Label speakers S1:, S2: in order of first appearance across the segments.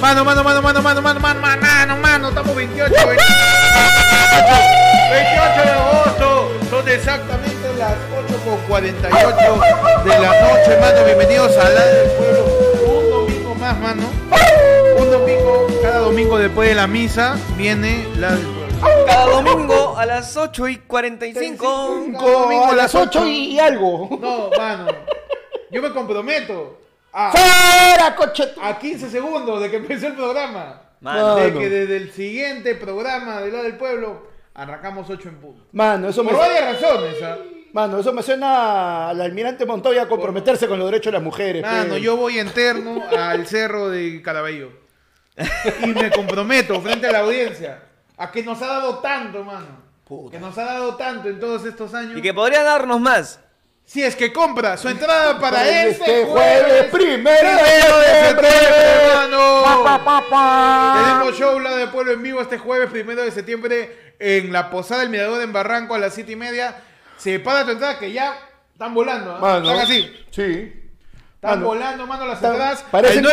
S1: mano, mano, mano, mano, mano, mano, mano, mano, mano, mano, estamos 28, 28, 28 de agosto, son exactamente las 8.48 de la noche, mano, bienvenidos a la del pueblo, un domingo más, mano, un domingo, cada domingo después de la misa, viene la del pueblo.
S2: Cada domingo a las 8 y 45.
S1: domingo
S3: a las 8 y algo.
S1: No, mano, yo me comprometo a,
S3: ¡Fuera, coche! tu-
S1: a 15 segundos de que empecé el programa.
S2: Mano,
S1: de
S3: Mano.
S1: que desde el siguiente programa de la del pueblo arrancamos 8 en punto.
S3: Mano, eso me,
S1: Por varias razones, ¿ah?
S3: mano, eso me suena al almirante Montoya a comprometerse con los derechos de las mujeres.
S1: Mano,
S3: pe.
S1: yo voy en terno al cerro de Carabello. Y me comprometo frente a la audiencia a que nos ha dado tanto, mano. Que nos ha dado tanto en todos estos años.
S2: y que podría darnos más.
S1: Si es que compra su entrada para
S3: Para
S1: este,
S3: este
S1: jueves,
S3: jueves, primero de
S1: de
S3: septiembre.
S1: septiembre, mano.
S3: Pa, pa, pa, pa.
S1: Tenemos show La de Pueblo en vivo este jueves primero de septiembre en la Posada del Mirador en Barranco a las 7 y media. Se para tu entrada que ya están volando. ¿ah?
S3: Mano.
S1: Están así.
S3: Sí.
S1: Están
S3: Mano.
S1: volando, mano, las
S3: Están-
S1: entradas.
S3: parecen-
S1: El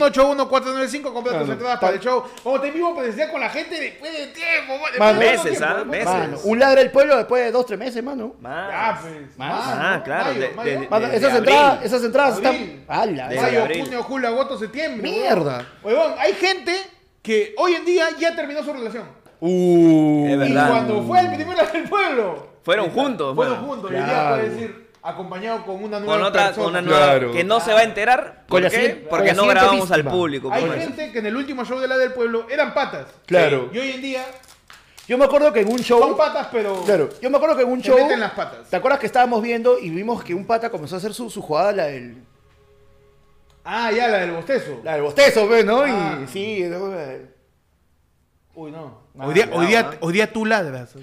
S1: 994-181-495. Compra tus
S3: Mano.
S1: entradas para el show. Vamos, te vivo presencial con la gente después de tiempo. mano, después
S3: Mano.
S1: de
S3: Meses,
S1: tiempo,
S2: ¿ah?
S1: después de-
S2: Meses.
S3: Mano, un ladra del pueblo después de dos, tres meses, mano.
S2: Más.
S1: Ah, pues,
S3: Mano.
S2: Ah,
S1: ¿no?
S2: claro,
S1: Mayo,
S2: de-
S1: mayo.
S2: de- de-
S3: Mano,
S2: Desde
S3: esas
S2: abril.
S3: entradas, esas entradas
S1: Abril.
S3: están. ¡Hala!
S2: Desde
S1: Mayo,
S2: abril.
S1: junio, julio, agosto, septiembre.
S3: Mierda.
S1: Huevón, hay gente que hoy en día ya terminó su relación.
S3: Uh.
S2: Es
S1: Y
S2: verdad.
S1: cuando fue el primero del pueblo.
S2: Fueron
S1: Ahí está.
S2: juntos,
S1: Fueron
S2: mano.
S1: juntos.
S3: Claro.
S1: Y ya puede decir, acompañado con una nueva
S2: Con otra,
S1: persona.
S2: con una nueva
S3: Claro.
S2: que no se va a enterar.
S3: Con
S2: ¿Por
S3: la
S2: qué?
S3: siguiente- con
S2: Porque
S3: la
S2: no
S3: siguiente
S2: grabamos al
S3: víctima.
S2: público.
S1: Hay
S2: pues.
S1: gente que en el último show de la del pueblo eran patas.
S3: Claro.
S1: Y hoy en día
S3: Yo me acuerdo que en un show.
S1: son patas, pero.
S3: Claro, yo me acuerdo que en un
S1: Te
S3: show.
S1: meten las patas.
S3: ¿Te acuerdas que estábamos viendo y vimos que un pata comenzó a hacer su, su jugada, la del,
S1: Ah, ya, la del bostezo.
S3: la del bostezo, pues, ¿no?
S1: Ah.
S3: Y sí, ¿no? Eh,
S1: Uy, no.
S2: Hoy día- hoy día-
S1: hoy día tú ladras.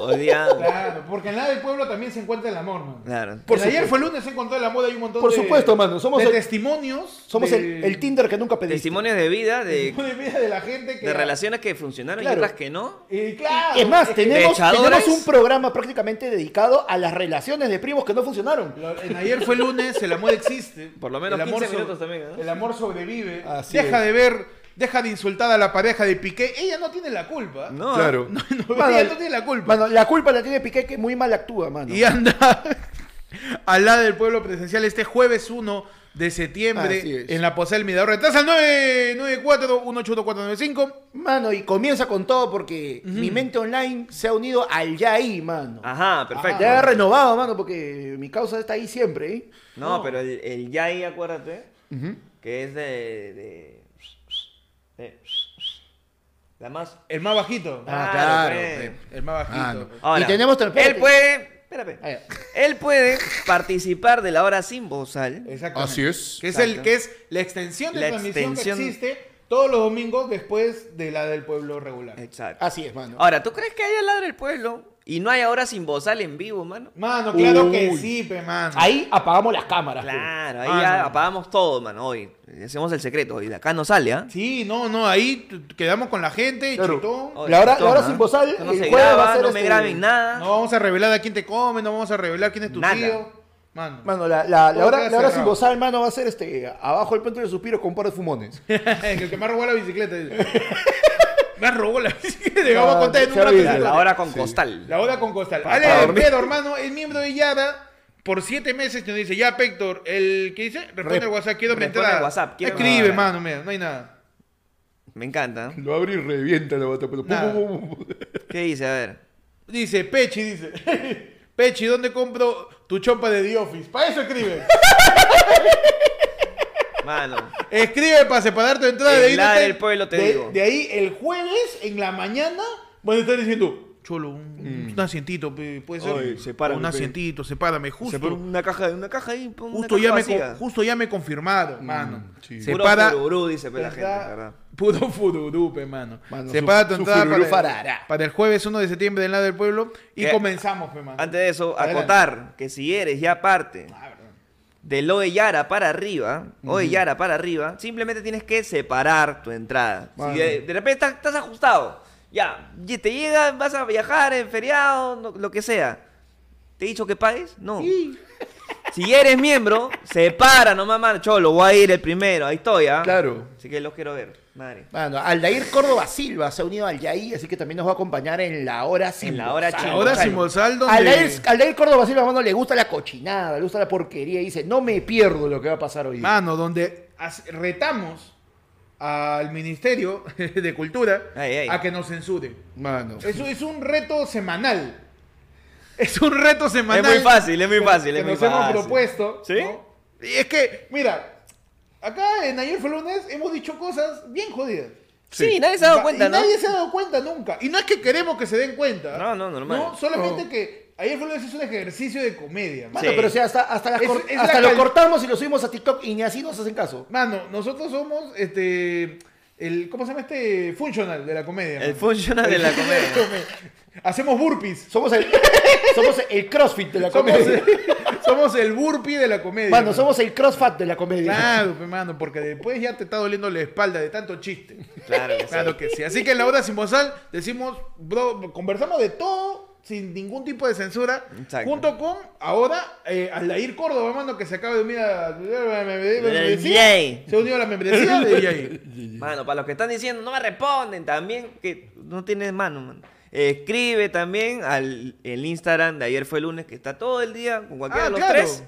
S2: Hoy día.
S1: Claro, porque en la del pueblo también se encuentra el amor, man.
S2: Claro.
S3: Por
S1: En ayer
S3: supuesto.
S1: fue lunes, se encontró el amor, hay un montón
S3: Por
S1: de...
S3: supuesto, mano, somos
S1: de
S3: el-
S1: testimonios.
S3: somos
S1: de-
S3: el, el Tinder que nunca pediste.
S2: Testimonios de vida, de,
S1: de vida de la gente que...
S2: de relaciones que funcionaron y
S3: Claro.
S2: otras que no.
S1: Y claro.
S3: Es más,
S1: que-
S3: tenemos,
S2: ¿De echadores?
S3: tenemos un programa prácticamente dedicado a las relaciones de primos que no funcionaron.
S1: Lo- En ayer fue lunes, el amor existe.
S2: Por lo menos
S1: el amor
S2: 15
S1: so-
S2: minutos también, ¿no?
S1: El amor sobrevive.
S3: Así
S1: deja
S3: es.
S1: de ver, deja de insultar a la pareja de Piqué. Ella no tiene la culpa.
S2: No.
S1: No, no,
S3: Mano,
S1: ella no tiene la culpa.
S3: Mano, la culpa la tiene Piqué que muy mal actúa, mano.
S1: Y anda al lado del pueblo presencial este jueves 1 de
S3: Así
S1: septiembre
S3: es.
S1: en la Posada del Mirador. Estás al 994 18495
S3: Mano, y comienza con todo porque mi mente online se ha unido al ya ahí, mano.
S2: Ajá, perfecto.
S3: Ya he renovado, mano, porque mi causa está ahí siempre, ¿eh?
S2: No, pero el, el ya ahí, acuérdate, que es de, de, de- La más...
S1: El más bajito.
S3: Ah,
S2: Claro,
S3: claro,
S2: pe.
S1: El más
S3: Ah,
S1: bajito.
S3: no.
S2: Ahora,
S3: y tenemos
S2: Él
S3: espérate.
S2: puede... Espérate.
S3: Ah, ya.
S2: Él puede participar de la hora sin
S3: Eh,
S2: bozal.
S1: Exactamente.
S3: Así es.
S1: Que es,
S2: Exacto.
S1: el, que es la extensión de
S2: La
S1: transmisión
S2: extensión.
S1: que existe todos los domingos después de la del pueblo regular.
S2: Exacto.
S3: Así es, mano.
S2: Ahora, ¿tú crees que haya ladra el pueblo y no haya hora sin bozal en vivo, mano?
S1: Mano, claro que
S3: Uy.
S1: sí, pe, mano.
S3: Ahí apagamos las cámaras. pues.
S2: Claro, ahí
S1: Ah,
S2: ya
S1: no.
S2: apagamos todo, mano, hoy. Hacemos el secreto, hoy de acá no sale, ¿ah?
S1: Sí, no, no, ahí t- quedamos con la gente,
S3: Claro.
S1: chitón.
S2: Hoy,
S3: La hora-
S2: chitón,
S3: la hora
S2: ¿ah?
S3: sin bozal,
S2: No
S3: el
S2: se
S3: jueves va a
S2: graba,
S3: ser
S2: no me
S3: este-
S2: graben nada.
S1: No vamos a revelar a quién te come, no vamos a revelar quién es tu
S2: Nada.
S1: tío. Mano.
S3: Mano, la, la, la
S1: Todo
S3: hora,
S1: queda
S3: la hora sin
S1: cerrado.
S3: gozar, mano, va a ser este, abajo el punto de suspiro con un par de fumones.
S1: el que más robó la bicicleta. dice. me robó la bicicleta. Le vamos a contar en un
S3: se
S1: rato.
S3: olvida.
S2: La, la
S1: La,
S2: hora con costal.
S1: hora con Costal.
S3: Pa- pa'
S1: Ale
S3: dormir.
S1: Pedro, hermano, es miembro de Yara. Por siete meses nos dice, ya, Péctor, el que dice, responde
S3: Re-
S1: al WhatsApp, quiero mi
S2: responde
S1: entrada.
S2: al WhatsApp, quiero mi
S1: Escribe,
S2: entrada.
S1: mano, mira, no hay nada.
S2: Me encanta. ¿ah?
S3: Lo abre y revienta la bata. Pero...
S1: Nada.
S2: ¿Qué dice? A ver.
S1: Dice, Pechi, dice, Pechi, ¿dónde compro tu chompa de The Office? Para eso escribe.
S2: Mano.
S1: Escribe para separar tu entrada
S2: El
S1: de ahí.
S2: la
S1: no te-
S2: del pueblo, te
S1: de-
S2: digo.
S1: de ahí el jueves en la mañana van a estar diciendo, Cholo, un, un asientito, pe, puede ser.
S2: Oye, Mm. sepárame,
S1: un
S2: pe.
S1: asientito, sepárame, justo.
S2: Se pone una caja, una caja ahí. pon una
S1: justo,
S2: caja
S1: ya me,
S2: vacía.
S1: con- justo ya me confirmaron, mano.
S3: sí.
S2: Puro
S1: Separa.
S2: fururú, dice pe, la gente,
S1: Está-
S2: la verdad.
S1: Puro fururú, pe, mano.
S3: Mano,
S1: Separa
S3: su-
S1: tu
S3: su
S1: entrada
S3: fururú
S1: para
S3: farará.
S1: el, para el jueves 1 de septiembre del lado del pueblo y
S2: Eh,
S1: comenzamos, pe, mano.
S2: Antes de eso,
S1: Adelante.
S2: acotar que si eres ya parte
S1: Ah, perdón.
S2: de lo de Yara para arriba, o de Yara para arriba, simplemente tienes que separar tu entrada.
S3: Mano.
S2: Si de, de repente estás, estás ajustado, ya, y te llega, vas a viajar en feriado, no- lo que sea. ¿Te he dicho que pagues? No. Si eres miembro, se para, no mamá, cholo, voy a ir el primero, ahí estoy, ¿ah?
S3: Claro.
S2: Así que los quiero ver, madre.
S3: Mano, Aldair Córdoba Silva se ha unido al Yaí, así que también nos va a acompañar en la hora sin
S2: la hora
S3: bozal.
S2: sin
S1: Ahora
S2: Gonzalo.
S1: sin bolsal, donde...
S3: Aldair, Aldair Córdoba Silva, mano, le gusta la cochinada, le gusta la porquería y dice, no me pierdo lo que va a pasar hoy.
S1: Mano, donde as- retamos al Ministerio de Cultura
S2: Ay, ay.
S1: a que nos censuren.
S3: Mano.
S1: Eso es un reto semanal. Es un reto
S2: Es
S1: semanal.
S2: muy fácil, es muy fácil,
S1: que
S2: es muy
S1: nos
S2: fácil.
S1: hemos propuesto.
S2: ¿Sí?
S1: ¿no? Y es que, mira, acá en Ayer fue lunes hemos dicho cosas bien jodidas.
S2: Sí, nadie se ha dado
S1: Va-
S2: cuenta,
S1: y
S2: ¿no?
S1: Nadie se ha dado cuenta nunca. Y no es que queremos que se den cuenta.
S2: No, no, normal.
S1: No, solamente
S3: No.
S1: que Ayer fue lunes es un ejercicio de comedia. mano.
S3: Mano,
S2: Sí.
S3: pero o sea, hasta, hasta, las
S1: Es-
S3: cor-
S1: es
S3: hasta
S1: la
S3: lo
S1: cal-
S3: cortamos y lo subimos a TikTok y ni así nos hacen caso.
S1: Mano, nosotros somos este. El, ¿Cómo se llama este? Funcional de la comedia.
S2: El
S1: mano.
S2: funcional de la comedia.
S1: Hacemos burpees.
S3: Somos el, somos el crossfit de la
S1: Somos,
S3: comedia.
S1: somos el burpee de la comedia.
S3: Mano,
S1: mano.
S3: somos el crossfat de la comedia.
S1: Claro, pe, mano, porque después ya te está doliendo la espalda de tanto chiste.
S2: Claro que sí.
S1: Claro que sí. Así que en la hora sin bozal decimos, bro, conversamos de todo sin ningún tipo de censura.
S2: Exacto.
S1: Junto con ahora eh, Aldair Córdoba, mano, que se acaba de unir a la membresía.
S2: Yay.
S1: Se unió a la membresía de Yay.
S2: Mano, para los que están diciendo, no me responden también, que no tienes mano, man. Escribe también al el Instagram de ayer fue lunes, que está todo el día con cualquiera
S1: Ah,
S2: de los
S1: claro.
S2: tres.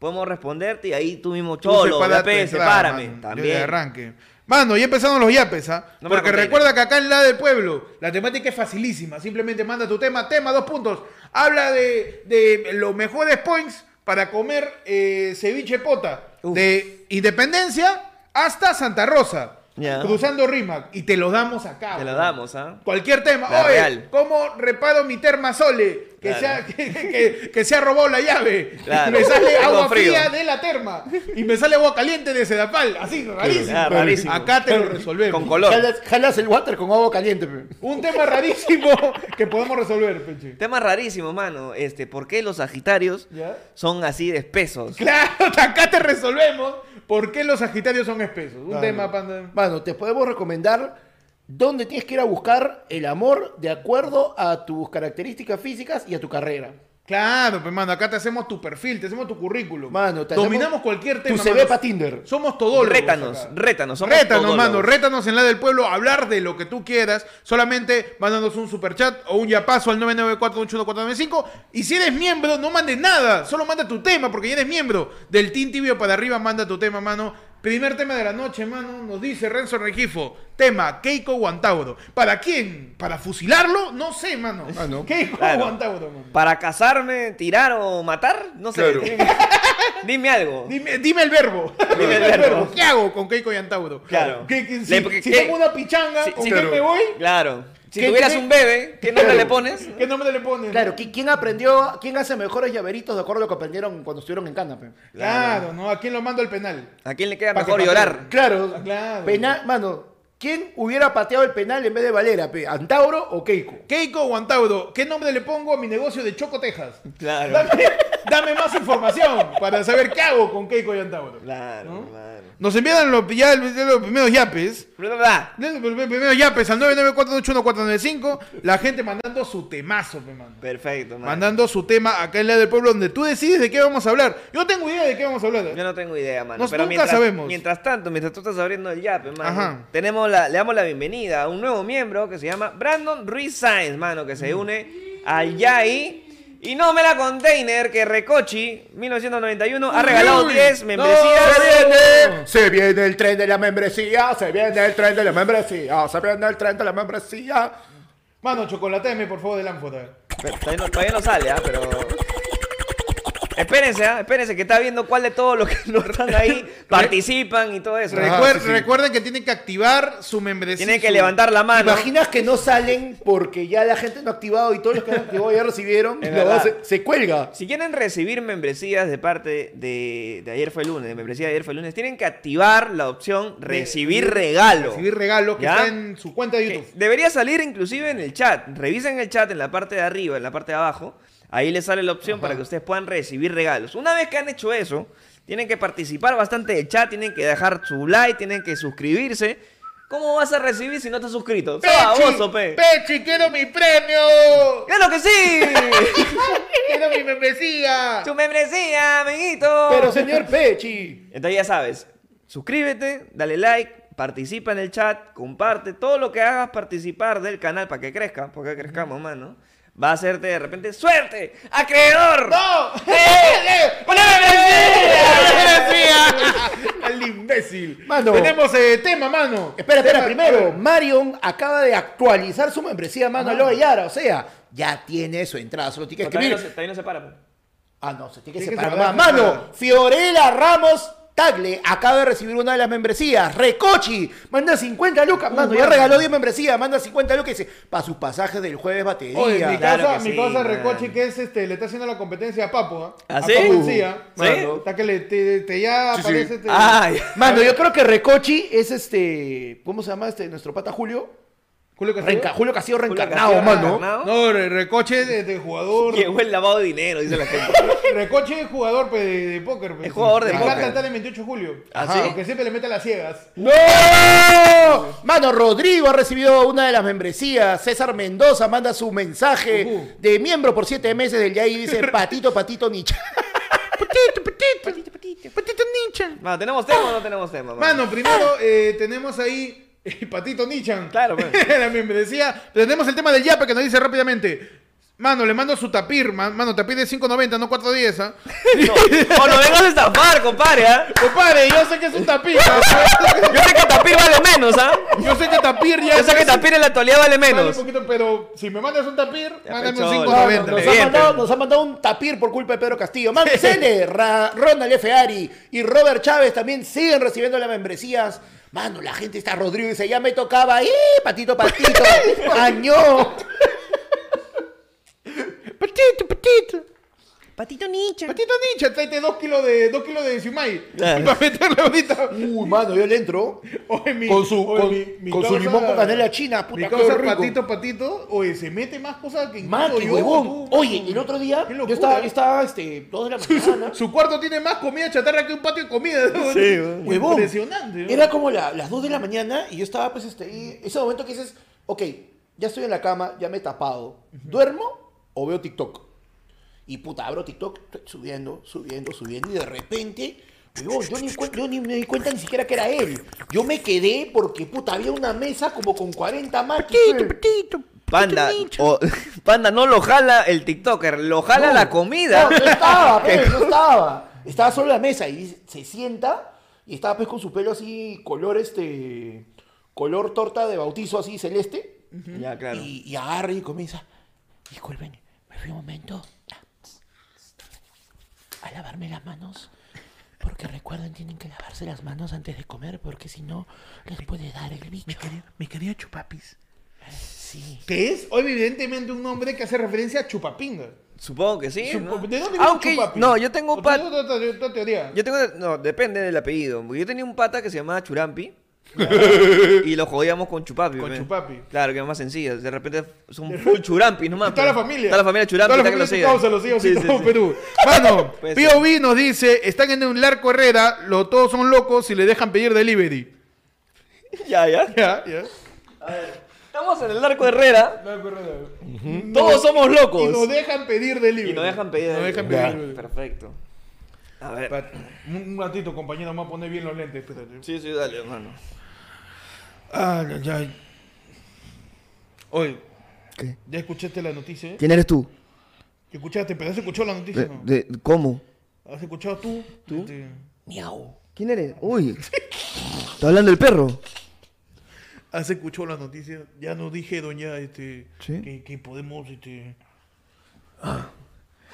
S2: Podemos responderte y ahí tú mismo,
S1: Tú
S2: cholo,
S1: sepárate,
S2: pe,
S1: entrada,
S2: sepárame.
S1: mano. Yo
S2: también.
S1: de arranque. Mano, ya empezaron los yapes, ¿ah?
S2: No me la
S1: Porque
S2: contiene.
S1: recuerda que acá en la del pueblo la temática es facilísima. Simplemente manda tu tema, tema, dos puntos. Habla de, de los mejores points para comer eh, ceviche pota.
S2: Uf.
S1: De Independencia hasta Santa Rosa.
S2: Ya.
S1: Cruzando Rimac. Y te los damos acá.
S2: Te lo
S1: mano.
S2: damos, ¿ah?
S1: Cualquier tema.
S2: La
S1: Oye,
S2: real.
S1: ¿cómo reparo mi termasole? Que,
S2: Claro.
S1: se ha, que, que- que se ha robado la llave.
S2: Claro.
S1: Me sale
S2: Tengo
S1: agua
S2: frío.
S1: fría de la terma. Y me sale agua caliente de Sedapal. Así, rarísimo.
S2: Ah, rarísimo.
S1: Acá te lo resolvemos.
S2: Con color.
S3: Jalas, jalas el water con agua caliente. pe.
S1: Un tema rarísimo que podemos resolver, Peche.
S2: Tema rarísimo, mano. Este, ¿por qué los sagitarios
S1: ¿Ya?
S2: son así de espesos?
S1: Claro, acá te resolvemos por qué los sagitarios son espesos. Un
S3: Mano.
S1: tema, panda.
S3: Mano, te podemos recomendar dónde tienes que ir a buscar el amor de acuerdo a tus características físicas y a tu carrera.
S1: Claro, pues, mano, acá te hacemos tu perfil, te hacemos tu currículum.
S3: Mano, te
S1: Dominamos
S3: hacemos
S1: cualquier
S3: tu
S1: tema.
S3: CV
S1: mano.
S3: pa' Tinder.
S1: Somos todólogos.
S2: Rétanos,
S1: acá.
S2: rétanos. somos
S1: Rétanos,
S2: todólogos.
S1: mano, rétanos en la del pueblo, hablar de lo que tú quieras, solamente mandándonos un superchat o un yapazo al 994-181-495. Y si eres miembro, no mandes nada, solo manda tu tema, porque ya eres miembro del Team Tibio para arriba, manda tu tema, mano. Primer tema de la noche, mano, nos dice Renzo Regifo, tema Keiko Guantauro. ¿Para quién? ¿Para fusilarlo? No sé, mano.
S3: Mano.
S1: Keiko
S2: Claro.
S1: Guantauro, mano.
S2: Para casarme, tirar o matar, no sé.
S3: Claro.
S2: Dime, dime algo.
S1: Dime, dime el verbo. Dime el
S2: verbo.
S1: verbo. ¿Qué hago con Keiko Guantauro?
S2: Claro.
S1: ¿Qué- qué- si
S2: Le- porque-
S1: si
S2: ¿qué?
S1: tomo una pichanga,
S2: Sí,
S1: ¿con
S2: sí,
S1: quién
S2: claro.
S1: me voy?
S2: Claro. Si
S1: ¿Qué-
S2: tuvieras
S1: qué-
S2: un bebé, ¿qué nombre le pones?
S1: ¿Qué nombre le pones?
S3: Claro, ¿qui- ¿quién aprendió, quién hace mejores llaveritos de acuerdo a lo que aprendieron cuando estuvieron en Canapé?
S1: Claro, ¿no? ¿A quién lo mando al penal?
S2: ¿A quién le queda
S1: Pa' que
S2: mejor
S1: pase.
S2: llorar?
S3: Claro,
S1: Claro.
S3: Penal, mano, ¿quién hubiera pateado el penal en vez de Valera, pe? ¿Antauro o Keiko?
S1: Keiko Guantauro, ¿qué nombre le pongo a mi negocio de Choco, Texas?
S2: Claro.
S1: Dame, dame más información para saber qué hago con Keiko Guantauro.
S2: Claro,
S1: ¿No?
S2: mano.
S1: Nos envían los, ya los primeros yapes.
S2: Bla, bla, bla.
S1: Los primeros yapes al 99481-495. La gente mandando su temazo, me manda.
S2: Perfecto, mano.
S1: Mandando su tema acá en la del pueblo donde tú decides de qué vamos a hablar. Yo no tengo idea de qué vamos a hablar.
S2: Yo no tengo idea, mano.
S1: Nos-
S2: pero
S1: nunca
S2: mientras,
S1: sabemos.
S2: Mientras tanto, mientras tú estás abriendo el yap, mano,
S1: Ajá.
S2: tenemos la, le damos la bienvenida a un nuevo miembro que se llama Brandon Ruiz Sainz, mano, que
S1: Mm.
S2: se une al Yai. Y no me la container que Recochi, 1991, ha regalado
S1: Uy.
S2: 10
S1: No,
S2: membresías.
S1: se viene.
S3: Se viene el tren de la membresía, se viene el tren de la membresía, se viene el tren de la membresía.
S1: Mano, chocolateme, por favor, del ánfora.
S2: Pero todavía, no, todavía no sale, ¿ah? Pero. Espérense, ¿ah? Espérense, que está viendo cuál de todos los que no están ahí participan y todo eso.
S3: Re-
S1: Recuer-
S3: sí, sí.
S1: Recuerden que tienen que activar su membresía.
S2: Tienen que
S1: su-
S2: levantar la
S3: ¿Te
S2: mano.
S3: imaginas que no salen porque ya la gente no ha activado y todos los que han activado ya recibieron?
S2: Es
S3: y luego
S2: verdad.
S3: se, se cuelga.
S2: Si quieren recibir membresías de parte de, de ayer fue lunes, de membresía de ayer fue lunes, tienen que activar la opción recibir regalo.
S1: Recibir regalo que
S2: ¿Ya?
S1: está en su cuenta de
S2: Que
S1: YouTube.
S2: Eh, debería salir inclusive en el chat. Revisen el chat en la parte de arriba, en la parte de abajo. Ahí les sale la opción para que ustedes puedan recibir regalos. Una vez que han hecho eso, tienen que participar bastante del chat, tienen que dejar su like, tienen que suscribirse ¿Cómo vas a recibir si no estás suscrito? ¡Sos baboso, pe!
S1: Pechi, quiero mi premio.
S2: ¡Claro que sí!
S1: Quiero mi membresía.
S2: ¡Tu membresía, amiguito!
S3: Pero señor Pechi.
S2: Entonces ya sabes, suscríbete, dale like, participa en el chat, comparte, todo lo que hagas participar del canal para que crezca, porque crezcamos, mano. Va a hacerte de repente suerte, acreedor.
S1: ¡No!
S2: ¡Eh! ¡Una membresía!
S1: El imbécil.
S3: Mano.
S1: Tenemos eh, tema, mano.
S3: Espera, espera,
S1: Tema-
S3: primero, Marion acaba de actualizar su membresía
S1: Ah.
S3: mano Aloha Yara, o sea, ya tiene su entrada, solo tiene
S2: Pero
S3: que
S2: todavía no se-
S3: escribir.
S2: todavía no se para. pues. pe.
S3: Ah, no, se tiene que
S1: Tiene que
S3: separar
S1: separar,
S3: más. Mano,
S1: separar.
S3: Fiorella Ramos Tagle acaba de recibir una de las membresías. Recochi, manda 50 lucas, mano, ya
S1: Uh, mano.
S3: regaló 10 membresías, manda 50 lucas y dice, para sus pasajes del jueves batería.
S1: Oye, mi
S2: Claro
S1: casa,
S2: que
S1: mi
S2: sí,
S1: casa
S2: man.
S1: recoche que es este, le está haciendo la competencia a Papo, ¿ah?
S2: ¿Ah,
S1: A
S2: sí?
S1: Papo Encía.
S2: ¿Sí?
S1: Mano, Está que le, te, te ya
S3: Sí, sí.
S1: aparece. Te...
S2: Ay.
S3: Mano, yo creo que Recochi es este, ¿cómo se llama este nuestro pata Julio?
S1: Julio ah. Castillo.
S3: Renca- Julio Castillo reencarnado,
S2: Castillo
S3: mano.
S2: reencarnado. ¿no?
S1: No, re- recoche de, de jugador.
S2: Llegó el lavado de dinero, dice la gente.
S1: Recoche es jugador pe, de, de póker. pe.
S2: Es jugador de
S1: Le
S2: póker.
S1: encanta estar en 28 de julio.
S2: ¿Ah, sí?
S1: Porque siempre le mete las ciegas.
S3: ¡No! Mano, Rodrigo ha recibido una de las membresías. César Mendoza manda su mensaje
S1: Ujú.
S3: de miembro por siete meses del YAI. Dice, patito, patito, nicha. patito, patito. Patito, patito. Patito, nicha.
S2: Mano, ¿tenemos tema o no tenemos tema?
S1: Mano, primero eh, tenemos ahí eh, Patito Nichan.
S2: Ah. Claro, pues.
S1: La membresía. Tenemos el tema del Yapa que nos dice rápidamente. Mano, le mando su tapir. man- Mano, tapir de 5.90, no 4.10. ¿ah?
S2: No, o no vengas a estafar, compadre, ¿ah?
S1: Compadre, yo sé que es un tapir. ¿ah?
S2: Yo sé que tapir vale menos, ¿ah?
S1: Yo sé que tapir ya.
S2: Yo sé que
S1: es-
S2: tapir en la actualidad vale
S1: vale un
S2: menos.
S1: poquito, pero si me mandas un tapir,
S2: Ya,
S1: mándame un
S2: pechón.
S3: Mano,
S1: 5.90.
S3: nos,
S1: pe.
S3: ha
S2: Bien,
S3: mandado,
S2: pero-
S3: nos ha mandado un tapir por culpa de Pedro Castillo. Mano, Cele, Ra- Ronald F. Ari y Robert Chávez también siguen recibiendo las membresías. Mano, la gente está Rodrigo y dice, ya me tocaba ahí, patito, patito. Año. patito, patito.
S2: Patito Nietzsche.
S1: Patito Nichan, tráete 2 kilos de, dos kilos de Simay.
S2: Claro.
S1: Para meterle ahorita.
S3: Uy, mano, yo le entro.
S1: Oye, mi-
S3: Con su-
S1: oye,
S3: con-
S1: mi- mi
S3: con su
S1: causa-
S3: limón con canela china, puta,
S1: Mi
S3: qué
S1: causa
S3: rico.
S1: patito, patito, oye, se mete más cosas que
S3: Mati,
S1: incluso yo,
S3: huevón.
S1: tú,
S3: Oye,
S1: mano.
S3: el otro día
S1: Qué
S3: yo
S1: locura.
S3: estaba, estaba este, dos de la mañana.
S1: Su cuarto tiene más comida chatarra que un patio de comida. ¿no?
S3: Huevón.
S1: Impresionante. ¿no?
S3: Era como la- las 2 de la mañana y yo estaba, pues, este, ahí. Ese momento que dices, ok, ya estoy en la cama, ya me he tapado. ¿Duermo o veo TikTok? Y puta, abro TikTok, estoy subiendo, subiendo, subiendo y de repente. huevón, yo, ni cuen- yo ni me di cuenta ni siquiera que era él. Yo me quedé porque, puta, había una mesa como con 40 más.
S2: Panda, o- Panda no lo jala el TikToker, lo jala
S3: No,
S2: la comida.
S3: No, no estaba, pues, no estaba. Estaba solo en la mesa y dice- se sienta y estaba pues con su pelo así, color este, color torta de bautizo así celeste.
S2: Ya, claro.
S3: Y, y agarra y comienza, disculpen, me fui un momento a lavarme las manos. Porque recuerden, tienen que lavarse las manos antes de comer, porque si no, les puede dar el bicho.
S1: Mi querido Chupapis.
S3: Sí.
S1: Que es evidentemente un nombre que hace referencia a Chupapinga.
S2: Supongo que sí.
S1: Supo-
S2: ¿no?
S1: ¿De dónde viene
S2: Aunque,
S1: Chupapis?
S2: no, yo tengo
S1: ¿O
S2: un pata.
S1: tienes otra- otra- otra teoría.
S2: Yo tengo, no, depende del apellido. porque Yo tenía un pata que se llamaba Churampi. y lo jodíamos con Chupapi.
S1: Con
S2: pe.
S1: Chupapi.
S2: Claro, que es más sencillo. De repente son full Churampi nomás.
S1: Está
S2: pe.
S1: la familia.
S2: Está la familia Churampi.
S1: Toda la
S2: está que lo
S1: familia
S2: siga.
S1: Chupausa, los hijos
S2: Sí,
S1: y
S2: sí,
S1: todo
S2: sí. pues, eh.
S1: Perú. Mano,
S2: Puede ser.
S1: Pío nos dice, están en un larco Herrera, lo, todos son locos y le dejan pedir delivery.
S2: Ya, ya.
S1: Ya, ya.
S2: Estamos en el arco de Herrera. Todos somos locos.
S1: Y nos dejan pedir delivery.
S2: Y nos dejan pedir.
S1: Nos
S3: Ya.
S1: dejan pedir delivery.
S2: Perfecto. A ver.
S1: Espérate, Un un ratito, compañero, vamos a poner bien los lentes. espérate.
S2: Sí, sí, dale, hermano.
S1: Ay, ay, ay. Oye,
S2: ¿Qué?
S1: ¿ya escuchaste la noticia?
S2: ¿Quién eres tú?
S1: ¿Escuchaste? ¿Pero has escuchado la noticia? no?
S2: ¿Cómo?
S1: ¿Has escuchado tú? Este, ¿Tú?
S3: Miau.
S2: ¿Quién eres? Uy. ¿Está hablando el perro?
S1: ¿Has escuchado la noticia? Ya nos dijeron ya este,
S2: Sí.
S1: que, que podemos... Este, Ah.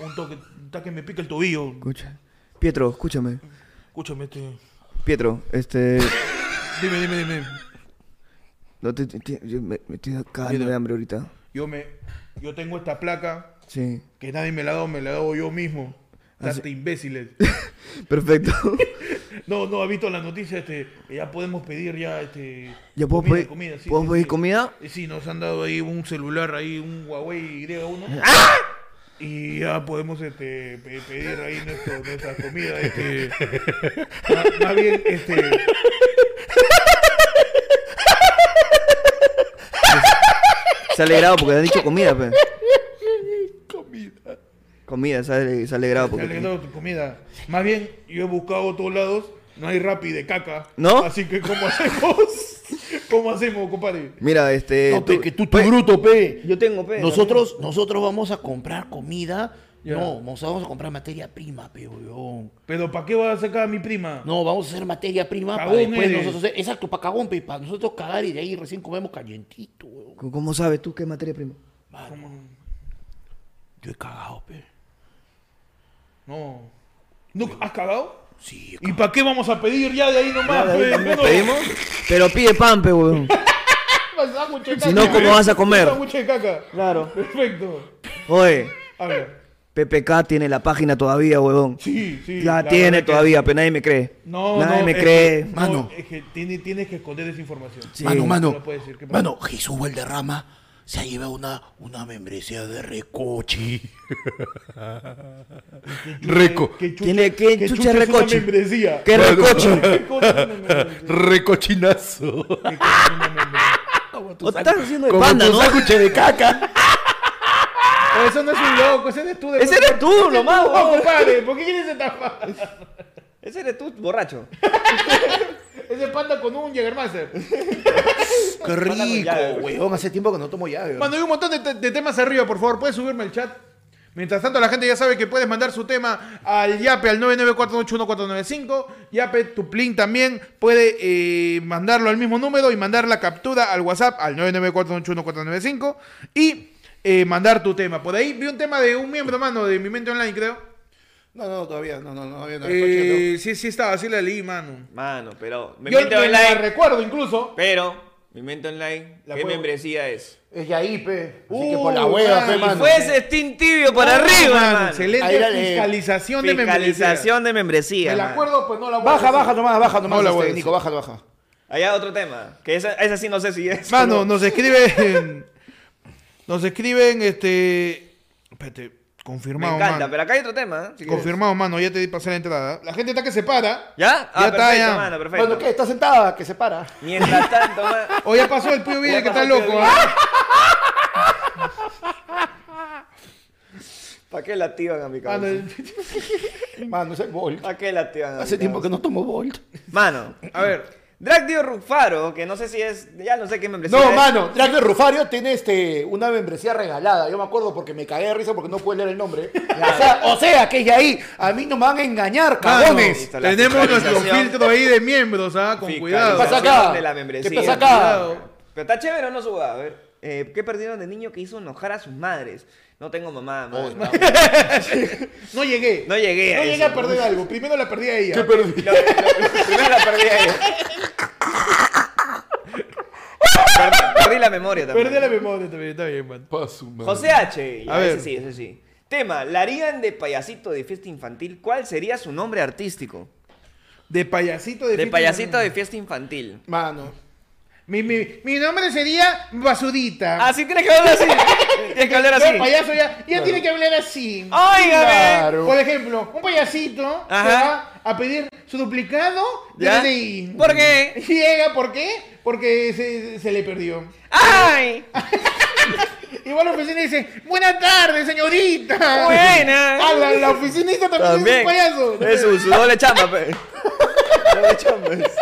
S1: un toque, un toque me pica el tobillo.
S2: Escucha. Pietro, escúchame.
S1: Escúchame, este...
S2: Pietro, este.
S1: Dime, dime, dime.
S2: No te, te- te- yo me, me estoy cagando
S1: Mira.
S2: de hambre ahorita.
S1: Yo, me, yo tengo esta placa
S2: Sí.
S1: que nadie me la ha dado, me la hago yo mismo.
S2: Ah, sí.
S1: Tanto imbéciles.
S2: Perfecto.
S1: No, no, ha visto la noticia, este, que ya podemos pedir ya, este,
S2: ¿Ya puedo
S1: comida,
S2: pedir
S1: comida, sí,
S2: ¿puedo
S1: sí,
S2: pedir
S1: sí.
S2: comida?
S1: Eh, Sí, nos han dado ahí un celular, ahí un Huawei Y1.
S2: ¡Ah!
S1: Y ya podemos este, pe- pedir ahí nuestro- nuestra comida. Este, más, más bien, este.
S2: Se ha alegrado porque le han dicho comida, pe.
S1: Comida.
S2: Comida, se ha, ale- se ha alegrado
S1: Te
S2: porque.
S1: has alegrado tu comida. Más bien, yo he buscado a todos lados, no hay rapi de caca.
S2: ¿No?
S1: Así que, ¿cómo hacemos? ¿Cómo hacemos, compadre?
S2: Mira, este.
S3: No, pe,
S2: tú-
S3: que tú, tu
S2: pe-
S3: bruto, pe.
S2: Yo tengo, pe.
S3: Nosotros, nosotros vamos a comprar comida.
S1: Ya.
S3: No, vamos a, vamos a comprar materia prima, pe, huevón.
S1: Pero ¿para qué vas a sacar a mi prima?
S3: No, vamos a hacer materia prima para
S1: Cagón
S3: después
S1: eres.
S3: nosotros. hacer- Exacto, para cagón, pe, para nosotros cagar y de ahí recién comemos calientito, huevón.
S2: ¿Cómo- ¿Cómo sabes tú qué materia prima?
S3: Yo he cagado, pe.
S1: No. ¿No has cagado?
S3: Sí, he
S1: ¿Y para qué vamos a pedir ya de ahí nomás?
S2: Ya, de ahí
S1: pe?
S2: también
S1: No.
S2: pedimos, pero pide pan, pe, huevón.
S3: cagado. Sándwich de
S2: Si
S3: caca.
S2: no, ¿cómo vas a comer?
S1: Un sándwich de caca.
S2: Claro.
S1: Perfecto.
S2: Oye,
S1: A ver.
S2: PPK tiene la página todavía, huevón.
S1: Sí, sí.
S2: la,
S1: verdad
S2: tiene
S1: que-
S2: todavía, pero nadie me cree.
S1: No,
S2: nadie
S1: no, eh,
S2: me
S1: es que-
S2: cree.
S1: no,
S3: Mano.
S1: es que tiene- tienes que esconder esa información.
S2: Sí.
S3: Mano, mano.
S1: No puede decir que-
S3: mano, Jesús Valderrama se ha llevado una, una membresía de recochi. Reco.
S1: Que chucha-
S2: Tiene que
S1: que
S2: chucha
S1: chucha es una
S2: recoche.
S1: membresía.
S2: ¡Qué
S1: Mano.
S2: recoche!
S1: ¿Qué cosa es una membresía?
S3: Recochinazo.
S1: ¿Qué cosa es una membresía?
S2: O te estás haciendo de
S3: Como
S2: panda,
S3: tu
S2: ¿no?
S3: sándwich de caca.
S1: Pero eso no es un loco, ese eres tú. de-
S2: Ese eres tú,
S1: Ese
S2: nomás,
S1: tú,
S2: huevón.
S1: compadre. ¿Por qué quieres estafar?
S2: Ese eres tú, borracho.
S1: Ese panda con un Jägermeister.
S3: Qué rico,
S2: llave, güey.
S3: weón. Hace tiempo que no tomo llave. güey.
S1: Mano, hay un montón de, te- de temas arriba, por favor. ¿Puedes subirme el chat? Mientras tanto, la gente ya sabe que puedes mandar su tema al Yape, al 994811495. Yape, tu plin también puede eh, mandarlo al mismo número y mandar la captura al WhatsApp al 994811495. Y eh, mandar tu tema. Por ahí vi un tema de un miembro, mano, de Mi Mente Online, creo.
S3: No, no, todavía. No, no, no. Todavía no.
S1: Eh, sí, sí estaba, así la leí, mano.
S2: Mano, pero. Mi
S1: Yo
S2: mente
S1: me la
S2: online.
S1: recuerdo incluso.
S2: Pero. Mi mente online.
S1: La
S2: ¿Qué
S1: puedo-
S2: membresía es?
S3: Es ahí, pe. Así
S1: Uh,
S3: que por la hueva,
S1: mano.
S3: pe,
S2: Y
S3: mano.
S2: fue ese Steam tibio para
S1: Ah,
S2: arriba,
S1: mano,
S2: mano.
S3: Ahí la
S1: Excelente
S3: leí.
S1: fiscalización de
S2: Fiscalización de
S1: membresía.
S2: membresía.
S1: Me la
S2: mano.
S1: acuerdo, pues no la voy a
S3: Baja,
S1: decir.
S3: baja nomás, baja nomás.
S1: No la
S3: este,
S1: voy a decir.
S3: Nico, baja, baja.
S2: Allá otro tema. Que esa, esa sí no sé si es.
S1: Mano, nos escriben. nos escriben, este. Espérate,
S2: Me
S1: confirmado.
S2: encanta,
S1: mano.
S2: pero acá hay otro tema. ¿eh? Si quieres.
S1: Confirmado, mano, ya te di pasar la entrada. La gente está que se para.
S2: ¿Ya? Ah,
S1: Ya está,
S2: perfecto,
S1: ya.
S2: mano, perfecto.
S3: Bueno, ¿qué? ¿Está sentada? Que se para.
S2: Mientras tanto, mano.
S1: O ya pasó el Pío Villa
S2: Ya
S1: que está
S2: pasó el
S1: loco.
S2: Pío
S1: ¿ah?
S2: ¿Para qué la activan a mi
S1: Mano,
S2: cabeza?
S1: el-
S3: Mano, ese Bolt.
S2: ¿Para qué la activan a mi
S3: Hace tiempo que
S2: causa?
S3: no tomo Bolt.
S2: Mano,
S1: A ver.
S2: Dragdio Rufaro, que no sé si es. Ya no sé qué membresía.
S3: No,
S2: es.
S3: mano, Dracler Rufario tiene este, una membresía regalada. Yo me acuerdo porque me cagué de risa porque no pude leer el nombre. O, sea, o sea, que es de ahí. A mí no me van a engañar, cagones.
S2: Listo, la
S1: Tenemos nuestro
S2: fiscalización.
S1: filtro ahí de miembros, ¿ah? Con
S2: Fiscalización
S1: cuidado.
S3: ¿Qué pasa acá?
S2: de la membresía.
S3: ¿Qué pasa acá?
S1: Cuidado.
S2: Pero está chévere o no su boda? A ver. eh, ¿Qué perdieron de niño que hizo enojar a sus madres? No tengo mamá, mano.
S3: Oh,
S1: No llegué.
S2: No llegué a
S1: No llegué
S2: eso.
S1: a perder algo. Primero la perdí a ella.
S3: perdí?
S2: Lo- lo- primero la perdí a ella. Per- Perdí la memoria también.
S1: Perdí la memoria también. Está bien, man.
S2: José H.
S1: A
S2: A
S1: ver.
S2: ese sí, ese sí. Tema, la harían de payasito de fiesta infantil. ¿Cuál sería su nombre artístico?
S1: De payasito de
S2: De
S1: fiesta-
S2: payasito de fiesta infantil.
S3: Mano.
S1: Mi, mi, mi nombre sería Basurita.
S2: Así tienes que hablar así. Tienes que hablar
S1: Yo, el
S2: Ah, así.
S1: payaso ya, ya tiene que hablar así.
S2: Óigame.
S3: Claro.
S1: Por ejemplo, un payasito se va
S2: Ajá.
S1: a pedir su duplicado de
S2: ¿Ya?
S1: DNI.
S2: ¿Por qué?
S1: Llega, ¿por qué? Porque se, se le perdió.
S2: ¡Ay!
S1: Y va a la oficina y dice, buenas tardes, señorita.
S2: Buenas.
S1: A la, la oficinista también, es un payaso.
S2: Es su, su doble chamba, pe. Doble chamba. es.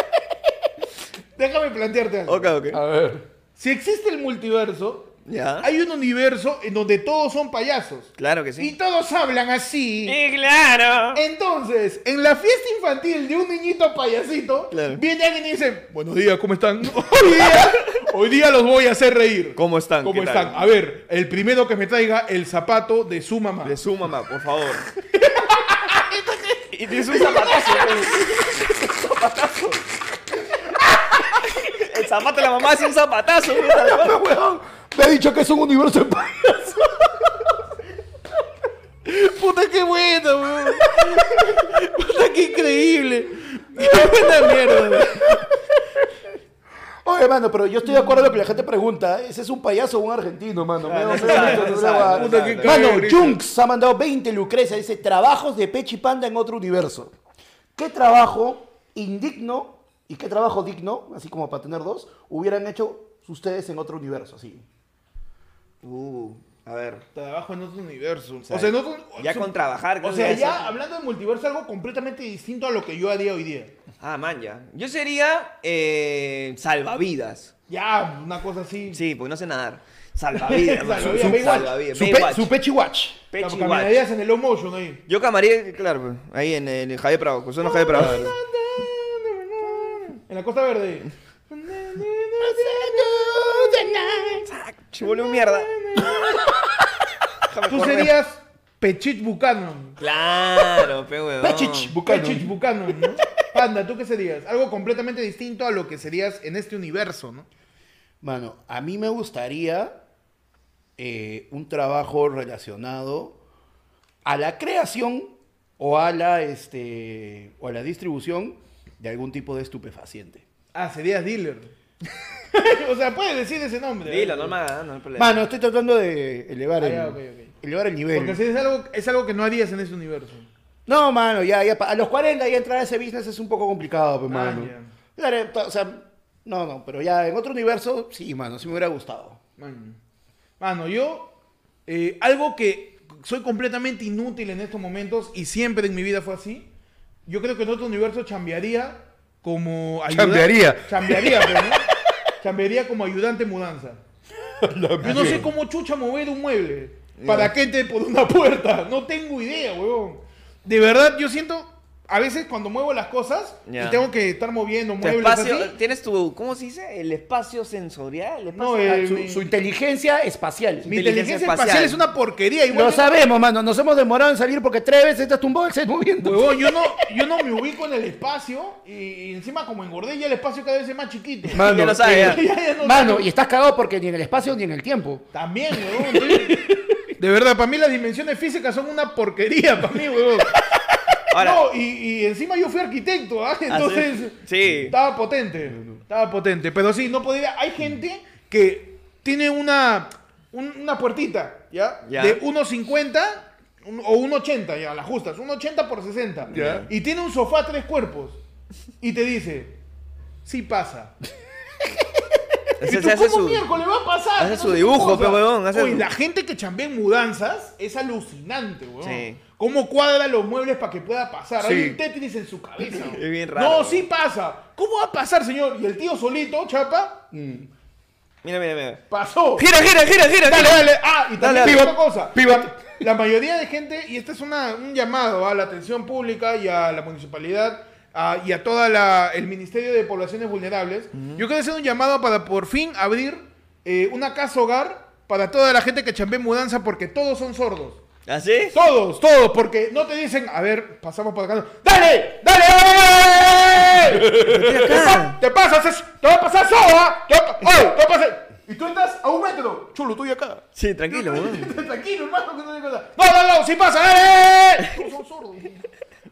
S1: Déjame plantearte algo.
S2: Ok, ok.
S3: ver.
S1: Si existe el multiverso,
S2: Ya.
S1: hay un universo en donde todos son payasos.
S2: ¿Ah? Claro que
S1: Y
S2: sí.
S1: todos hablan así.
S2: Y claro.
S1: Entonces, en la fiesta infantil de un niñito payasito,
S2: Claro.
S1: viene alguien y dice, buenos días, ¿cómo están? Hoy día, hoy día los voy a hacer reír.
S2: ¿Cómo están?
S1: ¿Cómo
S2: ¿Qué tal?
S1: están? A ver, el primero que me traiga el zapato de su mamá.
S2: De su mamá, por favor. y te hizo un zapatazo. güey. Un zapatazo. El zapato de la mamá es un zapatazo. güey, tal cual.
S3: Weón, me ha dicho que es un universo de payaso.
S1: Puta, qué bueno, weón. Puta, qué increíble. Qué buena mierda, weón.
S3: Oye, mano, pero yo estoy de acuerdo con lo que la gente pregunta. ¿Ese es un payaso o un argentino, mano?
S2: Ah,
S3: Me-
S2: no
S3: me-
S2: se
S3: me-
S2: sabe,
S3: me-
S2: no se
S3: me- me-
S2: sabe, no se
S3: me-
S2: sabe.
S1: Puta, qué cae
S3: Mano,
S1: de risa.
S3: Junks ha mandado 20 Lucrecia, dice trabajos de Pechi Panda en otro universo. ¿Qué trabajo indigno y qué trabajo digno, así como para tener dos, hubieran hecho ustedes en otro universo? Así.
S2: Uh, a ver.
S1: Trabajo en otro universo.
S2: sea,
S1: o sea, en otro-
S2: ya
S1: su-
S2: con trabajar,
S1: O
S2: creo
S1: sea,
S2: que ya
S1: ya
S2: se-
S1: hablando de multiverso, algo completamente distinto a lo que yo haría hoy día.
S2: Ah, man, ya. Yo sería eh, salvavidas.
S1: Ya, una cosa así.
S2: Sí, porque no sé nadar. Salvavidas. man.
S1: Salvavidas, Baywatch.
S2: Salvavidas,
S3: Su, pe
S2: Baywatch.
S3: su Pechi Watch.
S1: Cam-
S2: Pechi Watch.
S1: Caminarías en el low motion ahí.
S2: Yo camaría, claro, pues, ahí en el Javier Prado, con zona Javier Prado.
S1: En la Costa Verde.
S2: Chibolo mierda.
S1: Tú serías Pechich Buchanan.
S2: Claro, pe huevón.
S3: Pechich Buchanan.
S1: Pechich Buchanan, ¿no? Panda, ¿tú qué serías? Algo completamente distinto a lo que serías en este universo, ¿no?
S3: Mano, a mí me gustaría eh, un trabajo relacionado a la creación o a la, este, o a la distribución de algún tipo de estupefaciente.
S1: Ah, serías dealer. o sea, puedes decir ese nombre. ¿eh?
S2: Dilo, no me hagas, no hay problema.
S3: Mano, estoy tratando de elevar,
S1: Ah,
S3: el,
S1: ya, ok, ok.
S3: elevar el nivel.
S1: Porque si es algo, es algo que no harías en ese universo.
S3: No, mano, ya, ya, pa- a los 40 ya entrar a ese business es un poco complicado, pues,
S1: Ah,
S3: mano.
S1: ya.
S3: Claro, to- o sea, no, no, pero ya en otro universo, sí, mano, sí me hubiera gustado.
S1: Man. Mano, yo. eh, algo que soy completamente inútil en estos momentos y siempre en mi vida fue así. Yo creo que en otro universo chambearía como. ayuda-
S3: Chambearía.
S1: Chambearía, pero ¿no? Chambearía como ayudante mudanza. Yo no sé cómo chucha mover un mueble. ¿Para qué te por una puerta? No tengo idea, weón. De verdad, yo siento. A veces cuando muevo las cosas
S2: Ya.
S1: y tengo que estar moviendo
S2: Tu
S1: muebles
S2: espacio,
S1: así.
S2: tienes tu, ¿cómo se dice? El espacio sensorial. el
S1: No,
S2: espacio-
S1: eh,
S3: Ah, Su,
S1: mi-
S3: su inteligencia espacial.
S1: Mi inteligencia espacial es una porquería. Igual
S3: Lo
S1: yo-
S3: sabemos, mano. Nos hemos demorado en salir porque tres veces estás tumbado se moviendo.
S1: Huevón, yo no, yo no me ubico en el espacio y, y encima como engordé ya el espacio cada vez es más chiquito.
S3: Mano,
S2: Ya lo sabe,
S3: eh,
S2: ya.
S1: Ya, ya no-
S3: mano, y estás cagado porque ni en el espacio ni en el tiempo.
S1: También, huevón. estoy- De verdad, para mí las dimensiones físicas son una porquería, para mí, huevón.
S2: Ahora-
S1: eh, no, y, y encima yo fui arquitecto, ¿ah? entonces
S2: Sí.
S1: estaba potente, estaba potente. Pero sí, no podría, hay gente que tiene una, un- una puertita, ¿ya?
S2: Ya.
S1: De 1,50 un- o 1,80, ya, las justas, 1,80 por 60.
S2: Ya.
S1: Y tiene un sofá a tres cuerpos y te dice, sí pasa.
S2: Ese-
S1: Y tú,
S2: ese hace
S1: ¿Cómo
S2: su-
S1: miércoles va a pasar?
S2: hace
S1: No
S2: su
S1: sé qué
S2: dibujo,
S1: cosa.
S2: pe, huevón, hace
S1: Oye,
S2: su-
S1: la gente que chambea en mudanzas es alucinante, huevón.
S2: Sí.
S1: ¿Cómo cuadra los muebles para que pueda pasar? Hay
S3: Sí.
S1: un Tetris en su cabeza. huevón.
S2: Es bien raro,
S1: No,
S2: huevón.
S1: sí pasa. ¿Cómo va a pasar, señor? Y el tío solito, chapa,
S2: Mira, mira, mira.
S1: pasó.
S2: Gira, gira, gira, gira.
S1: Dale,
S2: gira.
S1: dale. Ah, y también
S2: Dale, ¿Ah,
S1: hay
S2: dale.
S1: otra cosa.
S3: Pivot.
S1: La mayoría de gente, y este es una- un llamado a la atención pública y a la municipalidad a- y a todo el Ministerio de Poblaciones Vulnerables, yo quiero hacer un llamado para por fin abrir eh, una casa hogar para toda la gente que chambea en mudanza porque todos son sordos.
S2: ¿Así?
S1: Todos, todos, porque no te dicen, a ver, pasamos por acá. ¡Dale! ¡Dale! dale, dale, dale, dale! Te, pa- te pasas, es- te va a pasar sola. Te va, a pa- ¡Oye! te va a pasar. Y tú entras a un metro. Chulo, tú y acá.
S2: Sí, tranquilo, weón.
S1: Tranquilo, hermano, que no hay cosa. No, no, no, sí pasa, dale. Todos son sordos.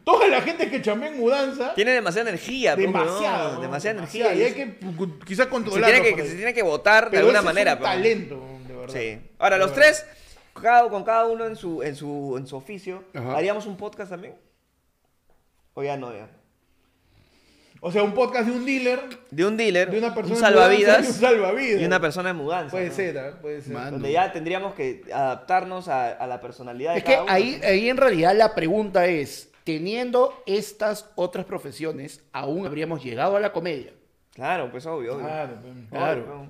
S1: Toda la gente que chambea en mudanza,
S2: Tiene demasiada energía, pe, huevón.
S1: demasiada. ¿no?
S2: Demasiada energía.
S1: Demasiada, Y hay que cu- quizás
S2: se,
S1: controlarlo.
S2: tiene que,
S1: por ahí.
S2: se tiene que votar de
S1: Pero
S2: alguna
S1: ese es
S2: manera.
S1: un
S2: pe, huevón.
S1: talento, de verdad.
S2: Sí. Ahora,
S1: De
S2: los
S1: verdad.
S2: tres, cada- con cada uno en su, en su, en su oficio,
S3: Ajá.
S2: ¿haríamos un podcast también? O ya no, ya.
S1: O sea, un podcast de un dealer,
S2: De un dealer,
S1: de una persona
S2: un
S1: en mudanza
S2: salvavidas
S1: y un salvavidas.
S2: y una persona de mudanza.
S1: Puede
S2: ¿no?
S1: ser, ¿ah? puede ser.
S3: Man.
S2: Donde ya tendríamos que adaptarnos a, a la personalidad de
S3: Es que
S2: cada uno.
S3: ahí, ahí en realidad la pregunta es, teniendo estas otras profesiones, aún habríamos llegado a la comedia.
S2: Claro, pues obvio, obvio.
S1: Ah, Claro, pe.
S2: Obvio,
S3: claro.
S2: pues.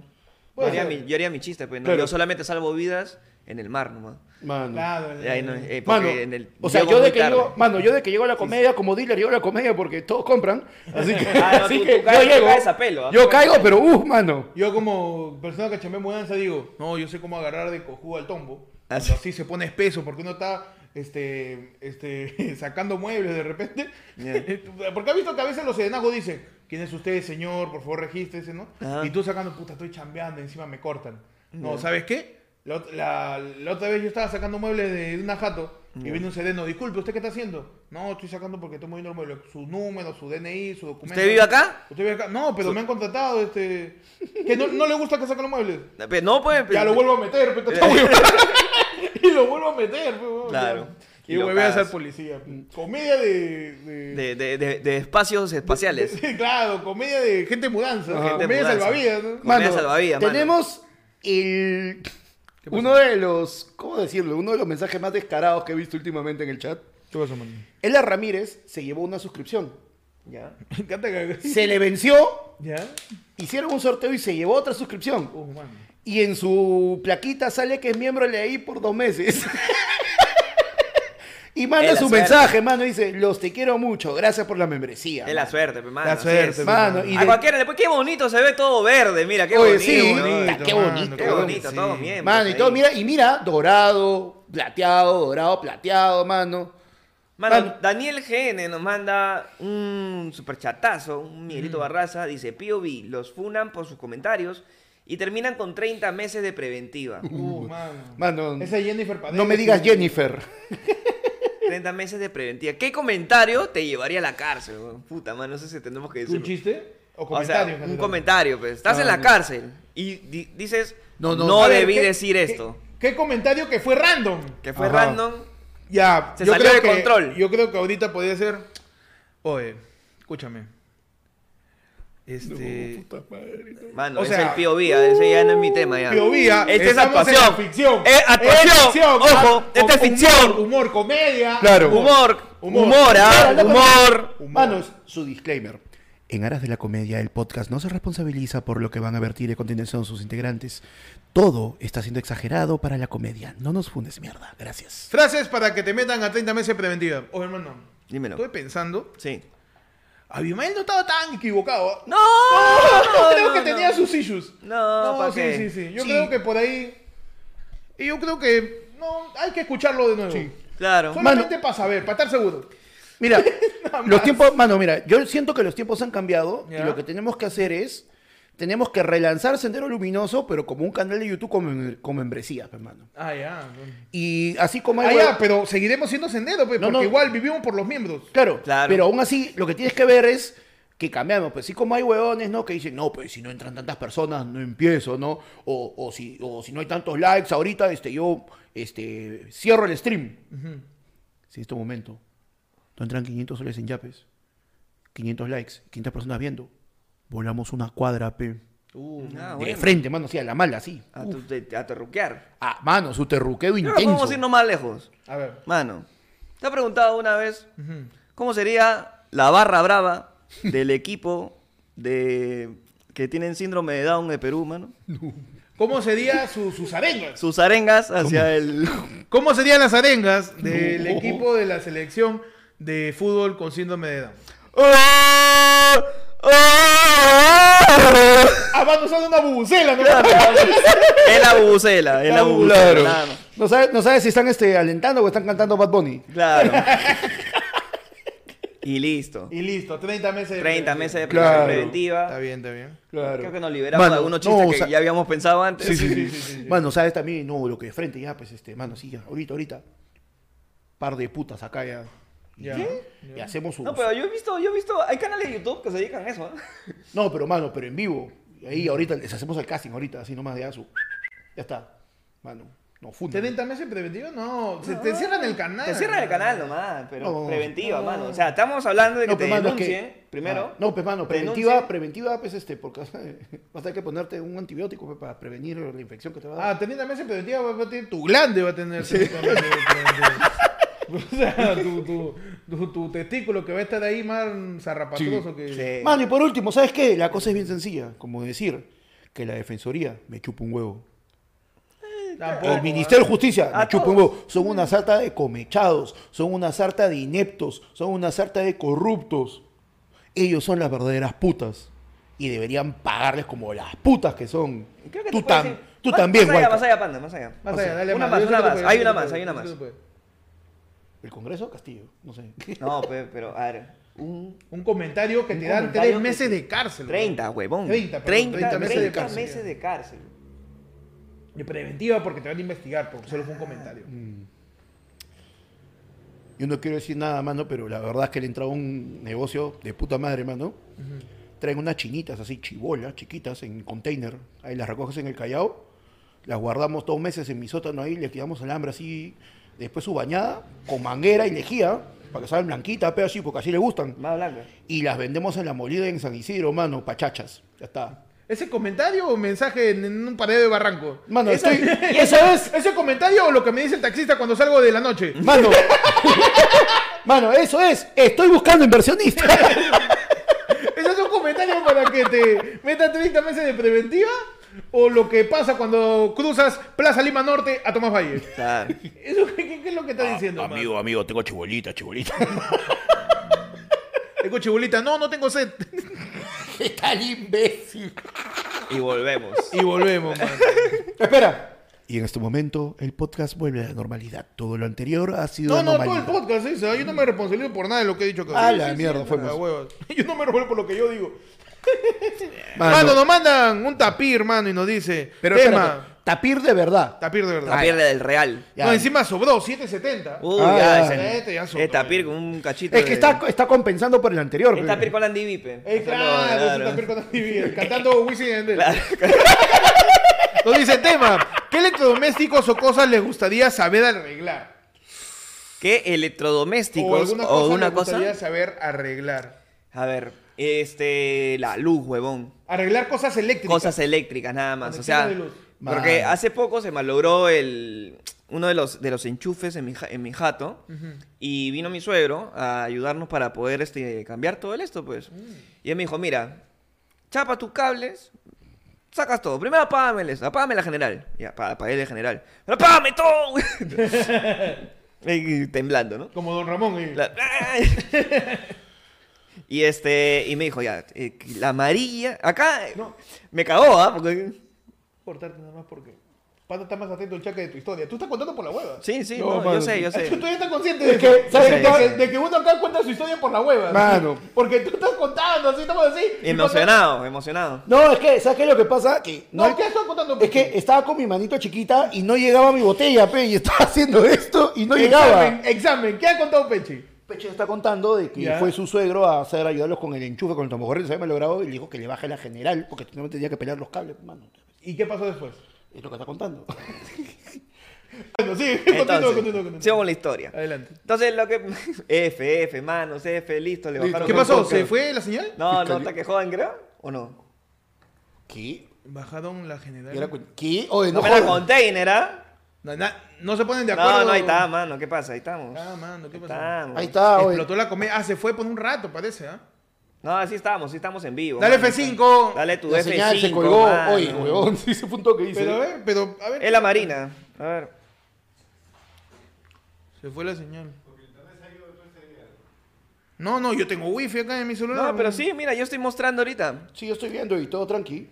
S1: Puede
S2: yo, haría
S1: ser.
S2: mi, yo haría mi chiste, pues. ¿no?
S3: Claro.
S2: Yo solamente salvo vidas en el mar nomás.
S3: Mano.
S1: Claro,
S2: Y ahí no- eh, porque
S3: Mano,
S2: en el-
S3: o sea,
S2: llego
S3: yo
S2: muy
S3: de, que
S2: tarde.
S3: llego, mano, yo de que llego a la comedia, como dealer llego a la comedia porque todos compran. Así que,
S2: Ah, no,
S3: así
S2: tú-
S3: que
S2: tú caes- tú
S3: yo llego.
S2: caes a pelo, ¿ah?
S3: yo caigo, pero uh, mano.
S1: Yo como persona que chambea en mudanza digo, no, yo sé cómo agarrar de cojudo al tombo.
S2: Ah,
S1: Cuando
S2: sí.
S1: así se pone espeso porque uno está este, este, sacando muebles de repente. porque ha visto que a veces los sedenazgos dicen, ¿quién es usted, señor? Por favor, regístrese, ¿no?
S2: Ajá.
S1: Y tú sacando, puta, estoy chambeando, encima me cortan. No, ¿sabes qué? La, ot- la- la otra vez yo estaba sacando muebles de una jato y viene un sedeno, disculpe, ¿usted qué está haciendo? No, estoy sacando porque estoy moviendo el mueble. Su número, su DNI, su documento.
S2: ¿Usted vive acá?
S1: Usted vive acá. No, pero me han contratado, este. Que no, no le gusta que saquen los muebles.
S2: Pe- No, pues.
S1: Ya lo vuelvo a meter, pe, esta huevada. Y lo vuelvo a meter, pe, huevón,
S2: Claro.
S1: ya.
S2: Y
S1: Y
S2: lo
S1: vuelve a ser
S2: cagas.
S1: policía. pe. Comedia de. de-
S2: De, de, de, de espacios espaciales.
S1: Sí, claro, comedia de gente en mudanza.
S2: Gente en
S1: comedia de
S2: mudanza.
S1: salvavidas, ¿no?
S2: Comedia salvavidas, mano.
S3: tenemos el
S1: pasó?
S3: Uno de los, ¿cómo decirlo? Uno de los mensajes más descarados que he visto últimamente en el chat.
S1: ¿Qué pasó, man?
S3: Ella Ramírez se llevó una suscripción.
S2: Ya.
S1: Me encanta que.
S3: Se le venció,
S1: ¿Ya?
S3: hicieron un sorteo y se llevó otra suscripción.
S1: Uh, man.
S3: Y en su plaquita sale que es miembro de LEI por dos meses. y manda
S2: Es la
S3: su
S2: suerte.
S3: mensaje, mano. Dice, los te quiero mucho, gracias por la membresía.
S2: Es la suerte, pe, mano.
S1: La
S2: así
S1: suerte,
S2: es.
S1: pe,
S3: Mano, y
S2: A
S3: de-
S2: cualquiera le qué bonito se ve todo verde, mira, qué
S3: Oye,
S2: bonito.
S3: sí,
S2: ¿no?
S3: bonito. qué bonito,
S2: Qué bonito, todo bien.
S3: Mano, y todo, mira, y mira, dorado, plateado, dorado, plateado, mano.
S2: Mano,
S3: Mano.
S2: Daniel GN nos manda un superchatazo, un Miguelito Barraza, dice, POV, los funan por sus comentarios y terminan con 30 meses de preventiva.
S1: Uh, mano.
S3: Mano,
S1: Esa Jennifer Paredes.
S3: no me digas Jennifer.
S2: 30 meses de preventiva. ¿Qué comentario te llevaría a la cárcel? weón? Puta, mano, no sé si tenemos
S1: ¿Un
S2: que decir.
S1: chiste? ¿O
S2: O sea,
S1: comentario? en
S2: un
S1: general? Ah,
S2: comentario, pues. Estás en la cárcel y di- dices, no,
S3: No, no.
S1: A ver,
S2: debí
S1: ¿qué-
S2: decir
S1: qué-
S2: esto.
S1: ¿Qué comentario que fue random?
S2: Que fue
S3: Ajá.
S2: random.
S1: Ya.
S2: Se salió de
S1: que-
S2: control.
S1: Yo creo que ahorita podría ser. Oye, escúchame. Este.
S2: Mano,
S1: O sea,
S2: es el POV, ah, ese ya no es mi tema ya.
S1: POV, ah,
S2: Este es
S1: estamos en
S2: actuación.
S1: la ficción.
S2: Es actuación.
S1: Es ficción,
S2: Ojo,
S1: ah,
S2: esta es
S1: humor,
S2: ficción.
S1: Humor, comedia.
S3: Claro.
S2: Humor,
S1: Humor.
S2: humor, ah,
S3: Claro,
S2: humor.
S1: Humor.
S3: Manos, su disclaimer. En aras de la comedia, el podcast no se responsabiliza por lo que van a vertir a continuación sus integrantes. Todo está siendo exagerado para la comedia. No nos fundes mierda. Gracias.
S1: Frases para que te metan a 30 meses de preventiva. Oye, hermano.
S2: Dímelo.
S1: Estuve pensando.
S2: Sí.
S1: Abimael no estaba tan equivocado. ¿ah?
S2: No, no,
S1: Yo creo que
S2: no.
S1: tenía sus issues.
S2: No, ¿pa'
S1: sí,
S2: qué?
S1: sí, sí. Yo
S3: Sí.
S1: creo que por ahí. Y yo creo que. No, hay que escucharlo de nuevo.
S2: Claro.
S1: Solamente para saber, para estar seguro.
S3: Mira, los tiempos, mano, mira, yo siento que los tiempos han cambiado
S1: Ya.
S3: y lo que tenemos que hacer es, tenemos que relanzar Sendero Luminoso, pero como un canal de YouTube con, mem- con membresía, hermano.
S1: Ah, ya.
S3: Y así como
S1: Ah,
S3: hay...
S1: ya, pero seguiremos siendo sendero, pues,
S3: No,
S1: porque
S3: no.
S1: igual vivimos por los miembros.
S3: Claro,
S2: Claro.
S3: pero aún así lo que tienes que ver es que cambiamos, pues sí como hay huevones, ¿no? Que dicen, no, pues si no entran tantas personas, no empiezo, ¿no? O, o si, o si no hay tantos likes ahorita, este, yo este, cierro el stream. Si en este momento no entran 500 soles en yapes, 500 likes, 500 personas viendo, volamos una cuadra, pe.
S2: Ah,
S3: De
S2: bueno. Ah.
S3: frente, mano, así, a la mala, así.
S2: A, tu, te- a terruquear.
S3: Ah, mano, su terruqueo
S2: Pero
S3: intenso.
S2: podemos irnos más lejos.
S1: A ver.
S2: Mano, te ha preguntado una vez cómo sería la barra brava del equipo de que tienen síndrome de Down de Perú, mano.
S1: ¿Cómo serían sus arengas?
S2: Sus arengas hacia el
S1: ¿Cómo serían las arengas del
S3: No.
S1: equipo de la selección de fútbol con síndrome de Down? Ah, van usando una bubucela, ¿no?
S2: Es la bubucela, es la bubucela.
S3: Claro.
S2: nada más.
S3: No sabes no sabes si están este, alentando o están cantando Bad Bunny.
S2: Claro. Y listo.
S1: Y listo, 30 meses. de
S2: 30
S1: preventiva.
S2: meses de prisión
S3: Claro.
S1: Está
S2: preventiva.
S1: bien, está bien.
S3: Claro.
S2: Creo que nos liberamos
S3: Mano,
S2: de algunos chistes
S3: no,
S2: que
S3: sa-
S2: ya habíamos pensado antes.
S3: Sí, sí, sí,
S1: sí, sí, sí.
S3: Mano, sabes también, no, lo que de frente ya, pues este, mano, sí, ya, ahorita, ahorita. Par de putas acá ya. Y-
S1: Ya.
S3: Y hacemos un.
S2: No, pero yo he visto, yo he visto, hay canales de YouTube que se dedican a eso. ¿eh?
S3: mano, pero en vivo. Y Ahí ahorita les hacemos el casting ahorita, así nomás de asu. Ya está. Mano, no funden.
S1: 30 meses preventivo, no. Se te cierran el canal. Oh.
S2: Te cierran el canal nomás, pero
S3: No.
S2: preventiva, mano. O sea, estamos hablando de que
S3: No,
S2: te
S3: pero mano, es que-
S2: denuncien, primero.
S3: Ah, no, pues mano,
S2: Te
S3: preventiva,
S2: denuncien.
S3: preventiva, pues este, porque vas a tener que ponerte un antibiótico pues, para prevenir la infección que te va a dar.
S1: Ah, 30 meses preventiva va a tener tu glande, va a tener 30 meses preventiva. O sea, tu, tu, tu, tu testículo que va a estar ahí más zarrapatoso que.
S2: Sí.
S3: Mano, y por último, ¿sabes qué? La cosa es bien sencilla, como decir que la defensoría me chupa un huevo.
S1: Tampoco,
S3: El Ministerio de Justicia,
S2: A
S3: me chupa un huevo. Son una sarta de comechados, son una sarta de ineptos, son una sarta de corruptos. Ellos son las verdaderas putas. Y deberían pagarles como las putas que son.
S2: Creo que
S3: tú
S2: te puedes
S3: tam-
S2: ir-
S3: tú
S2: más-
S3: también,
S2: Más allá,
S3: Huayca.
S2: más allá, panda, más allá.
S1: Más allá, dale
S2: Una
S1: más.
S2: más,
S1: Yo sé
S2: una
S1: que tú
S2: más.
S1: puedes,
S2: Hay
S1: yo sé que
S2: una
S1: tú
S2: más, hay
S1: puedes, yo
S2: una
S1: sé
S2: más.
S1: que tú puedes.
S3: ¿El Congreso o Castillo? No sé.
S2: No, pe- pero, a ver, un
S1: Un comentario que
S2: Un
S1: te dan
S2: comentario
S1: 3
S2: que-
S1: meses de cárcel. güey.
S2: 30, huevón.
S1: 30,
S2: 30,
S1: perdón, 30
S2: 30,
S1: meses de cárcel.
S2: meses de cárcel.
S1: De preventiva porque te van a investigar, porque solo fue un comentario.
S3: Yo no quiero decir nada, mano, pero la verdad es que le entraba un negocio de puta madre, mano. Traen unas chinitas así, chibolas, chiquitas, en container. Ahí las recoges en el Callao. Las guardamos dos meses en mi sótano ahí, le quitamos alambre así. Después su bañada, con manguera y lejía, para que salgan blanquitas, pero así, porque así le gustan.
S2: Más blanca.
S3: Y las vendemos en la molida en San Isidro, mano, pachachas. Ya está.
S1: ¿Ese comentario o mensaje en, en un pared de barranco?
S3: Mano,
S1: ¿Esa-
S3: estoy- esa es-
S1: ¿Ese comentario o lo que me dice el taxista cuando salgo de la noche?
S3: Mano. Mano, eso es. Estoy buscando inversionistas.
S1: ¿Ese es un comentario para que te metan 30 meses de preventiva? ¿O lo que pasa cuando cruzas Plaza Lima Norte a Tomás Valle?
S2: Claro.
S1: ¿Eso qué, qué- qué es lo que estás diciendo? man?
S3: amigo, amigo, tengo chibolita, chibolita.
S1: Tengo chibolita. No, no tengo sed.
S3: Qué tal imbécil.
S2: Y volvemos.
S1: Y volvemos, man.
S3: Espera. Y en este momento el podcast vuelve a la normalidad. Todo lo anterior ha sido
S1: No, no, todo el
S3: anomalía.
S1: podcast dice. ah, Yo no me responsabilizo por nada de lo que he dicho. acá.
S3: A la mierda,
S1: no,
S3: fuimos.
S1: a huevos. Yo no me responsabilizo por lo que yo digo.
S3: Mano,
S1: Mano, nos mandan un tapir, mano, y nos dice.
S3: Ah, pero
S1: tema.
S3: espérate, tapir de verdad.
S1: Tapir de verdad.
S2: La pierde del Real.
S3: Ya.
S1: No, encima sobró 770.
S2: Uy,
S3: Ah,
S2: ya,
S3: ya.
S2: es el,
S1: Este ya soltó,
S2: es tapir con un cachito.
S3: Es que
S2: de-
S3: está, está compensando por el anterior.
S2: Es
S3: pe.
S2: tapir con la Andivipe.
S1: Eh, claro, es un tapir con Andy Bieber, eh, Cantando Wisin y Yandel. Nos dice tema. ¿Qué electrodomésticos o cosas les gustaría saber arreglar?
S2: ¿Qué electrodomésticos
S1: O
S2: o,
S1: alguna cosa
S2: una
S1: les
S2: cosa?
S1: gustaría saber arreglar.
S2: A ver, este, la luz, huevón.
S1: Arreglar cosas eléctricas.
S2: Cosas eléctricas nada más, o sea,
S1: Conexiones de luz.
S2: porque
S3: Mano.
S2: hace poco se malogró el uno de los de los enchufes en mi ja- en mi jato y vino mi suegro a ayudarnos para poder este cambiar todo el esto, pues.
S1: Mm.
S2: Y él me dijo, "Mira, chapa tus cables, sacas todo. Primero apágameles, apágame la general." Ya, apa- apagué la general. "Pero apágame todo." Y Temblando, ¿no?
S1: Como Don Ramón. eh.
S2: La- y este, y me dijo, ya, eh, la amarilla, acá eh,
S1: No.
S2: me cagó, ¿ah? Porque-
S1: Cortarte nada más porque. Pato está más atento al chaque de tu historia. Tú estás contando por la hueva.
S2: Sí, sí,
S1: No,
S2: no,
S1: mano.
S2: yo sé, yo
S1: Es que
S2: sé.
S1: tú ya estás consciente de
S3: Es
S1: que,
S3: que,
S1: de,
S3: ¿sabes
S1: de
S2: qué pasa?
S1: que, de que uno acá cuenta su historia por la hueva. ¿no?
S3: Mano.
S1: Porque tú estás contando así, estamos así. y
S2: Emocionado, emocionado.
S3: No, es que, ¿sabes qué es lo que pasa? Que
S1: cuando- No,
S3: no,
S1: ¿qué estás contando?
S3: es que estaba con mi manito chiquita y no llegaba mi botella, pe, y estaba haciendo esto y no llegaba.
S1: Examen, examen. ¿Qué ha contado Pechi?
S3: Peche está contando de que
S1: Ya.
S3: fue su suegro a hacer ayudarlos con el enchufe, con el tomocorriente, se me lo grabó y le dijo que le baje la general, porque no tenía que pelear los cables, mano.
S1: ¿Y qué pasó después?
S3: Es lo que está contando.
S1: Bueno, sí, continúa, continúa,
S2: Entonces,
S1: continúa.
S2: sigo con la historia.
S1: Adelante.
S2: Entonces, lo que. F, F, manos, F, listo, le bajaron.
S1: ¿Qué
S2: un
S1: pasó?
S2: poco.
S1: ¿Se fue la señal?
S2: No, no, está que jodan, creo. ¿O no?
S3: ¿Qué?
S1: Bajaron la general.
S3: Y era cu- ¿Qué? Oye,
S2: No
S3: no,
S2: me la
S3: jodas.
S2: container, ¿ah?
S1: Na- na- no se ponen de acuerdo.
S2: No, no, ahí está, mano, ¿qué pasa? Ahí estamos.
S1: Ah, mano, ¿qué
S2: Ahí
S1: pasó?
S2: estamos.
S3: Ahí está, oye.
S1: Explotó la comida. Ah, se fue por un rato, parece, ¿ah?
S2: No, así estamos, así estamos en vivo.
S1: Dale
S2: mano.
S1: F5.
S2: Dale tu
S3: La
S2: F5.
S3: señal se colgó.
S2: mano.
S3: Oye, huevón, sí, ese punto que
S1: Pero a
S3: dice.
S1: ver, pero a ver.
S2: Es la marina. A ver.
S1: Se fue la señal. No, no, yo tengo wifi acá en mi celular.
S2: No, pero sí, mira, yo estoy mostrando ahorita.
S3: Sí, yo estoy viendo y todo tranqui.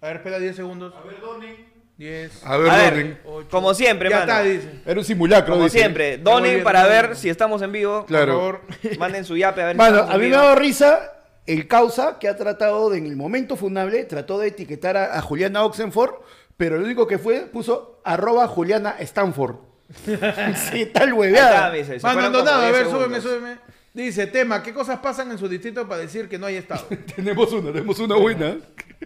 S1: A ver, espera 10 segundos. A ver, Donen. 10.
S3: A
S2: A ver,
S3: Loren.
S1: ocho.
S2: como siempre,
S1: ya
S2: mano.
S1: está, dice.
S3: Era un simulacro,
S2: Como
S3: dice.
S2: siempre,
S1: Muy
S2: donen
S1: bien,
S2: para
S1: muy
S2: ver
S1: bien.
S2: si estamos en vivo.
S1: Por
S3: Claro.
S1: favor.
S2: Manden su yape a ver si
S3: Mano,
S2: estamos
S3: a
S2: en
S3: mí me ha
S2: vivo.
S3: dado risa el causa que ha tratado de, en el momento funable, trató de etiquetar a, a Juliana Oxenford, pero lo único que fue, puso arroba Juliana Stanford. sí, tal
S2: Ahí está,
S3: hueveada.
S2: me dice, se
S1: Mano,
S2: fueron
S1: no,
S2: como
S1: nada, a
S2: 10
S1: ver, súbeme,
S2: segundos.
S1: súbeme. Dice, tema, ¿qué cosas pasan en su distrito para decir que no hay este estado?
S3: tenemos una, tenemos una buena.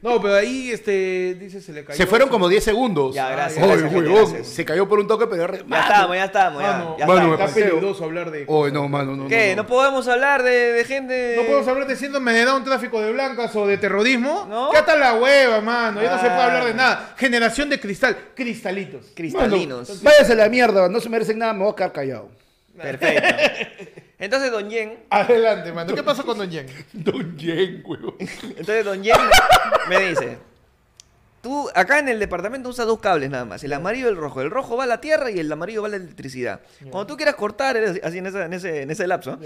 S1: No, pero ahí, este, dice, se le cayó.
S3: Se fueron como 10 segundos.
S2: Ya, gracias,
S3: Oy,
S2: gracias, gente,
S3: huevón,
S2: gracias.
S3: Se cayó por un toque, pero... re-
S2: Ya
S3: Mano.
S2: estamos, ya estamos, ya,
S1: Mano,
S2: ya
S1: mano,
S2: estamos.
S3: me
S1: está
S3: paseo.
S1: peligroso hablar de...
S3: Oy, no, mano, no, no,
S2: ¿Qué?
S3: no.
S2: ¿No podemos hablar de, de gente...?
S1: No podemos hablar de síndrome de Down, tráfico de blancas o de terrorismo.
S2: ¿No?
S1: Ya está la hueva, mano. Ya no se puede hablar de
S2: Ah.
S1: nada. Generación de cristal. Cristalitos.
S3: Mano,
S2: Cristalinos.
S3: váyase a la mierda, no se merecen nada, me voy a quedar callado.
S2: Perfecto. Entonces, Don Yen...
S1: Adelante, mano. ¿Qué pasó con Don Yen?
S3: Don Yen, huevón.
S2: Entonces, Don Yen me dice... Tú, acá en el departamento usas dos cables nada más, el amarillo y el rojo. El rojo va a la tierra y el amarillo va a la electricidad. Cuando tú quieras cortar, eres así en, esa- en ese, en ese lapso,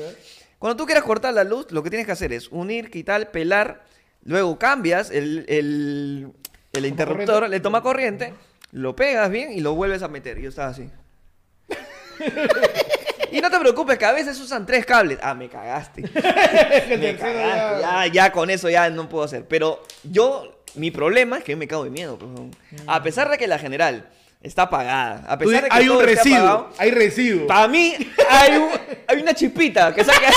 S2: Cuando tú quieras cortar la luz, lo que tienes que hacer es unir, quitar, pelar, luego cambias el, el- el interruptor,
S1: corriente.
S2: le toma corriente, lo pegas bien y lo vuelves a meter. Y Yo estaba así. y no te preocupes que a veces usan tres cables. Ah, me cagaste.
S1: El
S2: me
S1: tercero
S2: cagaste.
S1: ya-
S2: Ya, ya con eso ya no puedo hacer. Pero yo, mi problema es que yo me cago de miedo. pues, weón. A pesar de que la general está apagada, a
S1: Tú
S2: pesar de
S1: dices,
S2: que
S1: hay un
S2: todo esté apagado,
S1: residuo. Hay residuo.
S2: para mí hay, un- hay una chispita que se, ha quedado,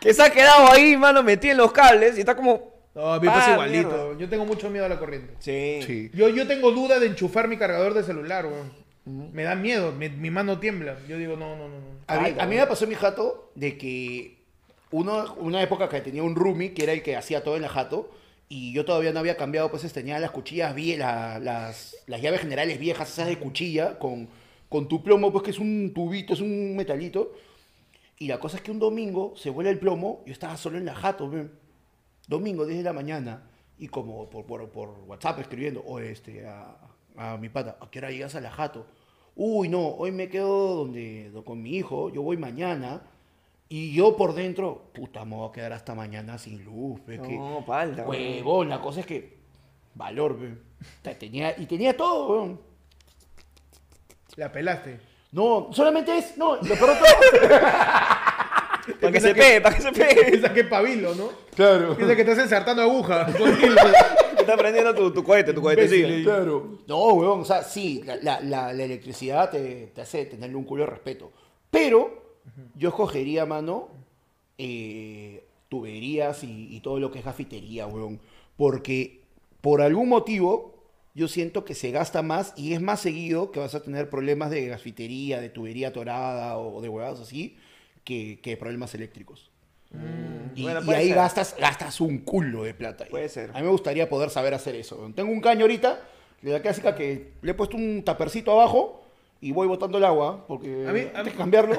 S2: que se ha quedado ahí, mano, metida en los cables y está como...
S1: No, a mí me pasa
S2: Ah,
S1: igualito.
S2: mierda.
S1: Yo tengo mucho miedo a la corriente.
S2: Sí.
S3: Sí.
S1: Yo, yo tengo duda de enchufar mi cargador de celular, weón. Me da miedo, mi, mi mano tiembla. Yo digo, no, no, no. no.
S2: Ah.
S3: A mí, a mí me pasó en mi jato de que uno, una época que tenía un roomie que era el que hacía todo en la jato Y yo todavía no había cambiado, pues tenía las cuchillas, vie- la- las, las llaves generales viejas, esas de cuchilla, con, con tu plomo, pues que es un tubito, es un metalito. Y la cosa es que un domingo se vuela el plomo, yo estaba solo en la jato, men. domingo 10 de la mañana, y como por, por, por WhatsApp escribiendo, o este, a, a mi pata, ¿a qué hora llegas a la jato? Uy, no, hoy me quedo donde, do- con mi hijo, yo voy mañana, y yo por dentro, puta, me voy a quedar hasta mañana sin luz, pe, que-
S2: No, palta.
S3: Huevón, la cosa es que. Valor, weón. Te- Tenía, y tenía todo, weón.
S1: La pelaste.
S3: No, solamente es. No, lo peor de todo.
S2: Para que se pegue, para que se pegue.
S1: Piensa que es pabilo, ¿no?
S3: claro.
S1: Piensa que estás ensartando aguja. con hilo.
S2: Está prendiendo tu, tu cohete, tu cohete.
S1: Imbécil.
S2: Sí.
S3: Claro. No, weón, o sea, sí, la, la- la- la electricidad te, te hace tenerle un culo de respeto. Pero yo escogería, mano, eh, tuberías y, y todo lo que es gafitería, weón. Porque por algún motivo yo siento que se gasta más y es más seguido que vas a tener problemas de gafitería, de tubería torada o de huevadas así, que, que problemas eléctricos. Y,
S2: Mm. Bueno,
S3: y
S2: puede
S3: ahí
S2: ser.
S3: gastas, gastas un culo de plata. ahí.
S2: Puede ser.
S3: A mí me gustaría poder saber hacer eso. Tengo un caño ahorita, de la clásica que le he puesto un tapercito abajo y voy botando el agua porque
S1: A mí- a
S3: antes de
S1: mí-
S3: cambiarlo.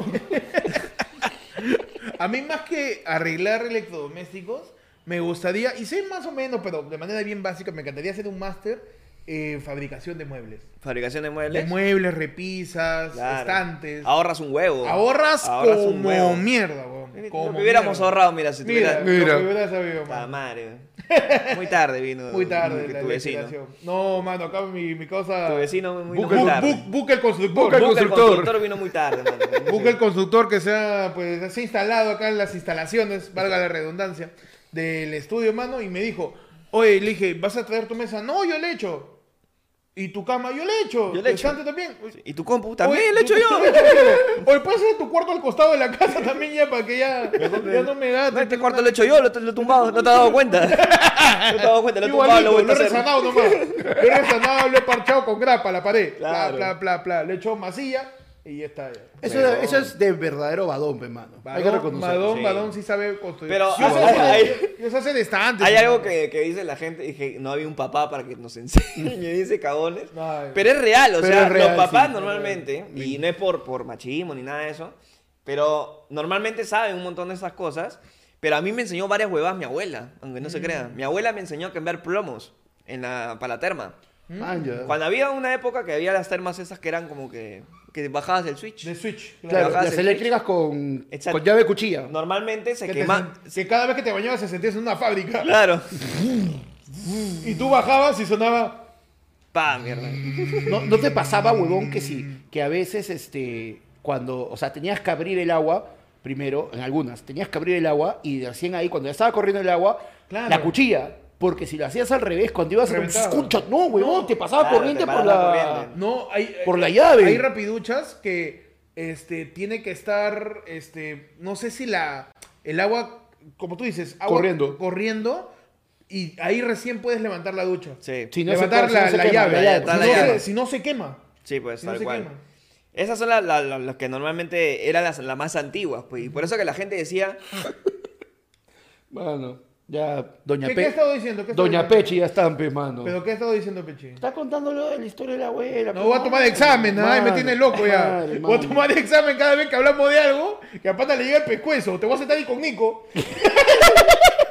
S1: A mí más que arreglar electrodomésticos, me gustaría, y sé más o menos, pero de manera bien básica, me encantaría hacer un máster en fabricación de muebles.
S2: Fabricación de
S1: De
S2: muebles.
S1: muebles, repisas,
S2: Claro.
S1: estantes.
S2: Ahorras un huevo.
S1: Ahorras,
S2: Ahorras un
S1: como
S2: huevo.
S1: mierda, weón.
S2: Lo
S1: Como
S2: que hubiéramos
S1: mierda.
S2: ahorrado, mira, si Ah,
S1: Mira,
S2: tuviera-
S1: lo que
S3: Mira.
S1: hubiera sabido,
S2: Puta
S1: mano.
S2: madre. Muy tarde vino.
S1: Muy tarde
S2: tu
S1: la
S2: vecino.
S1: legislación. No, mano, acá mi, mi cosa.
S2: Tu vecino muy- muy
S1: Busca-
S2: tarde.
S1: bu- busca el constructor.
S2: Busca el constructor vino muy tarde, mano.
S1: Busca el constructor que sea, pues, se ha instalado acá en las instalaciones, valga la redundancia, del estudio, mano, y me dijo, oye, le dije, ¿vas a traer tu mesa? No, yo le echo. ¿Y tu cama? Yo le echo.
S2: Yo le
S1: ¿Tu
S2: echo.
S1: estante también? "Pues,
S2: Y tu compu
S1: Oye,
S2: también lo he hecho
S1: tú-
S2: yo.
S1: tú le echas. Oye, puedes hacer tu cuarto al costado de la casa también ya, para que ya, ya no me da.
S2: No, este cuarto lo he hecho yo, lo, lo he tumbado, no te has dado cuenta. No te has dado cuenta, lo he tumbado, lo he
S1: Igualito,
S2: vuelto
S1: lo
S2: a
S1: he
S2: hacer.
S1: resanado nomás. Lo he resanado, lo he parchado con grapa a la pared.
S2: Claro.
S1: Pla, pla, pla, pla. Le he hecho masilla y ya está. ya.
S3: Eso, eso es de verdadero badón, hermano. Hay que
S1: Badón,
S3: reconocerlo.
S1: Badón,
S2: Sí.
S1: Badón sí sabe construir.
S2: Pero
S1: Sí, eso
S2: hay-
S1: hace-
S2: hay-
S1: eso hace de estantes.
S2: Hay
S1: hermano.
S2: algo que, que dice la gente, y que no había un papá para que nos enseñe, dice cagones.
S1: Ay.
S2: Pero es real, o
S3: Pero
S2: sea,
S3: es real,
S2: los papás
S3: sí.
S2: normalmente, y no es por, por machismo ni nada de eso, pero normalmente saben un montón de esas cosas, pero a mí me enseñó varias huevas mi abuela, aunque
S3: Mm.
S2: no se crea. Mi abuela me enseñó a cambiar plomos en la, para la terma.
S3: Man, ya.
S2: Cuando había una época que había las termas esas que eran como que, que bajabas el switch.
S1: De Switch.
S3: Claro,
S2: Trabajas
S3: las
S2: en-
S3: eléctricas con,
S2: Exacto.
S3: con llave de cuchilla.
S2: Normalmente se
S1: Que, te
S2: quema...
S1: sen- que cada vez que te bañabas se sentías en una fábrica.
S2: Claro.
S1: Y tú bajabas y sonaba.
S2: Pa, mierda.
S3: ¿No, no te pasaba, huevón, que sí? Que a veces, este, cuando, o sea, tenías que abrir el agua, primero, en algunas, tenías que abrir el agua y recién ahí, cuando ya estaba corriendo el agua,
S1: Claro.
S3: la cuchilla. Porque si lo hacías al revés, cuando ibas a...
S1: Reventaba.
S3: Escucha, no, huevón, te pasaba
S2: Claro,
S3: corriente
S2: te
S3: por
S2: pasaba
S3: la...
S2: corriente.
S1: No, hay. eh,
S3: Por la llave.
S1: Hay rapiduchas que este, tiene que estar. Este, no sé si la. El agua, como tú dices, agua
S3: Corriendo.
S1: corriendo. Y ahí recién puedes levantar la ducha.
S2: Sí.
S3: Sí, no se
S1: levantar
S3: puede-
S1: la,
S3: si no se
S1: la
S3: quema,
S1: llave.
S3: la
S2: llave,
S1: si,
S2: la
S1: no Se,
S2: llave.
S1: si no se quema.
S2: Sí, pues
S1: Si no
S2: tal
S1: se
S2: cual.
S1: quema.
S2: Esas son la- la- la- las que normalmente eran las, las más antiguas, pues. Y por eso que la gente decía,
S3: Mano, ya, Doña
S1: ¿Qué,
S3: Pe...
S1: qué he estado diciendo? ¿Qué he estado
S3: Doña
S1: diciendo?
S3: Pechi ya está, pe, mano.
S1: ¿Pero qué he estado diciendo, Pechi?
S3: Está contándolo de la historia de la abuela.
S1: No
S3: pe,
S1: voy a tomar
S3: mano.
S1: examen, nada, me
S3: Madre,
S1: tiene loco ya.
S3: madre,
S1: voy a
S3: mano.
S1: tomar examen cada vez que hablamos de algo, que a pata le llega el pescuezo. Te voy a sentar ahí con Nico.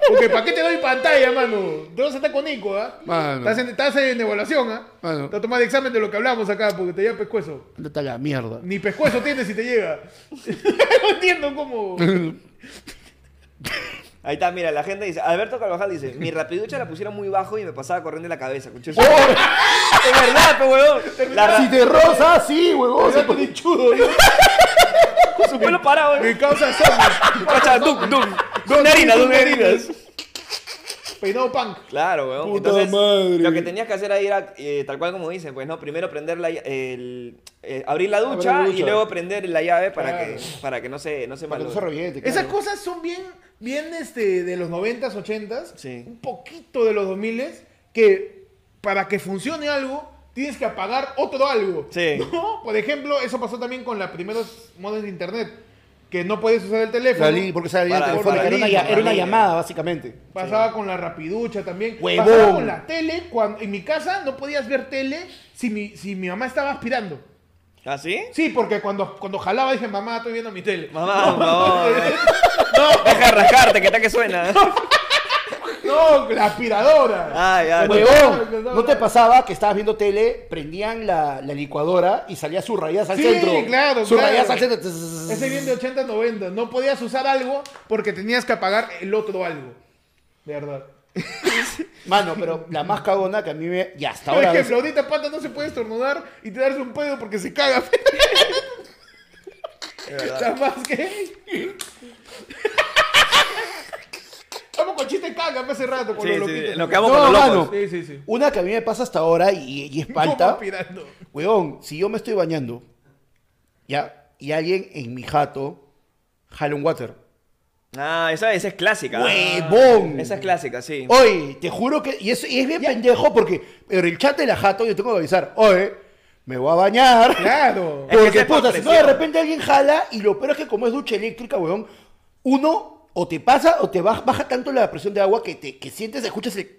S1: Porque ¿para qué te doy pantalla, mano? Te voy a sentar con Nico, ¿ah?
S3: Mano.
S1: Estás en, estás en evaluación, ¿ah?
S3: Mano.
S1: Te voy a tomar examen de lo que hablamos acá, porque te llega el pescuezo.
S3: ¿Dónde está la mierda?
S1: Ni pescuezo tienes si te llega. no entiendo cómo.
S2: ahí está, mira, la gente dice, Alberto Carvajal dice, mi rapiducha la pusieron muy bajo y me pasaba corriendo en la cabeza. Escuché eso. Es verdad, pe, huevón. La ra-
S3: Si te rosa, sí, huevón. se pone-
S1: Chudo, ¿no?
S2: con su pelo parado,
S1: Me
S2: eh.
S1: causa asombro.
S2: Cacha, dum, dum. Dum de harina, dum de harinas.
S1: Peinado punk.
S2: Claro, weón.
S3: Puta
S2: Entonces,
S3: madre.
S2: lo que tenías que hacer ahí era, eh, tal cual como dicen, pues no, primero prender la, el, eh, abrir la ducha,
S3: la
S2: y
S3: ducha.
S2: luego prender la llave para
S1: Claro.
S2: que para que no se no se
S3: Para que no se
S2: malogre.
S3: reviente, claro.
S1: Esas cosas son bien, bien este, de los 90s, 80s,
S2: Sí.
S1: un poquito de los 2000s, que para que funcione algo tienes que apagar otro algo.
S2: Sí.
S1: ¿no? Por ejemplo, eso pasó también con los primeros modos de internet. que no podías usar el teléfono.
S3: La línea- porque esa línea
S2: Para-
S3: telefónica
S1: para
S3: era, una,
S1: línea,
S3: lla- era una
S2: para línea.
S3: llamada, básicamente.
S1: Pasaba con la rapiducha también.
S3: Huevón.
S1: Pasaba con la tele. Cuando, en mi casa no podías ver tele si mi, si mi mamá estaba aspirando.
S2: ¿Ah, sí?
S1: Sí, porque cuando, cuando jalaba dije, mamá, estoy viendo mi tele.
S2: Mamá, por favor. eh. No, deja de rascarte, que está que suena.
S1: No, la aspiradora.
S2: Ah, ya.
S1: Como-
S3: Huevón, ¿no te pasaba que estabas viendo tele, prendían la, la licuadora y salía subrayadas al
S1: Sí,
S3: centro?
S1: claro,
S3: Subrayadas
S1: claro.
S3: al centro.
S1: Ese bien de 80-90. No podías usar algo porque tenías que apagar el otro algo. De verdad.
S3: Mano, pero la más cagona que a mí me... Y hasta
S1: Por
S3: ahora...
S1: ejemplo, ahorita Pata no se puede estornudar y te darse un pedo porque se caga. Nada más que... Estamos con chiste caga pues, hace rato. Con
S2: Sí,
S1: los
S2: sí,
S1: loquitos.
S2: lo que vamos
S3: No,
S2: con los locos.
S3: mano.
S1: Sí, sí, sí.
S3: Una que a mí me pasa hasta ahora y, y es
S1: Como
S3: falta.
S1: aspirando.
S3: Weón, si yo me estoy bañando, ya, y alguien en mi jato jala un water.
S2: Ah, esa, esa es clásica.
S3: ¡Huevón!
S2: Esa es clásica, sí.
S3: Oye, te juro que. Y es, y es bien pendejo porque en el chat de la jato yo tengo que avisar, oye, me voy a bañar.
S1: Claro.
S2: Es que
S3: Porque
S2: esa es por
S3: puta, si no de
S2: presión.
S3: repente alguien jala y lo peor es que como es ducha eléctrica, weón, uno o te pasa o te baja, baja tanto la presión de agua que te que sientes, escuchas el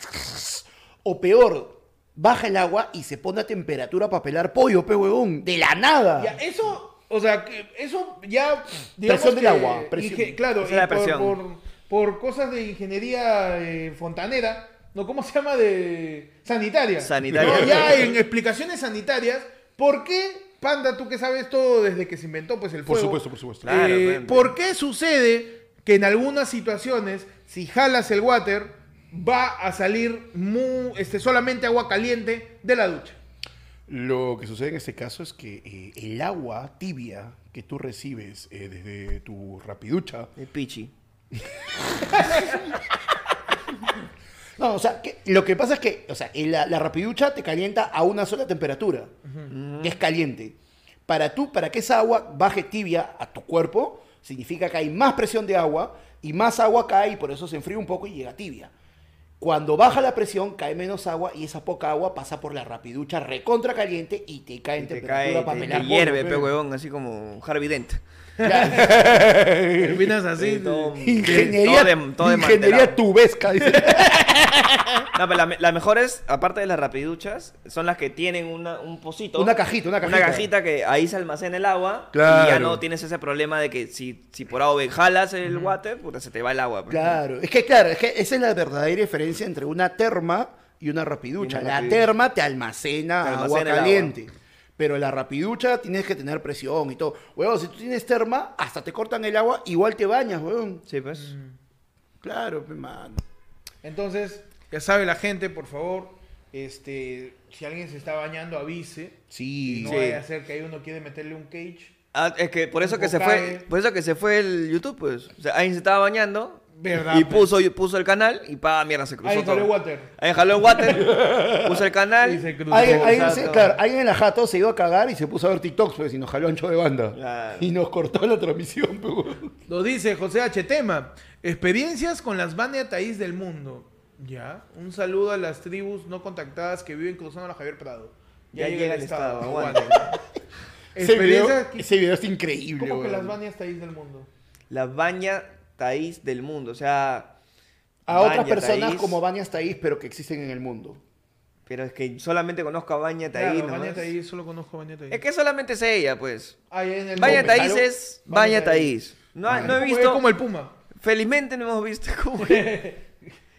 S3: o peor, baja el agua y se pone a temperatura para pelar pollo, pe huevón, de la nada.
S1: Ya, eso, o sea, que eso ya. digamos
S3: Presión del
S1: que
S3: agua, presión.
S1: inge- claro,
S2: Esa
S1: y
S2: es la
S1: por-
S2: presión.
S1: Por, por cosas de ingeniería eh, fontanera, ¿no? ¿Cómo se llama? De. Sanitaria.
S2: Sanitaria.
S1: No, ya en explicaciones sanitarias, ¿por qué, Panda, tú que sabes todo desde que se inventó pues el fuego?
S3: supuesto.
S2: Claro,
S1: eh,
S2: prende.
S1: ¿Por qué sucede que en algunas situaciones, si jalas el water, va a salir mu- este, solamente agua caliente de la ducha?
S3: Lo que sucede en este caso es que eh, el agua tibia que tú recibes eh, desde tu rapiducha.
S2: El pichi.
S3: No, o sea, que- lo que pasa es que, o sea, en la, la rapiducha te calienta a una sola temperatura, que es caliente. Para tú, para que esa agua baje tibia a tu cuerpo, significa que hay más presión de agua y más agua cae y por eso se enfría un poco y llega tibia. Cuando baja la presión, cae menos agua y esa poca agua pasa por la rapiducha recontra caliente y te cae en
S2: Te
S3: temperatura
S2: cae, te,
S3: para
S2: te
S3: pelar. pollo,
S2: hierve,
S3: pe.
S2: pe huevón, así como Harvey Dent. Eh,
S1: Terminas
S3: Ah,
S1: así.
S2: todo-
S3: Ingeniería,
S2: todo de- todo
S3: ingeniería
S2: desmantelado.
S3: tubesca. dice.
S2: No, pero la- las mejores, aparte de las rapiduchas, son las que tienen una, un pocito.
S3: Una cajita, una cajita.
S2: Una cajita que ahí se almacena el agua. Y ya
S3: Claro.
S2: no tienes ese problema de que si, si por A o B jalas el water, puta, se te va el agua. pues.
S3: Claro, es que claro, es que esa es la verdadera diferencia entre una terma y una rapiducha.
S2: Y una
S3: la
S2: rapiducha.
S3: terma te almacena,
S2: Te almacena el
S3: agua
S2: agua.
S3: caliente, pero la rapiducha tienes que tener presión y todo. Huevón, si tú tienes terma, hasta te cortan el agua, igual te bañas, huevón.
S2: Sí, pues.
S3: Claro, pe, mano.
S1: Entonces, ya sabe la gente, por favor, este, si alguien se está bañando, avise. Y
S3: Sí.
S1: no
S2: Sí.
S1: vaya a ser que ahí uno quiere meterle un cage.
S2: Ah, es que por eso
S1: Un
S2: que se
S1: bocade.
S2: fue, por eso que se fue el YouTube, pues. O sea, alguien se estaba bañando
S1: Verdad,
S2: y
S1: pues.
S2: puso, puso el canal y pa, mierda, se cruzó
S1: Ahí
S2: todo.
S1: salió water.
S2: Alguien jaló el water, puso el canal.
S1: Y se cruzó.
S3: Alguien, alguien
S2: Exacto.
S3: se- claro, alguien en la jato se iba a cagar y se puso a ver TikToks, pues, y nos jaló ancho de banda.
S2: Claro.
S3: Y nos cortó la transmisión, pe, huevón.
S1: Lo dice José H. Tema. Experiencias con las Bania Taís del mundo. Ya. Un saludo a las tribus no contactadas que viven cruzando la Javier Prado.
S2: Ya llega el estado, aguante.
S1: aguante.
S3: Ese video,
S1: Experiencias que-
S3: ese video es increíble,
S1: ¿Cómo que
S3: huevón.
S1: las Banias Taís del mundo?
S2: La baña Taís del mundo, o sea,
S3: A otras
S2: Baña
S3: personas
S2: Taís,
S3: como Bania Taís, pero que existen en el mundo.
S2: pero es que solamente conozco a Baña Taís,
S1: Claro,
S2: nomás.
S1: Bania Taís, solo conozco a Bania Taís.
S2: Es que solamente es ella, pues.
S1: Ahí en el
S2: Baña
S1: nombre.
S2: Taís
S1: Claro.
S2: es Baña Taís. No,
S1: Ah, es
S2: no he
S1: como-
S2: visto,
S1: Es como el Puma.
S2: felizmente no hemos visto cómo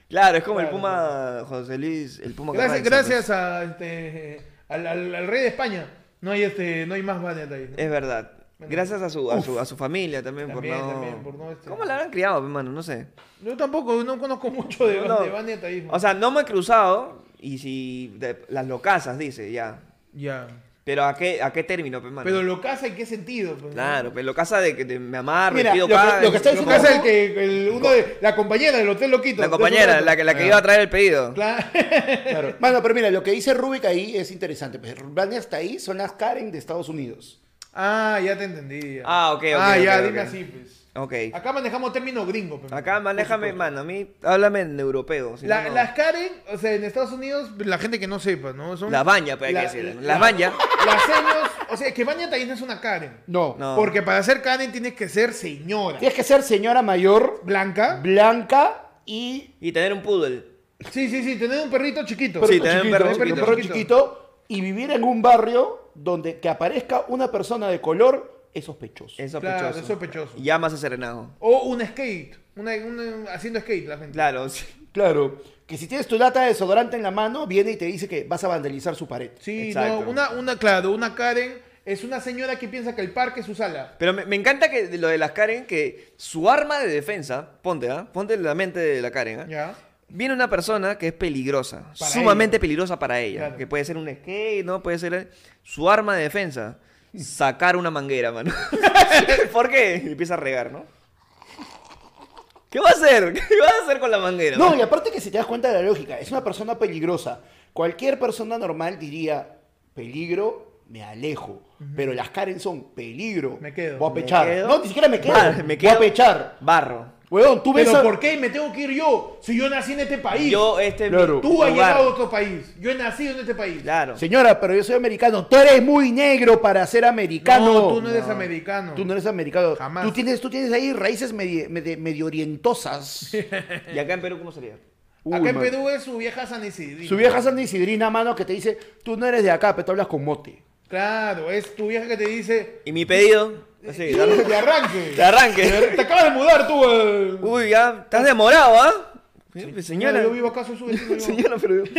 S2: Claro, es como el
S1: Claro,
S2: Puma José Luis, el Puma
S1: Gracias,
S2: Carranza, pues.
S1: gracias a este, al, al- al rey de España. No hay este, no hay más Bania Taís. ¿no?
S2: Es verdad.
S1: Bueno.
S2: Gracias a su, a su, a su familia también,
S1: También,
S2: por no...
S1: también, por no este-
S2: ¿Cómo la habrán criado, hermano? No sé.
S1: Yo tampoco, no conozco mucho de,
S2: No.
S1: de Bania Taís. ¿no?
S2: O sea, no me he cruzado y si... de- las locasas, dice, ya.
S1: ya.
S2: Pero ¿a qué, a qué término, hermano?
S1: Pero lo casa en qué sentido. pues, ¿no?
S2: Claro, pero locasa de que de- me amarro,
S3: Mira,
S2: pido
S3: lo que-
S2: pan.
S3: lo que está
S1: Lo
S3: diciendo-
S1: casa el que el- uno de la compañera del hotel Ah. loquito.
S2: La compañera, la que, la
S1: Ah.
S2: que iba a traer el pedido.
S3: Claro. Mano, pero mira, lo que dice Rubik ahí es interesante. Pues Bania hasta ahí son las Karen de Estados Unidos.
S1: Ah, ya te entendí. ya.
S2: Ah, ok, ok,
S1: Ah,
S2: ok,
S1: ya,
S2: ok.
S1: dime así, pues.
S2: Ok.
S1: Acá manejamos términos gringos. pe,
S2: Acá
S1: mano,
S2: manéjame,
S1: por supuesto.
S2: mano. A mí, háblame en europeo. si
S1: La-
S2: no, no.
S1: Las Karen, o sea, en Estados Unidos, la gente que no sepa, ¿no? Son
S2: Las bañas, pues, hay
S1: la-
S2: que decir.
S1: la-
S2: Las bañas.
S1: Las seños, o sea, que baña también es una Karen.
S3: No.
S2: No.
S1: Porque para ser Karen tienes que ser señora.
S3: Tienes que ser señora mayor,
S1: Blanca.
S3: blanca y
S2: Y tener un poodle.
S1: Sí, sí, sí, tener un perrito chiquito.
S2: Sí, tener un perro
S1: chiquito.
S3: ¿eh? perro chiquito y vivir en un barrio donde que aparezca una persona de color es sospechoso.
S2: Es sospechoso.
S1: Claro, es sospechoso.
S2: Y llamas a serenado.
S1: O un skate. Una, una- haciendo skate la gente.
S2: Claro, sí.
S3: Claro, que si tienes tu lata de desodorante en la mano, viene y te dice que vas a vandalizar su pared.
S1: Sí,
S2: Exacto.
S1: no, una, una, claro, una Karen es una señora que piensa que el parque es su sala.
S2: Pero me, me encanta que de lo de las Karen, que su arma de defensa, ponte, ¿ah? Ponte en la mente de la Karen, ¿ah?
S1: ¿Ya?
S2: Viene una persona que es peligrosa,
S1: Para
S2: sumamente
S1: ella.
S2: peligrosa para ella,
S1: Claro.
S2: que puede ser un skate, ¿no? Puede ser eh, su arma de defensa, sacar una manguera, mano. ¿Por qué? Y empieza a regar, ¿no? ¿Qué va a hacer? ¿Qué va a hacer con la manguera?
S3: No, y aparte que si te das cuenta de la lógica, es una persona peligrosa. Cualquier persona normal diría, peligro, me alejo. Pero las Karen son peligro.
S1: Me quedo.
S3: Voy a
S1: Me
S3: pechar.
S2: quedo.
S3: No, ni siquiera me quedo.
S2: Bar- me quedo-
S3: Voy a pechar.
S2: Barro.
S3: Weón, tú ves
S1: Pero
S3: a-
S1: ¿por qué me tengo que ir yo? Si yo nací en este país.
S2: Yo, este.
S3: Claro.
S1: Tú has
S2: lugar.
S1: llegado a otro país. Yo he nacido en este país.
S2: Claro.
S3: Señora, pero yo soy americano. Tú eres muy negro para ser americano.
S1: No, tú no eres americano.
S3: Tú no eres americano.
S1: Jamás.
S3: Tú tienes, tú tienes ahí raíces medio, medio, orientosas.
S2: ¿Y acá en Perú cómo sería?
S1: Acá en Perú es su vieja San Isidrina.
S3: Su vieja San Isidrina, mano, que te dice, tú no eres de acá, pero tú hablas con mote.
S1: Claro, es tu vieja que te dice.
S2: ¿Y mi pedido? Así, dale.
S1: "De arranque.
S2: De arranque.
S1: Te acabas de mudar tú. eh.
S2: Uy, ya estás demorado, ¿ah? Sí, Señora,
S1: Yo vivo acá, soy su vecino. yo.
S2: señora, pero yo,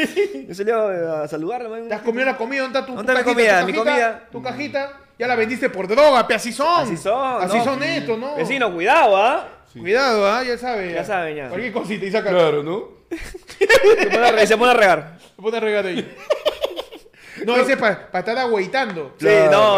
S2: yo salí a a saludarla. man.
S1: ¿Te has comido la comida? ¿Dónde está tu, tu
S2: ¿Dónde está mi
S1: cajita,
S2: comida?
S1: tu
S2: Mi
S1: cajita,
S2: comida.
S1: Tu cajita. Ya la vendiste por droga, pe, así son.
S2: Así son,
S1: Así
S2: ¿no?
S1: son estos, ¿no?
S2: Vecino, cuidado, ¿ah?
S1: Cuidado, ¿ah? Ya sabe.
S2: Ya saben, ya.
S1: Cualquier cosita y saca.
S3: ¿no?
S2: Se pone a re- se pone a regar.
S1: Se pone a regar ahí. No, ese es para estar agüitando.
S2: Sí, no,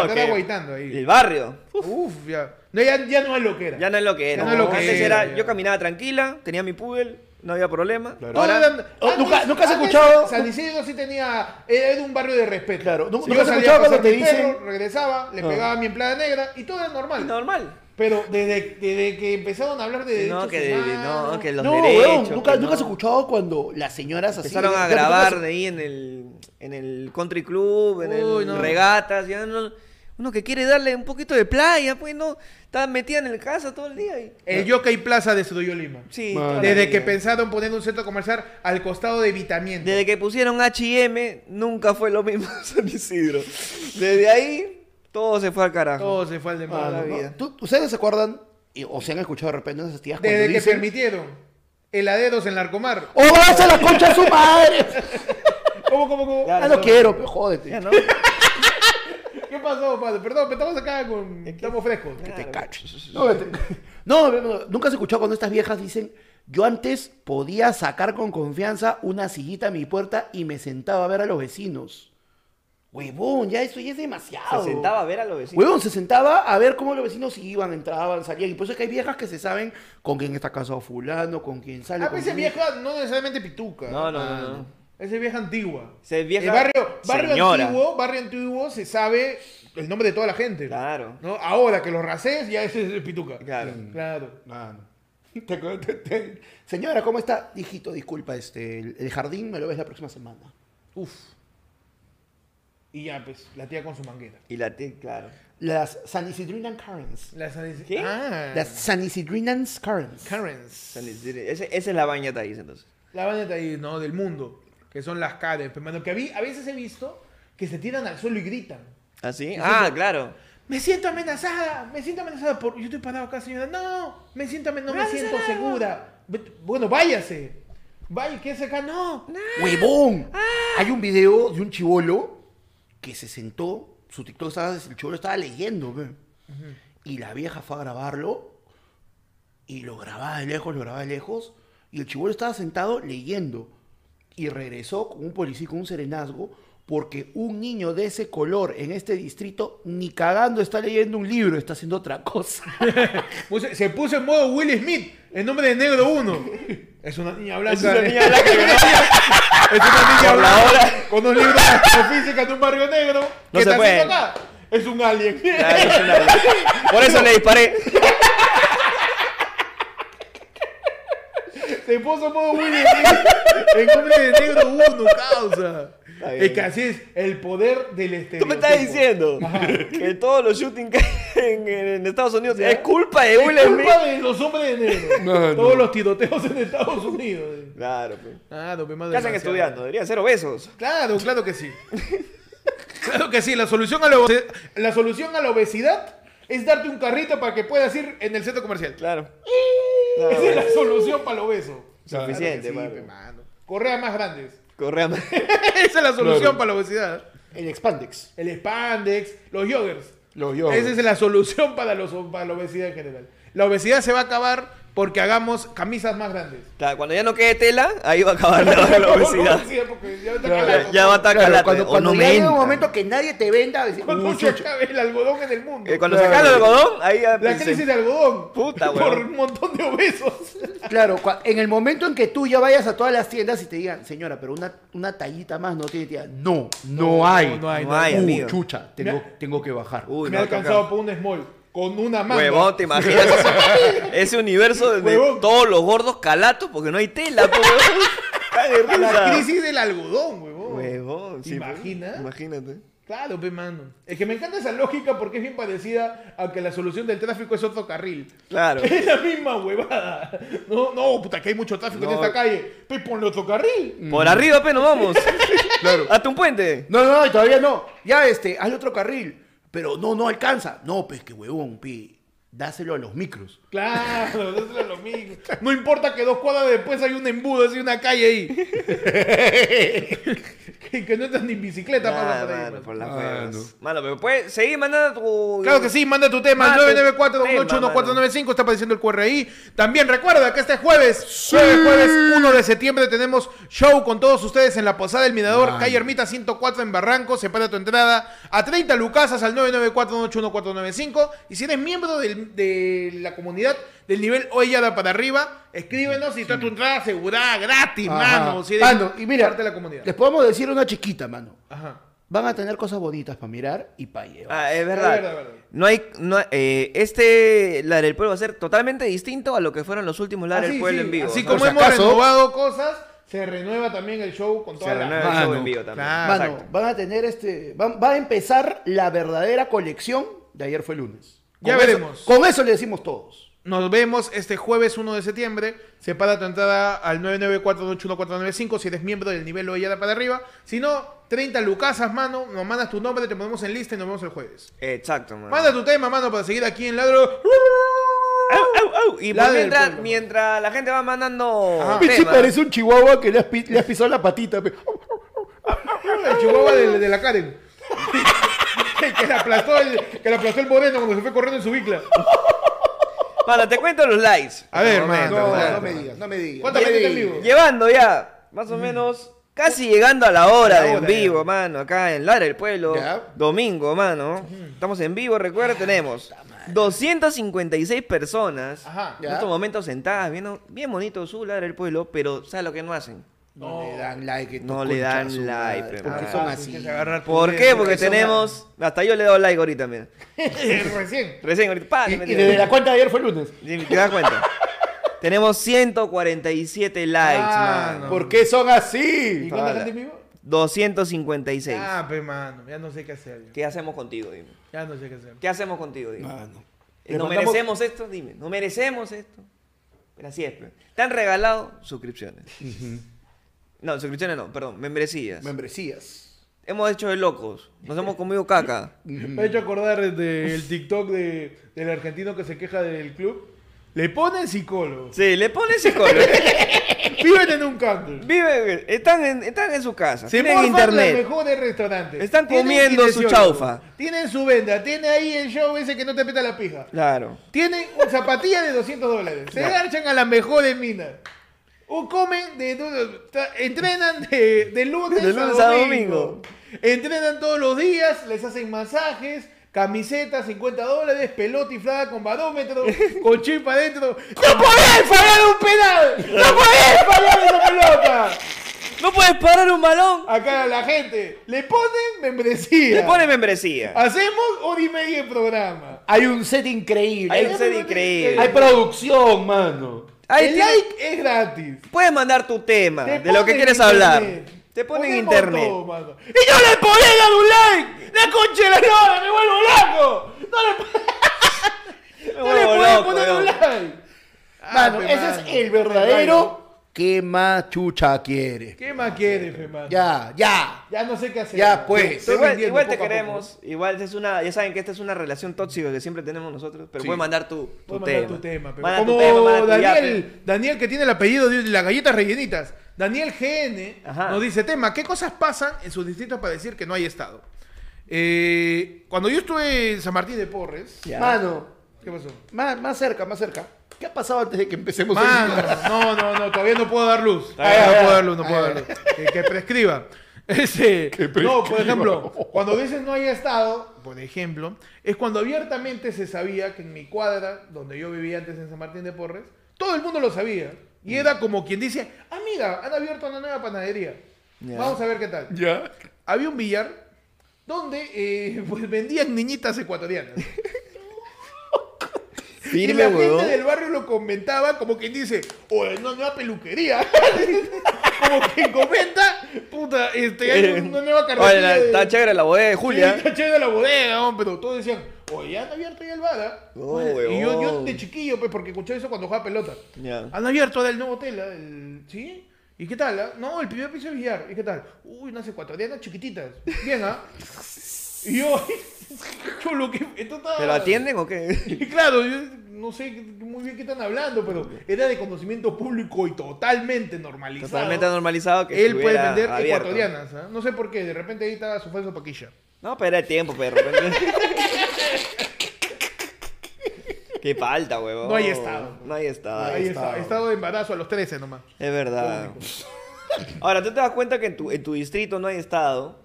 S1: Para estar
S2: que-
S1: agüitando ahí.
S2: El barrio.
S1: Uf, ya. No, ya, ya no es lo que era.
S2: Ya no es lo que
S1: Ya
S2: era.
S1: no es lo que
S2: Antes
S1: era,
S2: era,
S1: ya.
S2: yo caminaba tranquila, tenía mi poodle, no había problema.
S3: Claro.
S1: Todos
S2: Ahora,
S1: eran-
S3: Oh,
S1: antes-
S3: ¿nunca- nunca has
S1: antes
S3: escuchado?
S1: San Isidro sí tenía. Era era un barrio de respeto.
S3: Claro, ¿nu-
S1: Si
S3: nunca
S1: yo
S3: has
S1: salía
S3: escuchado
S1: a pasear
S3: cuando te
S1: mi perro,
S3: dicen- Ah.
S1: Regresaba, le
S3: No.
S1: pegaba mi empleada negra y todo era normal.
S2: normal.
S1: Pero desde, desde que empezaron a hablar de derechos
S2: No, que, de-
S1: humanos,
S2: no, que los
S3: No,
S2: derechos.
S3: weón, nunca,
S2: que
S3: nunca has
S2: no.
S3: escuchado cuando las señoras así...
S2: Empezaron
S3: Ya,
S2: a grabar
S3: nunca has-
S2: de ahí en el, en el country club, en
S1: Uy,
S2: el
S1: no.
S2: regatas, ya no- uno que quiere darle un poquito de playa, pues no, está metida en el casa todo el día y... eh,
S1: El Jockey Plaza destruyó Lima.
S2: Sí,
S3: Man.
S2: toda la
S1: Desde que
S2: vida.
S1: pensaron poner un centro comercial al costado de Vitamiento.
S2: Desde que pusieron H&M, nunca fue lo mismo San Isidro. Desde ahí, todo se fue al carajo.
S1: Todo se fue al
S3: Ah,
S1: demonio.
S2: la
S3: no, no.
S2: vida.
S3: ¿Tú- ¿Ustedes se acuerdan y- o se han escuchado de repente esas tías cuando
S1: Desde que
S3: dicen,
S1: permitieron heladeros en Larcomar.
S3: ¡Oh, vas a la concha de su madre!
S1: ¿Cómo, cómo, cómo?
S2: Ya,
S3: Ah, no quiero, pero jódete.
S2: Ya, ¿no?
S1: ¿Qué pasó, padre? Perdón, pero estamos acá con... Estamos frescos.
S3: Te cacho. No, vete. No, no, no, nunca has escuchado cuando estas viejas dicen, yo antes podía sacar con confianza una sillita a mi puerta y me sentaba a ver a los vecinos. Huevón, ya eso ya es demasiado.
S2: Se sentaba a ver a los vecinos.
S3: Huevón, se sentaba a ver cómo los vecinos iban, entraban, salían. Y por eso es que hay viejas que se saben con quién está casado fulano, con quién sale.
S1: A
S3: con
S1: veces
S3: quién-
S1: vieja no necesariamente pituca.
S2: No, no, no, no.
S1: Ah, Esa es vieja antigua.
S2: Esa es vieja
S1: El barrio, barrio
S2: señora.
S1: antiguo, barrio antiguo se sabe el nombre de toda la gente.
S2: Claro.
S1: ¿no? Ahora que los racés ya ese es pituca. Mm.
S2: Claro.
S1: Claro.
S3: Ah, no. Te acuerdas- te- te- Señora, ¿cómo está? Hijito, disculpa, este, el el jardín me lo ves la próxima semana.
S1: Uf. Y ya, pues, la tía con su manguera.
S2: Y la tía, claro.
S3: Las San Isidrinan Currents.
S1: La San Isidro-
S2: ¿Qué?
S1: Ah,
S3: Las San Isidrinas Currents.
S1: Karens.
S2: San Isidro. Ese- esa es la baña de ahí, entonces.
S1: La banda de ahí, ¿no? Del mundo. Que son las Karens. Pero, mano, que a, mí- a veces he visto que se tiran al suelo y gritan.
S2: ¿Ah, sí? Ah, claro.
S1: Me siento amenazada, me siento amenazada por... Yo estoy parado acá, señora. No, me siento amenazada, no me siento segura. Ve- Bueno, váyase. Vaya, ¿qué es acá? No.
S3: ¡Huevón! Hay un video de un chivolo que se sentó, su TikTok estaba, el chivolo estaba leyendo, pe. y la vieja fue a grabarlo, y lo grababa de lejos, lo grababa de lejos, y el chivolo estaba sentado leyendo, y regresó con un policía y con un serenazgo, porque un niño de ese color en este distrito ni cagando está leyendo un libro, está haciendo otra cosa.
S1: Puse- Pues se puso en modo Will Smith, en nombre de Negro 1. Es una niña blanca.
S2: Es una
S1: ¿eh?
S2: niña blanca que no-
S1: Es una niña
S2: Por
S1: blanca
S2: la hora.
S1: con un libro de astrofísica de un barrio negro.
S2: No
S1: ¿Qué
S2: se
S1: está haciendo
S2: puede. Ah,
S1: acá? Es un alien.
S2: Claro, es una- Por eso le disparé.
S1: Te puso modo Willy en cumple de negro uno, causa.
S2: Está bien.
S1: Es que así es, el poder del estereotipo.
S2: Tú me estás diciendo que todos los shootings que hay en, en Estados Unidos es culpa de Will
S1: Es
S2: Smith.
S1: culpa de los hombres de negro.
S3: No,
S1: Todos
S3: no.
S1: los tiroteos en Estados Unidos. eh.
S2: Claro, pues.
S1: Ah, no,
S2: ¿Qué hacen estudiando? Deberían ser obesos.
S1: Claro, claro que sí. claro que sí, la solución, a la, obes- la solución a la obesidad es darte un carrito para que puedas ir en el centro comercial.
S2: Claro.
S1: Esa es
S2: Claro.
S1: la solución para el obeso.
S2: Claro. Suficiente,
S1: que sí,
S2: mano.
S1: pe, mano. Correas más grandes.
S2: Correa.
S1: Esa es la solución
S3: Claro.
S1: para la obesidad.
S3: El expandex.
S1: El spandex, los joggers.
S3: Los yo.
S1: Esa es la solución para, los, para la obesidad en general. La obesidad se va a acabar porque hagamos camisas más grandes.
S2: Claro, cuando ya no quede tela, ahí va a acabar la, la obesidad.
S1: porque ya está
S3: Claro.
S2: Ya,
S1: calando.
S2: ya va a estar
S3: Claro,
S2: calate,
S3: cuando
S2: o
S3: cuando
S2: no
S3: ya
S2: me
S3: llega un
S2: entra.
S3: momento que nadie te venda, decir,
S1: Cuando
S3: "Uh,
S1: se
S3: chucha".
S1: acabe el algodón en el mundo.
S2: Eh, cuando se
S3: Claro.
S2: cala el algodón, ahí ya
S1: La
S2: pensé,
S1: crisis de algodón.
S2: Puta,
S1: Por
S2: weón.
S1: un montón de obesos.
S3: Claro, cua- en el momento en que tú ya vayas a todas las tiendas y te digan, señora, pero una, una tallita más no tiene tía. No, no, hay.
S1: no hay,
S2: no hay.
S3: Uh,
S2: amigo.
S3: chucha, tengo, tengo que bajar.
S2: Uy,
S1: Me
S2: no,
S1: ha alcanzado por un small. Con una mano.
S2: Huevón, ¿te imaginas ese, ese universo de
S1: Huevón.
S2: todos los gordos calatos porque no hay tela? po, huevón? Cae de
S1: La
S2: risa.
S1: crisis del algodón, huevón.
S2: Huevón, sí,
S1: ¿Te imaginas?
S2: pues, Imagínate.
S1: Claro, pe mano. Es que me encanta esa lógica porque es bien parecida a que la solución del tráfico es otro carril.
S2: Claro.
S1: Es la misma huevada. No, no, puta, que hay mucho tráfico en
S2: No.
S1: esta calle. Pe, ponle otro carril.
S2: Por arriba, pero vamos.
S3: Claro.
S2: Hasta un puente.
S3: No, no, no, todavía no. Ya, este, hay otro carril. Pero no, no alcanza. No, pues que huevón, pi. Dáselo a los micros.
S1: Claro, eso es lo mismo. No importa que dos cuadras después hay un embudo, así una calle ahí. que, que no estás ni en bicicleta
S2: Nah,
S1: pasan por ahí, pues.
S2: mano,
S1: mano.
S2: por las
S3: Ah,
S2: huevas.
S3: no.
S2: Mano, pero puedes seguir mandando tu.
S1: Claro que sí, manda tu tema al
S2: Manda tu
S1: 994-281-495. Está apareciendo el QR ahí. También recuerda que este jueves, jueves, jueves 1 de septiembre, tenemos show con todos ustedes en la Posada del Mirador,
S3: Mano.
S1: calle Ermita 104 en Barranco. Separa tu entrada a 30 lucasas al 994-281-495. Y si eres miembro del- de la comunidad del nivel Ollada para arriba, escríbenos y está tu entrada asegurada gratis, mano. Si eres
S3: Mano, y mira,
S1: parte de la comunidad.
S3: les podemos decir una chiquita, mano.
S1: Ajá.
S3: Van a tener cosas bonitas para mirar y para llevar.
S2: Ah, es
S1: Es verdad,
S2: verdad.
S1: es verdad.
S2: No hay. No, eh, este La del Pueblo va a ser totalmente distinto a lo que fueron los últimos La
S1: Ah,
S2: del
S1: sí,
S2: Pueblo
S1: sí.
S2: en vivo.
S1: Así
S2: ¿no?
S1: como
S3: Por si
S1: hemos
S3: acaso.
S1: renovado cosas, se renueva también el show con
S2: Se
S1: toda
S2: renueva
S1: la...
S2: el show
S3: Mano,
S2: en vivo también.
S1: claro.
S3: Mano,
S2: Ah, Exacto.
S3: van a tener este. Van, va a empezar la verdadera colección de ayer fue lunes.
S1: Ya
S3: Con eso-
S1: veremos.
S3: con eso le decimos todos.
S1: Nos vemos este jueves 1 de septiembre. Separa tu entrada al 994-281-495 si eres miembro del nivel Ollada para arriba. Si no, 30 lucasas, mano. Nos mandas tu nombre, te ponemos en lista y nos vemos el jueves.
S2: Exacto, mano.
S1: Manda tu tema, mano, para seguir aquí en Ladro.
S2: Au, au, au. Y
S1: La
S2: pues
S1: del
S2: mientras,
S1: pueblo.
S2: mientras la gente va mandando.
S1: Ajá.
S3: Pichi
S2: temas-
S3: parece un chihuahua que le has, pi- le has pisado la patita. pe.
S1: El chihuahua de, de la Karen. que, que le aplastó el, que le aplastó el moreno cuando se fue corriendo en su bicla.
S2: Para, te cuento los likes.
S1: A ver,
S2: No,
S1: mano.
S2: no,
S1: mano.
S2: no me
S3: digas, no me digas.
S1: ¿Cuánta
S3: No me
S1: gente en
S3: digas.
S1: vivo?
S2: Llevando ya, más o menos, casi llegando a la hora
S1: La
S2: de en
S1: hora,
S2: vivo,
S1: ya.
S2: mano, acá en Lara del Pueblo.
S3: Ya.
S2: Domingo, mano. Estamos en vivo,
S1: Ah,
S2: recuerda, tenemos 256 personas
S1: Ajá.
S2: en estos momentos sentadas, viendo bien bonito su Lara del Pueblo, pero ¿sabes lo que no hacen?
S3: No le dan like. estos
S2: No le dan
S3: conchas, su
S2: like,
S3: madre,
S2: pe,
S3: Porque
S2: mano.
S3: son
S1: Ah,
S3: así.
S1: tienes que agarrar tu
S2: ¿Por
S1: dedo,
S2: qué? Porque
S1: eso,
S2: tenemos. Hasta yo le he dado like ahorita, mira.
S1: mano. Recién.
S2: Recién ahorita. pa,
S3: Y,
S2: le metí.
S3: y desde la cuenta de ayer fue lunes.
S2: Sí, ¿Te das cuenta? tenemos 147 likes,
S1: Ah,
S2: mano.
S1: no.
S3: ¿Por qué son así?
S1: ¿Y cuánta
S2: Ala.
S1: gente en vivo?
S2: 256.
S1: Ah, pe mano, ya no sé qué hacer. yo.
S2: ¿Qué hacemos contigo, dime?
S1: Ya no sé qué hacer.
S2: ¿Qué hacemos contigo, dime?
S1: Ah,
S3: Mano.
S2: Eh,
S3: Le
S2: ¿No
S3: mandamos-
S2: merecemos esto? Dime, ¿no merecemos esto? Pero así es. pues. Te han regalado suscripciones. No, suscripciones no, perdón, membresías.
S3: Membresías.
S2: hemos hecho de locos, nos hemos comido caca.
S1: Me ha hecho acordar del TikTok de, del argentino que se queja del club. Le ponen psicólogo.
S2: Sí, le pones psicólogo.
S1: Viven en un country.
S2: Viven, están en, están en su casa,
S1: Se
S2: tienen
S1: morfan los
S2: internet.
S1: mejores restaurantes.
S2: Están
S1: Tienen
S2: comiendo su
S1: kinesiólogo.
S2: chaufa.
S1: Tienen su venda. Tiene ahí el show ese que no te peta la pija.
S2: Claro.
S1: Tienen un zapatilla de 200 dólares. Se garchan a las mejores minas. O comen de, de- tra- entrenan de, de lunes,
S2: De lunes a domingo.
S1: Entrenan todos los días, les hacen masajes, camisetas 50 dólares, pelota inflada con barómetro, con chip adentro. ¡No podés pagar un penal! ¡No podés pagar una pelota!
S2: ¡No puedes parar un balón!
S1: Acá la gente le ponen membresía.
S2: Le pones membresía.
S1: Hacemos hora y media de programa.
S3: Hay un set increíble.
S2: Hay
S3: Hay,
S2: un set increíble.
S3: hay producción, mano.
S2: Ahí
S1: el
S2: tiene-
S1: like es gratis.
S2: Puedes mandar tu tema
S1: Te
S2: de lo que
S1: ponen
S2: quieres
S1: en
S2: hablar.
S1: internet.
S2: Te ponen en
S1: Ponemos
S2: internet.
S1: todo, mano. y yo le podía dar un like. La concha de la lora, me vuelvo loco. No le,
S2: Me
S1: no le
S2: vuelvo
S1: puedo
S2: loco,
S1: poner
S2: weón.
S1: un like.
S3: Mano,
S1: Ah, pe,
S3: ese
S1: mano.
S3: es el verdadero. ¿Qué más chucha quiere?
S1: ¿Qué más quieres, fe, mano?
S3: Ya, ya.
S1: Ya no sé qué hacer.
S3: Ya, pues.
S1: Estoy
S2: igual,
S1: vendiendo
S2: igual te
S1: poco a poco.
S2: queremos, igual es una, ya saben que esta es una relación tóxica que siempre tenemos nosotros, pero
S3: Sí.
S2: puedes mandar tu, tu
S1: Puedes
S2: tema.
S1: mandar tu tema, pe.
S2: Manda tu
S1: Como
S2: tema, manda tu yape.
S1: Daniel, Daniel, que tiene el apellido de las galletas rellenitas. Daniel GN
S2: Ajá.
S1: nos dice, tema, ¿qué cosas pasan en sus distritos para decir que no hay Estado? Eh, cuando yo estuve en San Martín de Porres...
S2: Ya.
S3: Mano,
S1: ¿Qué pasó?
S3: más, más cerca, más cerca. ¿Qué ha pasado antes de que empecemos el
S1: Mano,
S3: video?
S1: no, no, no, todavía no puedo dar luz.
S3: Ay, ay,
S1: no puedo
S3: ay.
S1: dar luz, no puedo
S3: Ay,
S1: dar luz. Que, que prescriba. Ese, No, por
S3: prescriba.
S1: ejemplo, cuando dices no hay estado, por ejemplo, es cuando abiertamente se sabía que en mi cuadra, donde yo vivía antes en San Martín de Porres, todo el mundo lo sabía. Y era como quien dice, amiga, han abierto una nueva panadería.
S2: Ya.
S1: Vamos a ver qué tal.
S3: Ya.
S1: Había un billar donde eh, pues, vendían niñitas ecuatorianas. y
S2: Firme,
S1: la
S2: huevón.
S1: gente del barrio lo comentaba como quien dice, o es una nueva peluquería. como quien comenta, puta, este, hay una nueva carretera.
S2: Eh, Oye, la-
S1: de-
S2: está chévere la bodega de
S1: Sí,
S2: Julia.
S1: está chévere la bodega, hombre, pero todos decían, oye, ya han abierto ya el bar. ¿ah?".
S2: Oh,
S1: y yo, yo
S2: huevón.
S1: de chiquillo, pues, porque escuché eso cuando jugaba pelota.
S2: Ya.
S1: Han abierto ahora el nuevo hotel, ¿ah? el- ¿sí? ¿Y qué tal? ah? No, el primer piso es billar. ¿Y qué tal? Uy, unas ecuatorianas chiquititas. Bien, ¿ah? Y yo, yo lo que... esto estaba-
S2: ¿Pero atienden o qué?
S1: y claro, yo no sé muy bien qué están hablando, pero era de conocimiento público y totalmente normalizado.
S2: Totalmente normalizado que
S1: Él puede
S2: estuviera
S1: vender
S2: abierto.
S1: ecuatorianas, ¿ah? no sé por qué, de repente ahí está su falso paquilla.
S2: No, pero era el tiempo, perro. pues, qué falta, huevón.
S1: No hay estado.
S2: No hay estado.
S1: ahí
S3: estado.
S1: está, estado de embarazo a los 13 nomás.
S2: Es verdad. Ahora, tú te das cuenta que en tu, en tu distrito no hay estado.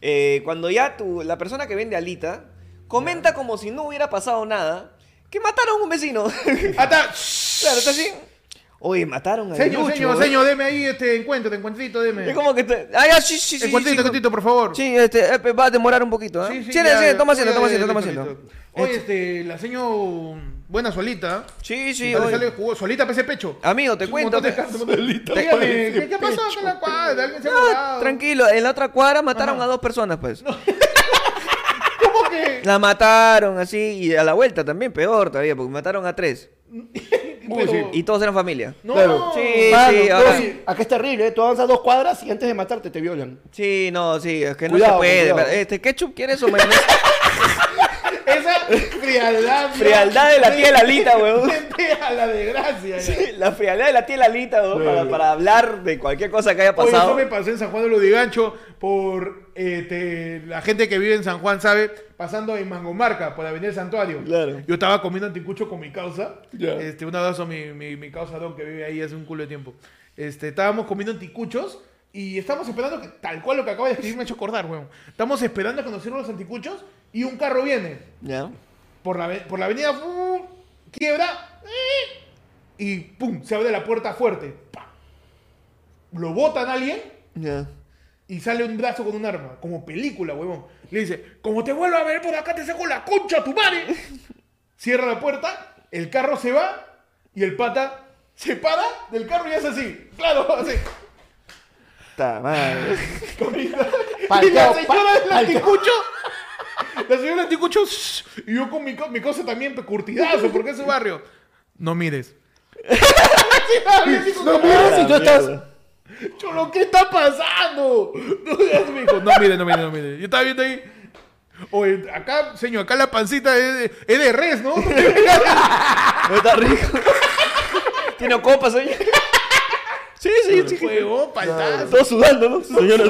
S2: eh, cuando ya tu, la persona que vende alita comenta como si no hubiera pasado nada, que mataron a un vecino. claro,
S1: Hasta,
S2: está así. Oye, mataron a
S1: señor,
S2: Lucho,
S1: señor,
S2: ¿eh?
S1: señor, deme ahí este encuentro, te encuentrito, deme.
S2: Es como que... te- Ah, ya, sí, sí, sí.
S1: encuentrito,
S2: sí,
S1: encuentrito, por favor.
S2: Sí, este, eh, pues, va a demorar un poquito, ¿eh?
S1: Sí, sí,
S2: Siéntate,
S1: ya,
S2: siéntate,
S1: ya.
S2: toma asiento,
S1: Oye,
S2: toma asiento, toma
S1: listo,
S2: asiento.
S1: listo. Oye, este, la señor, buena solita. ¿ah?
S2: Sí, sí,
S1: Sale-
S2: oye.
S1: sale jugó- solita pese pecho.
S2: Amigo, te
S1: Es un
S2: cuento.
S1: montón de
S2: pe-
S1: casos, un montón de-
S3: Solita
S1: Dígame,
S3: pese
S1: ¿qué, qué ha pasado con la cuadra? ¿Alguien se ha
S2: Ah,
S1: mudado?
S2: tranquilo, en la otra cuadra mataron
S1: Ajá.
S2: a dos personas, pues.
S1: ¿Cómo que?
S2: La mataron así y a la vuelta también, peor todavía, porque mataron a tres.
S1: Pero-
S3: sí.
S2: Y todos eran familia.
S1: No.
S3: Claro.
S2: Sí,
S3: Mano,
S2: sí,
S3: no,
S2: ahora-
S3: sí, acá es terrible, ¿eh? Tú avanzas dos cuadras y antes de matarte te violan.
S2: Sí, no, sí, es que no
S3: Cuidado,
S2: se puede.
S3: cuidado.
S2: Este, ¿Ketchup quieres o mayonesa?
S1: Esa frialdad. ¿no?
S2: Frialdad de la tía Lalita, weón.
S1: Frente a la desgracia. ya.
S2: Sí, la frialdad de la tía Lalita, ¿no? para, para hablar de cualquier cosa que haya
S1: Oye,
S2: pasado.
S1: eso me pasó en San Juan de Lurigancho por este, la gente que vive en San Juan sabe, pasando en Mangomarca por Avenida El Santuario.
S2: Claro.
S1: Yo estaba comiendo anticucho con mi causa.
S3: Ya.
S1: Este, un abrazo a mi, mi, mi causa Don que vive ahí hace un culo de tiempo. Este, estábamos comiendo anticuchos y estábamos esperando que, tal cual lo que acaba de escribir me ha hecho acordar, weón. Estamos esperando a conocer los anticuchos y un carro viene
S2: Ya.
S1: por la, ave- por la avenida, fu- quiebra eh, y pum, se abre la puerta fuerte. Pa. Lo botan a alguien
S2: Ya.
S1: y sale un brazo con un arma, como película, huevón. Le dice, como te vuelvo a ver por acá, te saco la concha a tu madre. Cierra la puerta, el carro se va y el pata se para del carro y hace así. Claro, así.
S2: Ta madre.
S1: Comida.
S3: Palteado,
S1: y la señora
S3: pa-
S1: del
S3: palteado.
S1: anticucho. La señora del anticucho. shh, Y yo con mi, co- mi cosa también, pe- curtidazo, porque es su barrio. No mires.
S3: No
S1: no
S2: Ah,
S3: mires si tú estás.
S1: Cholo, ¿qué está pasando? No, ya me dijo, no mires, no mires, no mires. Yo estaba viendo ahí. Oye, acá, señor, acá la pancita es de, es de res, ¿no?
S2: No está rico. Tiene copas, oye. Sí, sí, sí.
S1: Huevón, paltazo.
S2: Todos sudando, ¿no? Señora,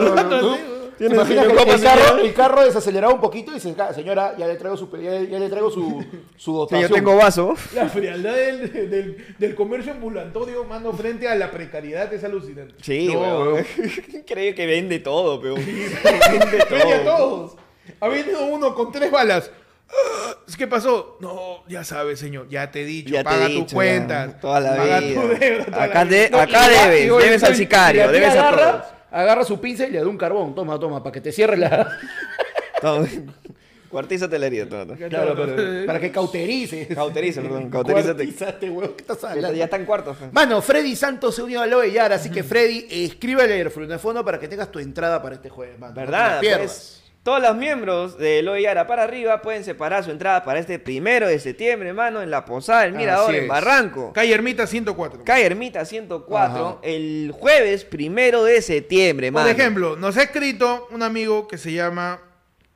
S3: Tiene que el carro, el carro desaceleraba un poquito y se ca- señora, ya le traigo su, ya, le- ya le traigo su, su
S2: Sí, yo
S3: dotación.
S2: tengo vaso.
S1: La frialdad del, del, del comercio ambulatorio, mano, frente a la precariedad es alucinante.
S2: Sí,
S1: No,
S2: weón. Creo que vende todo, pero.
S1: Frente a todos. Ha venido uno con tres balas. Ah, ¿Qué pasó? No, ya sabes, señor. Ya te he dicho.
S2: Ya te he
S1: paga
S2: dicho,
S1: tus
S2: ya.
S1: cuentas.
S2: Toda la
S1: paga
S2: vida.
S1: tu deuda. toda
S2: Acá
S1: la
S2: de-
S1: vida.
S2: acá
S1: y va,
S2: debes,
S1: y oye,
S2: debes al
S1: soy-
S2: sicario.
S1: y la
S2: debes
S1: tía
S2: a
S1: agarra-
S2: todos.
S3: agarra su pincel y le da un carbón. Toma, toma, para que te cierre la.
S2: Todo- Cuartízate la herida, Tonata.
S3: Claro, pero para que cauterice. este
S2: Cauteriza, perdón, cauterízate.
S3: Cauterízate, weón. ¿Qué estás
S2: Ya,
S3: hablando?
S2: ya está en cuartos. fe.
S3: Mano, Freddy Santos se unió a Loe Yara, así que Freddy, escríbele el frunafono para que tengas tu entrada para este jueves, mano. No te
S2: ¿Verdad?
S3: la pierdas.
S2: Pues, todos los miembros de Lo Yara para arriba pueden separar su entrada para este primero de septiembre, hermano, en la Posada del Mirador,
S3: Así
S2: en
S3: es.
S2: Barranco.
S1: Calle Ermita 104.
S2: Calle Ermita 104,
S3: Ajá.
S2: el jueves primero de septiembre,
S1: Por
S2: mano.
S1: ejemplo, nos ha escrito un amigo que se llama...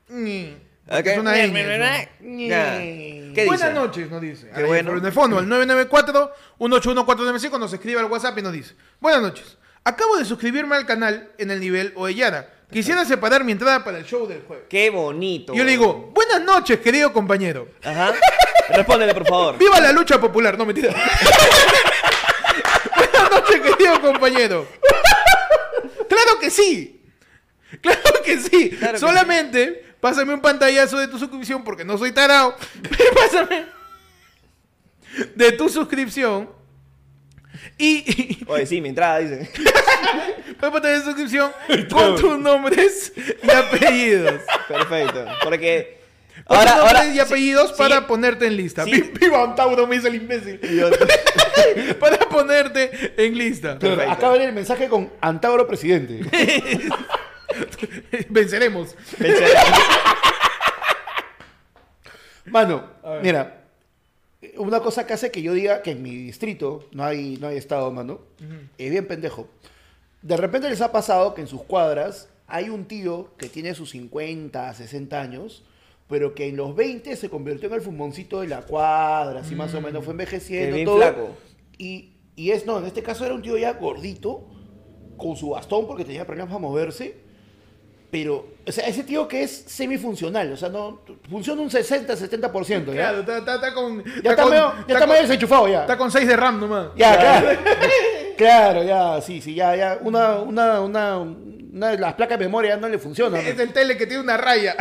S1: Ñi,
S2: Ok.
S1: que es una ñ, ¿no?
S2: Ya. ¿Qué dice?
S1: Buenas noches, nos dice.
S2: Qué bueno.
S1: Pero en el fondo, al 994-181-495 nos escribe al WhatsApp y nos dice: Buenas noches. Acabo de suscribirme al canal en el nivel Oellana. Quisiera separar mi entrada para el show del jueves.
S2: Qué bonito.
S1: Yo le digo: Buenas noches, querido compañero.
S2: Ajá. Respóndele, por favor.
S1: ¡Viva la lucha popular! No, mentira. Buenas noches, querido compañero. ¡Claro que sí! ¡Claro que sí!
S2: Claro que
S1: Solamente pásame un pantallazo de tu suscripción porque no soy tarao. Pero pásame de tu suscripción. Y,
S2: Oye, sí, mi entrada dice.
S1: y pásame de suscripción con tus nombres y apellidos.
S2: Perfecto. Porque.
S1: Con
S2: Ahora,
S1: tus
S2: ahora.
S1: nombres y apellidos
S2: sí,
S1: para ponerte en lista.
S2: sí.
S1: Viva Antauro, me dice el imbécil. para ponerte en lista.
S3: Pero
S2: Perfecto.
S3: acá viene el mensaje con Antauro presidente.
S1: Venceremos.
S2: pensé-
S3: Mano, mira, una cosa que hace que yo diga que en mi distrito no hay, no hay estado, mano, es bien pendejo. De repente les ha pasado que en sus cuadras hay un tío que tiene sus 50, 60 años, pero que en los 20 se convirtió en el fumoncito de la cuadra, así más o menos fue
S2: Mm. Que
S3: envejeciendo,
S2: bien
S3: todo.
S2: flaco.
S3: Y, y es, no, en este caso era un tío ya gordito, con su bastón porque tenía problemas para moverse, pero, o sea, ese tío que es semifuncional, o sea, no, funciona un 60, 70%, ¿ya?
S1: Claro, está, está- está con.
S3: Ya está,
S1: con-
S3: medio, ya está
S1: con-
S3: medio desenchufado ya.
S1: está con 6 de RAM nomás.
S3: Ya, claro. claro, ya, sí, sí, ya, ya. Una, una, una, una de las placas de memoria no le funciona.
S1: Es
S3: ¿no?
S1: el tele que tiene una raya.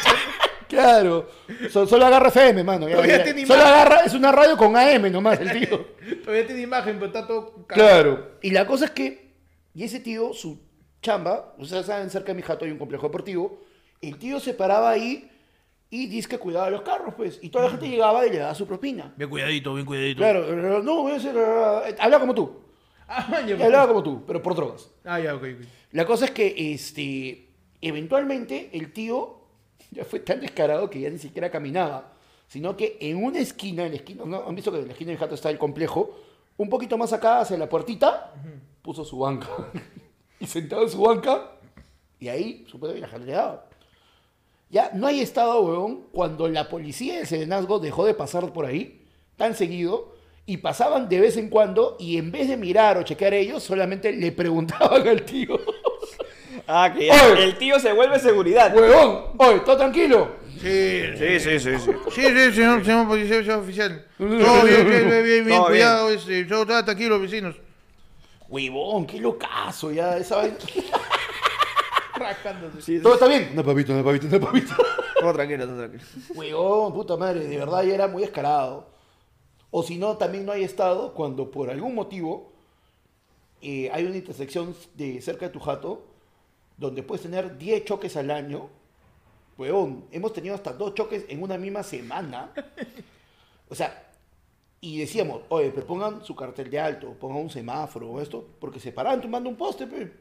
S3: Claro. So- solo agarra FM, mano. ya,
S1: Todavía
S3: ya.
S1: tiene
S3: Solo
S1: imagen.
S3: agarra, es una radio con AM nomás el tío.
S1: Todavía tiene imagen, pero está todo. cagado.
S3: Claro. Y la cosa es que, y ese tío, su chamba, ustedes saben, cerca de mi jato hay un complejo deportivo, el tío se paraba ahí y dice que cuidaba los carros, pues. Y toda la gente llegaba y le daba su propina.
S1: Bien cuidadito, bien cuidadito.
S3: Claro, no, voy a hacer... eh, Habla como tú.
S1: Ah, ya, pues.
S3: Hablaba como tú, pero por drogas.
S1: Ah, ya, ok. ok.
S3: La cosa es que, este, eventualmente el tío ya fue tan descarado que ya ni siquiera caminaba, sino que en una esquina, en la esquina, ¿no? han visto que en la esquina del jato está el complejo, un poquito más acá hacia la puertita, puso su banca y sentado en su banca y ahí supuesto que la jaleaba. Ya no hay estado, weón, cuando la policía del Serenazgo dejó de pasar por ahí tan seguido y pasaban de vez en cuando y en vez de mirar o chequear ellos, solamente le preguntaban al tío.
S2: Ah, que ya-
S3: Oye.
S2: el tío se vuelve seguridad.
S3: Huevón, oye, ¿todo tranquilo?
S1: Sí,
S2: Sí, sí, sí, sí.
S1: sí, sí, señor, señor policía, señor oficial. Todo bien, bien, bien, bien, bien,
S2: Todo bien.
S1: cuidado. este, todo está tranquilo, vecinos.
S3: Huevón, qué locazo, ya, esa vaina.
S1: Rascándose.
S3: ¿Todo está bien? No, papito, no, papito, no, papito.
S2: No, tranquilo, no, tranquilo.
S3: Huevón, puta madre, de verdad ya era muy descarado. O si no, también no hay estado cuando por algún motivo eh, hay una intersección de cerca de tu jato donde puedes tener 10 choques al año. Huevón, hemos tenido hasta dos choques en una misma semana. O sea, y decíamos, oye, pero pongan su cartel de alto, pongan un semáforo o esto, porque se paraban tomando un poste, pe.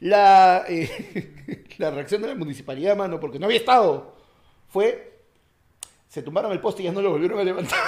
S3: La, eh, la reacción de la municipalidad, mano, porque no había estado, fue, se tumbaron el poste y ya no lo volvieron a levantar.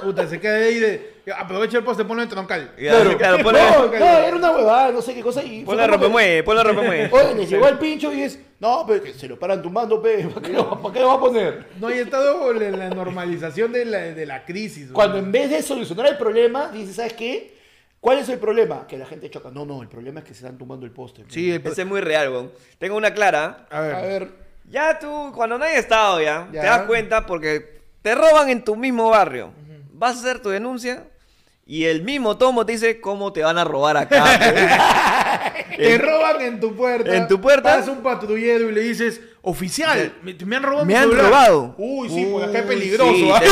S1: Puta, se queda ahí de. Aprovecha el poste, ponlo en troncal.
S2: Ya, Claro, ponle,
S3: no, no, era una huevada, no sé qué cosa. Y
S2: ponle
S3: fue como que,
S2: rompemueve, ponle rompemueve.
S3: Oye, les llegó el pincho y es, no, pero que se lo paran tumbando, pe, ¿para qué lo, para qué lo va a poner?
S1: No hay estado en la normalización de la, de la crisis.
S3: Cuando en vez de solucionar el problema, dices, ¿sabes qué? ¿Cuál es el problema? Que la gente choca. No, no, el problema es que se están tumbando el poste. pe.
S1: Sí, pues. el
S2: Ese es muy real, weón. Tengo una clara.
S1: A
S3: A
S1: ver.
S3: ver,
S2: Ya tú, cuando no hay estado ya,
S1: Ya.
S2: te das cuenta porque te roban en tu mismo barrio. Vas a hacer tu denuncia y el mismo tomo te dice cómo te van a robar acá.
S1: Te roban en tu puerta.
S2: en tu puerta.
S1: Pasa un patrullero y le dices, oficial, me, me han robado.
S2: Me
S1: mi
S2: han
S1: celular".
S2: robado.
S1: Uy, sí, porque
S2: porque
S1: acá es peligroso. ¿ah?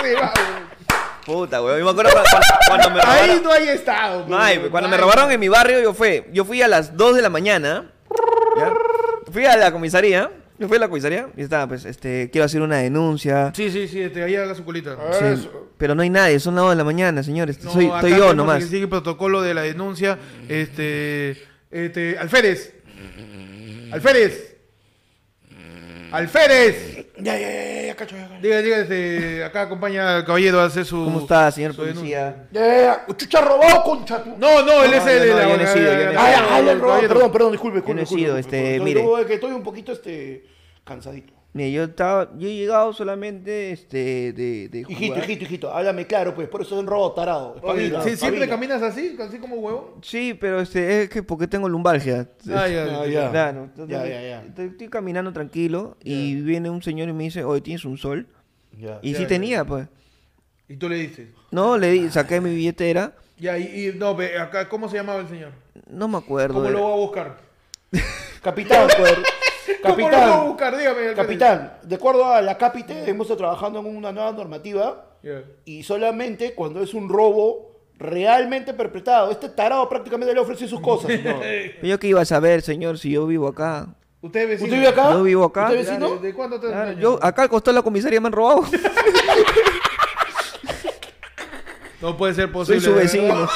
S1: Se va, güey.
S2: Puta, weón. Yo me acuerdo cuando, cuando me robaron.
S1: Ahí no hay estado.
S2: No hay,
S1: güey.
S2: cuando me robaron en mi barrio, yo fui. Yo fui a las 2 de la mañana. ¿ya? fui a la comisaría. Yo fui a la comisaría y estaba, pues, este, quiero hacer una denuncia.
S1: Sí, sí, sí, este, ahí haga su colita.
S3: Ah,
S2: Sí,
S3: eso.
S2: pero no hay nadie, son las 2 de la mañana, señores.
S1: No,
S2: Soy-
S1: acá
S2: estoy
S1: tenemos
S2: yo
S1: que
S2: nomás.
S1: Sigue el protocolo de la denuncia. Este. Este. Alférez. Alférez. Alférez.
S3: Ya, ya, ya, ya, ya, cacho, ya, cacho.
S1: Diga, diga, este, acá acompaña al caballero a hacer su.
S2: ¿Cómo está, señor
S1: su denuncia.
S2: policía?
S3: Ya, ya, ya. Chucha robado, concha tu.
S1: No, no, él
S2: No,
S1: es el
S2: yo
S1: de
S2: no,
S1: la.
S2: yo no he sido, yo no he
S3: Ah, ya, ah, ya, robado.
S1: el caballero.
S3: Perdón, perdón, disculpe,
S2: Yo no
S3: disculpe.
S2: he sido,
S3: disculpe,
S2: este,
S3: disculpe. Yo-
S2: mire.
S3: yo, eh, que estoy un poquito, este, cansadito.
S2: Mire, yo estaba, yo he llegado solamente, este, de, de
S3: Hijito,
S2: jugar.
S3: hijito, hijito, háblame claro, pues, por eso es un robo tarado.
S1: Oye,
S3: Espabila,
S1: ¿sí- ¿Siempre
S3: espabila.
S1: caminas así? ¿Así como huevo?
S2: Sí, pero este, es que porque tengo lumbalgia.
S1: Ah, ya,
S3: Ah,
S1: ya.
S3: ya.
S2: Claro, entonces,
S3: Ya, ya, ya.
S2: Estoy, estoy caminando tranquilo y viene un señor y me dice, oye, ¿tienes un sol?
S3: Ya.
S2: Y
S1: Ya,
S2: sí
S1: ya.
S2: tenía, pues.
S1: Y tú le dices.
S2: No, le di, saqué mi billetera,
S1: Ya, y, y- no, ve, acá, ¿cómo se llamaba el señor?
S2: no me acuerdo.
S1: ¿Cómo lo
S2: era-
S1: voy a buscar?
S3: Capitán,
S1: ¿Cómo lo voy a
S3: capitán,
S1: buscar? Dígame. Alférez.
S3: capitán, de acuerdo a la CAPITE, hemos estado trabajando en una nueva normativa
S1: Ya.
S3: y solamente cuando es un robo realmente perpetrado, este tarado prácticamente le ofrece sus cosas. señor.
S2: Pero Yo que iba a saber, señor, si yo vivo acá.
S1: ¿Usted es vecino?
S3: ¿Usted vive acá?
S2: Yo vivo acá.
S3: ¿Usted
S1: Ya,
S3: vecino?
S1: ¿De, de cuándo te
S2: Claro, yo acá al costado de la comisaría me han robado.
S1: No puede ser
S2: Soy
S1: posible. ¿eh?
S2: su
S1: de
S2: vecino.
S1: verdad.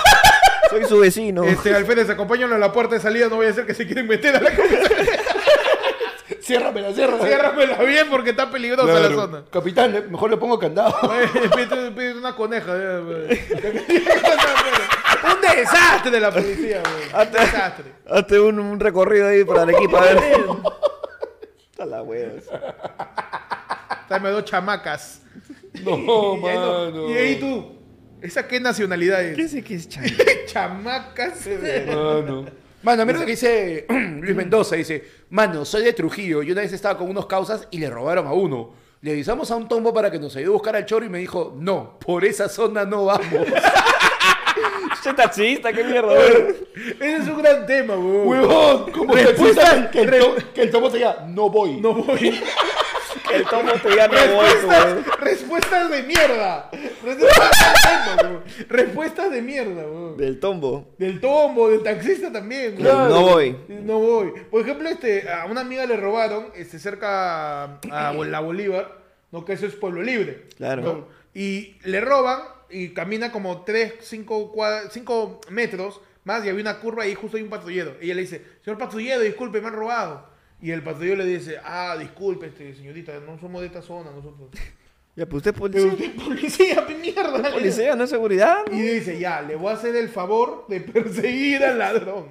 S2: Soy su vecino.
S1: Este, Alférez, acompáñalo a la puerta de salida. No voy a hacer que se quieren meter a la casa.
S3: Ciérramela, ciérramela.
S1: Ciérramela bien porque está peligrosa
S3: Claro.
S1: la zona. Eh,
S3: Capitán, le- mejor le pongo candado.
S1: Oye, Pide pide una coneja. ya, güey. Un desastre de la policía, güey. Un
S2: Hazte-
S1: desastre.
S2: Hazte un, un recorrido ahí para el equipo, a ver. Está la hueva.
S1: Tráeme dos chamacas.
S3: No,
S1: Y ahí no- Y ahí tú. ¿Esa qué nacionalidad
S2: ¿Qué
S1: es?
S2: sé que es chan?
S1: Chamacas.
S3: Mano. Mano, mira lo que dice Luis Mendoza. Dice, mano, soy de Trujillo. Yo una vez estaba con unos causas y le robaron a uno. Le avisamos a un tombo para que nos ayude a buscar al choro y me dijo, no, por esa zona no vamos.
S2: Ese taxista, qué mierda, güey.
S1: Ese es un gran tema, güey.
S3: ¡Huevón! ¿Cómo te
S1: Respuesta-
S3: acuerdas que, el to- que el tombo te diga, no voy?
S1: No voy.
S2: El tomo te ya no voy, güey.
S1: Respuestas, respuestas de mierda. Respuestas, de mierda, güey. Respuestas de mierda, güey.
S2: Del tombo.
S1: Del tombo, del taxista también. güey.
S2: Claro. No voy.
S1: No voy. Por ejemplo, este, a una amiga le robaron este, cerca a, a la Bolívar, ¿no? que eso es Pueblo Libre.
S2: Claro.
S1: ¿no? Y le roban y camina como 3, 5, metros más y había una curva y justo hay un patrullero. Ella le dice, señor patrullero, disculpe, me han robado. Y el patrullero le dice, ah, disculpe, este, señorita, no somos de esta zona nosotros.
S2: Ya, pues usted es
S1: Pero
S2: policía.
S1: usted es policía, pe mierda.
S2: Policía, no es seguridad.
S1: Y dice, ya, le voy a hacer el favor de perseguir al ladrón.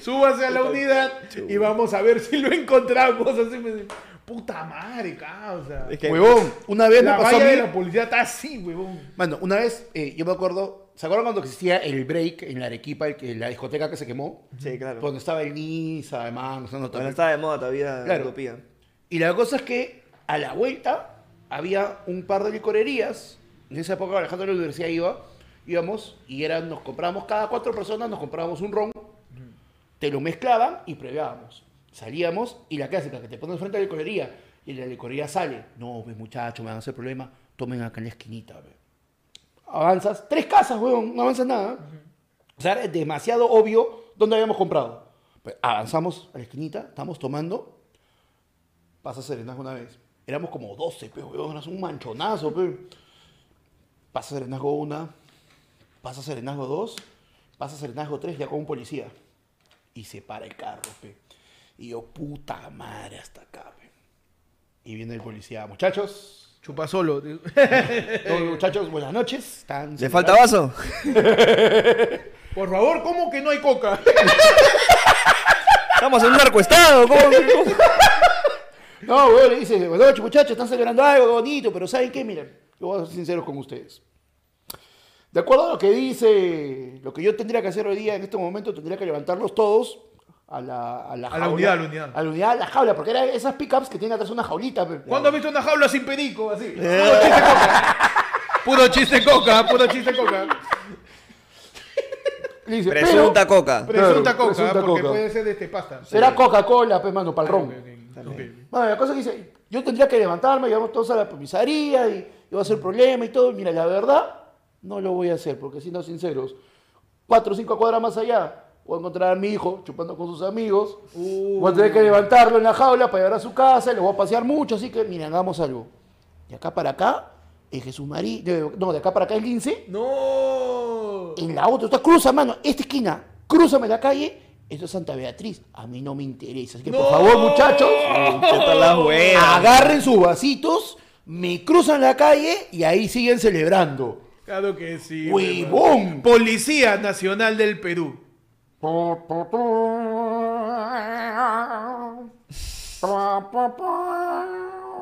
S1: Súbase a la unidad y vamos a ver si lo encontramos. Así me dice, puta madre, causa.
S2: Es que-
S3: Huevón, una vez
S1: La
S3: me pasó a
S1: valla de
S3: mí.
S1: la policía está así, huevón.
S3: Mano, una vez, eh, yo me acuerdo, ¿se acuerdan cuando existía el break en la Arequipa, el que- la discoteca que se quemó?
S2: Sí, claro.
S3: Cuando estaba el Niza, además, no sé, no,
S2: Bueno, estaba de moda todavía
S3: Claro.
S2: Utopía.
S3: Y la cosa es que a la vuelta había un par de licorerías. En esa época Alejandro de la universidad iba, íbamos y era, nos comprábamos cada cuatro personas, nos comprábamos un ron, te lo mezclaban y previábamos. Salíamos y la clásica, que te pones frente a la licorería y la licorería sale. No, ve muchacho, me van a hacer problema, tomen acá en la esquinita, ve. Avanzas, tres casas, weón, no avanzas nada. O sea, es demasiado obvio dónde habíamos comprado. Pues, avanzamos a la esquinita, estamos tomando pasa serenazgo una vez. Éramos como 12, pero weón, es un manchonazo, pe. Pasa serenazgo una, pasa serenazgo dos, pasa serenazgo tres, ya con un policía. Y se para el carro, pe. Y yo, puta madre, hasta acá, pe. Y viene el policía, muchachos,
S1: Chupa solo.
S3: no, muchachos, buenas noches. Están
S2: ¿Le falta vaso?
S1: Por favor, ¿cómo que no hay coca?
S2: Estamos en un narcoestado. ¿Cómo? cómo?
S3: No, weón, le dice, buenas noches, muchachos, están celebrando algo bonito, pero ¿saben qué? Miren, yo voy a ser sincero con ustedes. De acuerdo a lo que dice, lo que yo tendría que hacer hoy día, en este momento, tendría que levantarlos todos a la, a la
S1: A la
S3: jaula.
S1: unidad, a la unidad.
S3: A la unidad, a la jaula, porque eran esas pickups que tienen atrás una jaulita. pe.
S1: ¿Cuándo has visto una jaula sin perico? Así.
S3: Eh.
S1: Puro chiste coca. Puro chiste coca, puro chiste coca.
S3: Le dice, pero
S2: Presunta coca.
S1: Presunta
S3: Claro,
S1: coca,
S3: presunta
S1: porque
S3: coca.
S1: puede ser de este pasta.
S3: Será Coca-Cola, pues, mano, para el ron.
S1: Ok, ok, ok.
S3: Bueno, la cosa es que dice, yo tendría que levantarme, llevamos todos a la comisaría y, y va a ser problema y todo. Mira, la verdad, no lo voy a hacer, porque siendo sinceros, cuatro o cinco cuadras más allá Voy a encontrar a mi hijo chupando con sus amigos.
S1: Uh.
S3: Voy a tener que levantarlo en la jaula para llevar a su casa. Lo voy a pasear mucho. Así que, mira, hagamos algo. De acá para acá es Jesús María. de- No, de acá para acá es Lince.
S1: No.
S3: En la otra, usted cruza, mano, esta esquina. Crúzame la calle. Esto es Santa Beatriz. A mí no me interesa. Así que,
S1: No.
S3: por favor, muchachos,
S2: ¿Qué tal las huevas?
S3: agarren sus vasitos, me cruzan la calle y ahí siguen celebrando.
S1: Claro que sí.
S3: ¡Huevón!
S1: huevón. Policía Nacional del Perú.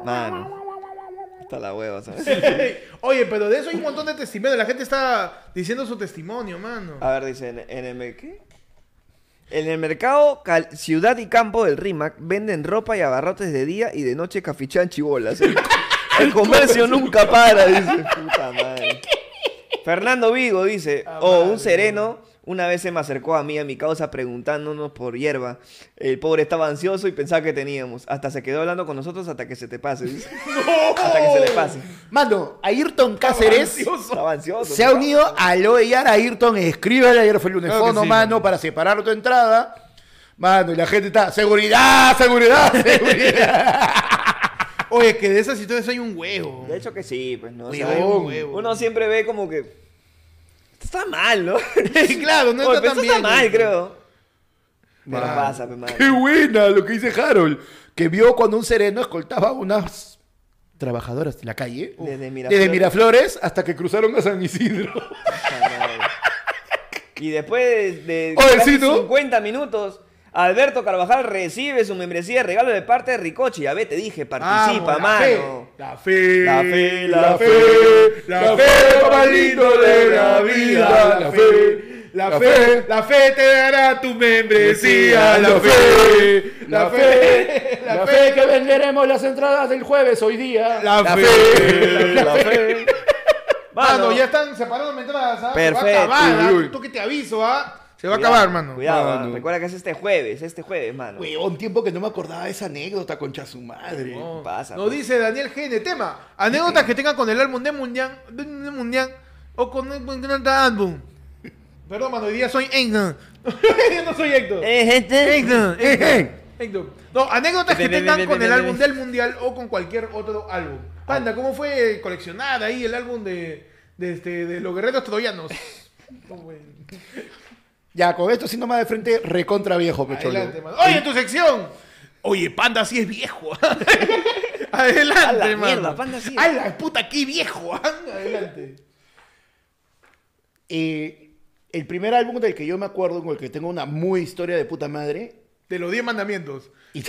S2: Mano. Está la hueva, ¿sabes?
S1: Oye, pero de eso hay un montón de testimonios. La gente está diciendo su testimonio, mano.
S2: A ver, dice, en, en el, mer- ¿qué? En el mercado cal- Ciudad y Campo del RIMAC venden ropa y abarrotes de día y de noche cafichán chibolas. El, el comercio nunca para, dice. Puta madre. Fernando Vigo dice, oh, un sereno una vez se me acercó a mí, a mi causa, preguntándonos por hierba. El pobre estaba ansioso y pensaba que teníamos. Hasta se quedó hablando con nosotros hasta que se te pase, dice. Hasta que se le pase.
S3: Mano, Ayrton Cáceres
S2: Estaba ansioso.
S3: se ha unido al OER Ayrton. Escríbale, ayer fue el lunes
S1: Claro que
S3: fono,
S1: sí,
S3: mano, para separar tu entrada. Mano, y la gente está, seguridad, seguridad, seguridad.
S1: Oye, que de esas historias hay un huevo.
S2: De hecho que sí, pues no. O sea,
S1: Hay un
S3: huevón.
S1: huevo.
S2: Uno siempre ve como que. "Esto Está mal, ¿no?
S1: claro, no
S2: Oye,
S1: está
S2: pero
S1: tan
S2: esto está
S1: bien, pues.
S2: mal,
S1: ¿no?
S2: creo. Pero
S1: Mal.
S2: pasa, pe, madre.
S3: Qué buena lo que dice Harold, que vio cuando un sereno escoltaba a unas trabajadoras de la calle.
S2: Desde
S3: Desde
S2: Miraflores.
S3: Miraflores hasta que cruzaron a San Isidro.
S2: Puta madre. Y después de,
S1: Oh,
S2: de
S3: Oye,
S2: casi
S3: sí, ¿no?
S2: 50 minutos, Alberto Carvajal recibe su membresía de regalo de parte de Ricochi. Ya ve, te dije, participa,
S1: Vamos,
S2: mano.
S1: La fe,
S2: La fe,
S1: la fe, la fe, la fe, papá lindo de la vida, la fe, la fe, la fe te dará tu membresía, la fe, la fe, la fe,
S3: que venderemos las entradas del jueves hoy día.
S1: la fe.
S2: La fe.
S1: Mano, ya están separando entradas, ¿ah? Se va
S2: Perfecto.
S1: a acabar, ¿ah?
S3: Uy, uy.
S1: tú que te aviso, ¿ah? Se va a acabar, mano.
S2: Cuidado,
S3: Mano.
S2: mano. recuerda que es este jueves, este jueves, mano.
S3: Huevón, tiempo que no me acordaba de esa anécdota, concha su madre.
S1: No,
S2: pasa,
S1: nos
S2: pues.
S1: dice Daniel Gene, tema, anécdotas que tengan con el álbum de Mundial, de Mundial o con el con el álbum. Perdón, mano, hoy día soy England. Yo no soy Héctor.
S2: Eh, gente.
S1: Héctor,
S2: este.
S1: Héctor, Héctor. No, anécdotas que
S2: Ve, ve,
S1: tengan
S2: ve,
S1: con
S2: ve,
S1: el
S2: ve,
S1: álbum
S2: ve.
S1: del Mundial o con cualquier otro álbum.
S2: Ah.
S1: Panda, ¿cómo fue coleccionar ahí el álbum de, de, este, de los guerreros troyanos? No, güey.
S3: Ya, con esto sí nomás de frente, recontra viejo, pecholo.
S1: Adelante, mano. Oye, tu sección. Oye, Panda sí es viejo. ¿ah? Adelante,
S2: A la
S1: mano.
S2: mierda, Panda sí es-
S1: A la puta, qué viejo. ¿ah? Adelante.
S3: Eh, el primer álbum del que yo me acuerdo, con el que tengo una muy historia de puta madre.
S1: De los 10 mandamientos.
S3: y-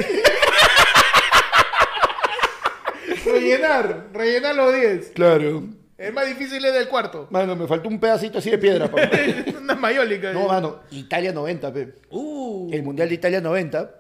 S1: Rellenar, rellenar los 10.
S3: claro.
S1: El más difícil es del cuarto.
S3: Mano, me faltó un pedacito así de piedra, papá.
S1: Una mayólica.
S3: No, mano, Italia 90, pe.
S1: Uh.
S3: El Mundial de Italia 90.